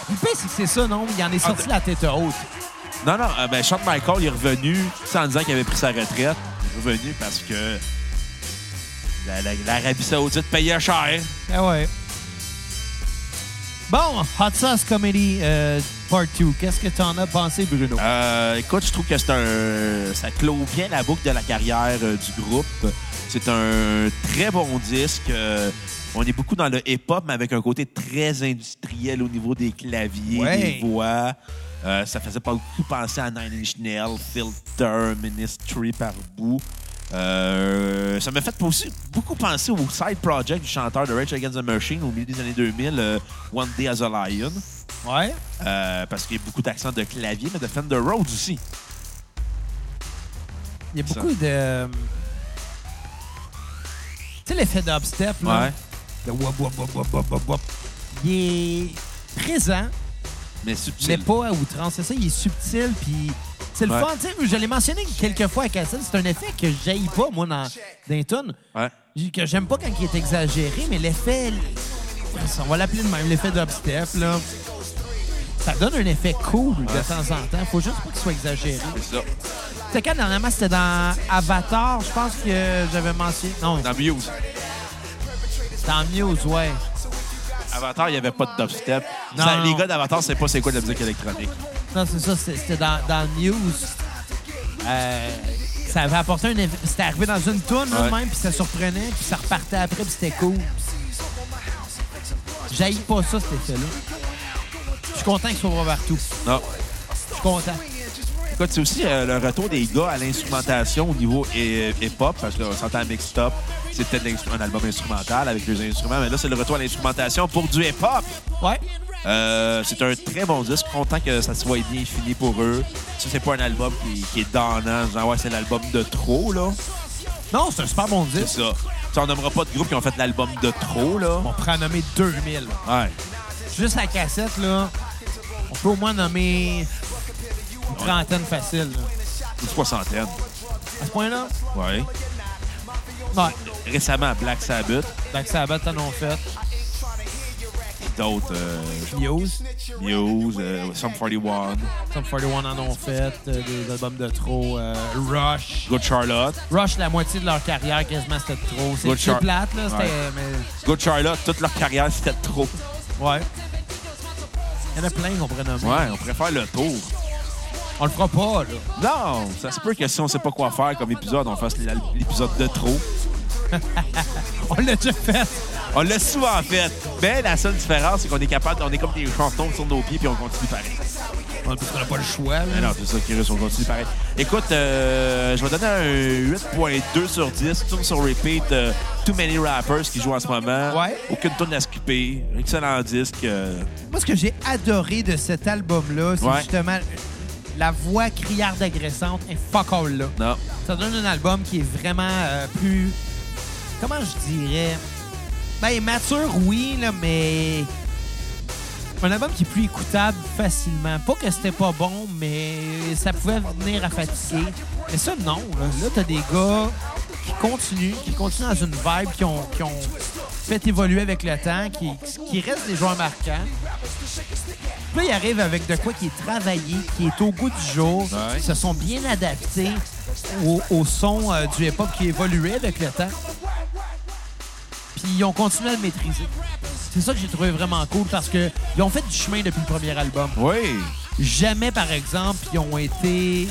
[SPEAKER 3] Le pire, c'est que c'est ça, non? Il en est sorti
[SPEAKER 1] Ah,
[SPEAKER 3] la tête haute.
[SPEAKER 1] Non, non, euh, ben Shawn Michael il est revenu sans disant qu'il avait pris sa retraite. Il est revenu parce que la- la- l'Arabie Saoudite payait cher.
[SPEAKER 3] Ah ouais. Bon, Hot Sauce Comedy euh, Part 2. Qu'est-ce que t'en as pensé, Bruno?
[SPEAKER 1] Euh, écoute, je trouve que c'est un. Ça clôt bien la boucle de la carrière euh, du groupe. C'est un très bon disque. Euh, on est beaucoup dans le hip-hop, mais avec un côté très industriel au niveau des claviers,
[SPEAKER 3] Ouais.
[SPEAKER 1] des voix. Euh, ça faisait pas beaucoup penser à Nine Inch Nails, Filter, Ministry par bout. Euh, ça m'a fait aussi beaucoup penser au side project du chanteur de Rage Against the Machine au milieu des années 2000, euh, One Day as a Lion,
[SPEAKER 3] Ouais.
[SPEAKER 1] Euh, parce qu'il y a beaucoup d'accents de clavier, mais de Fender Rhodes aussi.
[SPEAKER 3] Il y a beaucoup de. euh, Tu sais, l'effet dubstep, là.
[SPEAKER 1] Ouais.
[SPEAKER 3] Le wop, wop, wop, wop, wop, wop, wop. Il est présent,
[SPEAKER 1] Mais
[SPEAKER 3] mais
[SPEAKER 1] subtil.
[SPEAKER 3] pas à outrance. C'est ça, il est subtil, puis c'est le
[SPEAKER 1] Ouais.
[SPEAKER 3] fun. Tu sais, je l'ai mentionné quelques fois à Cassel, c'est un effet que j'aille pas, moi, dans, dans les tunes.
[SPEAKER 1] Ouais.
[SPEAKER 3] J- Que j'aime pas quand il est exagéré, mais l'effet. On va l'appeler de même, l'effet dubstep, là. Ça donne un effet cool de temps en temps. Faut juste pas qu'il soit exagéré.
[SPEAKER 1] C'est ça.
[SPEAKER 3] C'était quand dernièrement, c'était dans Avatar, je pense que j'avais mentionné. Non,
[SPEAKER 1] Dans Muse,
[SPEAKER 3] c'était en Muse, ouais.
[SPEAKER 1] Avatar, il n'y avait pas de dubstep.
[SPEAKER 3] Non,
[SPEAKER 1] Ça,
[SPEAKER 3] non.
[SPEAKER 1] Les gars d'Avatar, c'est pas c'est quoi de la musique électronique.
[SPEAKER 3] Non, c'est ça, c'était c'était dans, dans Muse. Euh, ça avait apporté un éve- C'était arrivé dans une toune, là,
[SPEAKER 1] Ouais.
[SPEAKER 3] de même, puis ça surprenait, puis ça repartait après, puis c'était cool. J'haïs pas ça, cet effet-là. Je suis content qu'il soit partout.
[SPEAKER 1] Non.
[SPEAKER 3] Je suis content.
[SPEAKER 1] Écoute, c'est aussi euh, le retour des gars à l'instrumentation au niveau hi- hip-hop, parce qu'on s'entend mix top, c'est peut-être l'instru- un album instrumental avec les instruments, mais là, c'est le retour à l'instrumentation pour du hip-hop.
[SPEAKER 3] Ouais.
[SPEAKER 1] Euh, c'est un très bon disque. Content que ça soit bien fini pour eux. Ça, c'est pas un album qui, qui est donnant. Genre, ouais, c'est l'album de trop, là.
[SPEAKER 3] Non, c'est un super bon
[SPEAKER 1] C'est
[SPEAKER 3] disque.
[SPEAKER 1] ça. Ça, on nommera pas de groupe qui ont fait l'album de trop, là.
[SPEAKER 3] On pourrait en nommer 2000.
[SPEAKER 1] Ouais.
[SPEAKER 3] Juste la cassette, là, on peut au moins nommer une trentaine facile. là.
[SPEAKER 1] Une soixantaine.
[SPEAKER 3] À ce point-là,
[SPEAKER 1] Ouais.
[SPEAKER 3] ouais.
[SPEAKER 1] Récemment, Black Sabbath.
[SPEAKER 3] Donc, ça bat t'en ont fait.
[SPEAKER 1] Puis d'autres. euh,
[SPEAKER 3] Muse,
[SPEAKER 1] Muse, euh, Sum 41,
[SPEAKER 3] Some 41 en ont fait. euh, des albums de trop. euh, Rush.
[SPEAKER 1] Good Charlotte.
[SPEAKER 3] Rush, la moitié de leur carrière, quasiment, c'était de trop. C'est
[SPEAKER 1] Good
[SPEAKER 3] c'est
[SPEAKER 1] shot.
[SPEAKER 3] plate, là. C'était.
[SPEAKER 1] Ouais.
[SPEAKER 3] mais-
[SPEAKER 1] Good Charlotte, toute leur carrière, c'était trop.
[SPEAKER 3] Ouais. Il y en a plein qu'on pourrait nommer.
[SPEAKER 1] Ouais, on préfère le tour.
[SPEAKER 3] On le fera pas, là.
[SPEAKER 1] Non, ça se peut que si on sait pas quoi faire comme épisode, on fasse l'al- l'épisode de trop.
[SPEAKER 3] On l'a déjà fait.
[SPEAKER 1] On l'a souvent fait. Mais la seule différence, c'est qu'on est capable, on est comme des chantons sur nos pieds puis on continue pareil.
[SPEAKER 3] On n'a pas le choix,
[SPEAKER 1] Mais Eh
[SPEAKER 3] là.
[SPEAKER 1] non, c'est ça qui reste, on continue pareil. Écoute, euh, je vais donner un 8.2 sur 10. Tune sur repeat, euh, Too Many Rappers qui joue en ce moment.
[SPEAKER 3] Ouais.
[SPEAKER 1] Aucune tune à skipper. Excellent disque. euh,
[SPEAKER 3] Moi, ce que j'ai adoré de cet album-là, c'est
[SPEAKER 1] Ouais.
[SPEAKER 3] justement la voix criarde agressante et fuck all, là.
[SPEAKER 1] non.
[SPEAKER 3] Ça donne un album qui est vraiment euh, plus. Comment je dirais. Ben, mature, oui, là, mais. Un album qui est plus écoutable facilement. Pas que c'était pas bon, mais ça pouvait venir à fatiguer. Mais ça, non. Là, Là, t'as des gars qui continuent, qui continuent dans une vibe, qui ont, qui ont fait évoluer avec le temps, qui, qui restent des joueurs marquants. Puis là, ils arrivent avec de quoi qui est travaillé, qui est au goût du jour,
[SPEAKER 1] Ouais.
[SPEAKER 3] qui se sont bien adaptés au, au son euh, du hip-hop qui évoluait avec le temps. Puis ils ont continué à le maîtriser. C'est ça que j'ai trouvé vraiment cool parce que ils ont fait du chemin depuis le premier album.
[SPEAKER 1] Oui.
[SPEAKER 3] Jamais, par exemple, ils ont été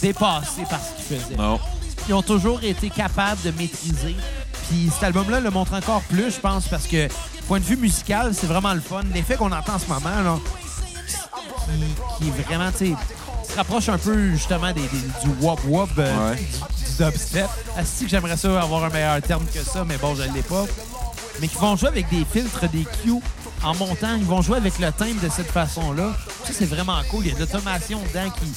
[SPEAKER 3] dépassés par ce qu'ils faisaient
[SPEAKER 1] Non.
[SPEAKER 3] ils ont toujours été capables de maîtriser. Puis cet album-là le montre encore plus, je pense, parce que point de vue musical, c'est vraiment le fun. L'effet qu'on entend en ce moment, là, qui, qui est vraiment, tu sais, se rapproche un peu justement des, des- du wop wop, euh,
[SPEAKER 1] Ouais.
[SPEAKER 3] du, du dubstep. Asti que j'aimerais ça avoir un meilleur terme que ça, mais bon, je l'ai pas. Mais qui vont jouer avec des filtres, des cues en montant. Ils vont jouer avec le timbre de cette façon-là. Ça, c'est vraiment cool. Il y a de l'automation dedans qui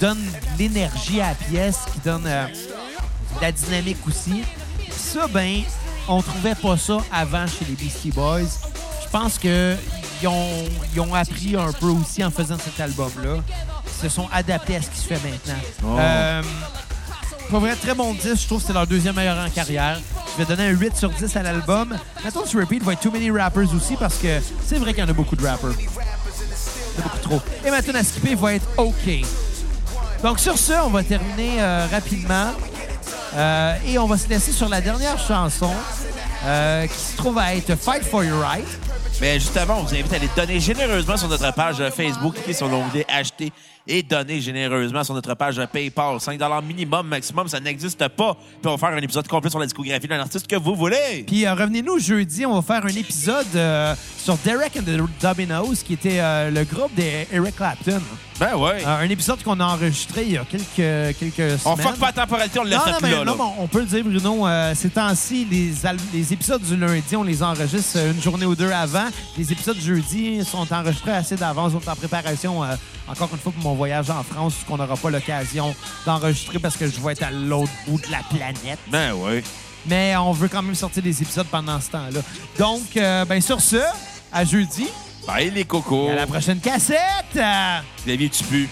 [SPEAKER 3] donne de l'énergie à la pièce, qui donne. euh, de la dynamique aussi. Puis ça, ben, on trouvait pas ça avant chez les Beastie Boys. Je pense que ils ont, ils ont appris un peu aussi en faisant cet album-là. Ils se sont adaptés à ce qui se fait maintenant.
[SPEAKER 1] Oh.
[SPEAKER 3] Euh, pour vrai, très bon 10. Je trouve que c'est leur deuxième meilleur en carrière. Je vais donner un 8 sur 10 à l'album. Maintenant, sur repeat, va être Too Many Rappers aussi parce que c'est vrai qu'il y en a beaucoup de rappers. Il y en a beaucoup trop. Et maintenant, à skipper, va être OK. Donc, sur ce, on va terminer euh, rapidement. Euh, et on va se laisser sur la dernière chanson euh, qui se trouve à être Fight for Your Right.
[SPEAKER 1] Mais juste avant, on vous invite à aller donner généreusement sur notre page Facebook. Cliquez sur l'onglet Acheter et donner généreusement sur notre page PayPal. 5 minimum, maximum, ça n'existe pas. Puis on va faire un épisode complet sur la discographie d'un artiste que vous voulez.
[SPEAKER 3] Puis euh, revenez-nous jeudi, on va faire un épisode euh, sur Derek and the Dominos, qui était euh, le groupe d'Eric Clapton.
[SPEAKER 1] Ben ouais.
[SPEAKER 3] Euh, un épisode qu'on a enregistré il y a quelques, quelques semaines.
[SPEAKER 1] on fuck pas la temporalité, on le laisse
[SPEAKER 3] non, non, mais
[SPEAKER 1] plus là.
[SPEAKER 3] non,
[SPEAKER 1] là.
[SPEAKER 3] mais on peut le dire, Bruno. euh, ces temps-ci, les, al- les épisodes du lundi, on les enregistre euh, une journée ou deux avant. Les épisodes du jeudi sont enregistrés assez d'avance, sont en préparation, euh, encore une fois, pour mon voyage en France, qu'on n'aura pas l'occasion d'enregistrer parce que je vais être à l'autre bout de la planète.
[SPEAKER 1] Ben ouais.
[SPEAKER 3] Mais on veut quand même sortir des épisodes pendant ce temps-là. Donc, euh, ben sur ce, à jeudi,
[SPEAKER 1] Bye les cocos.
[SPEAKER 3] à la prochaine cassette! euh,
[SPEAKER 1] Xavier, tu pues.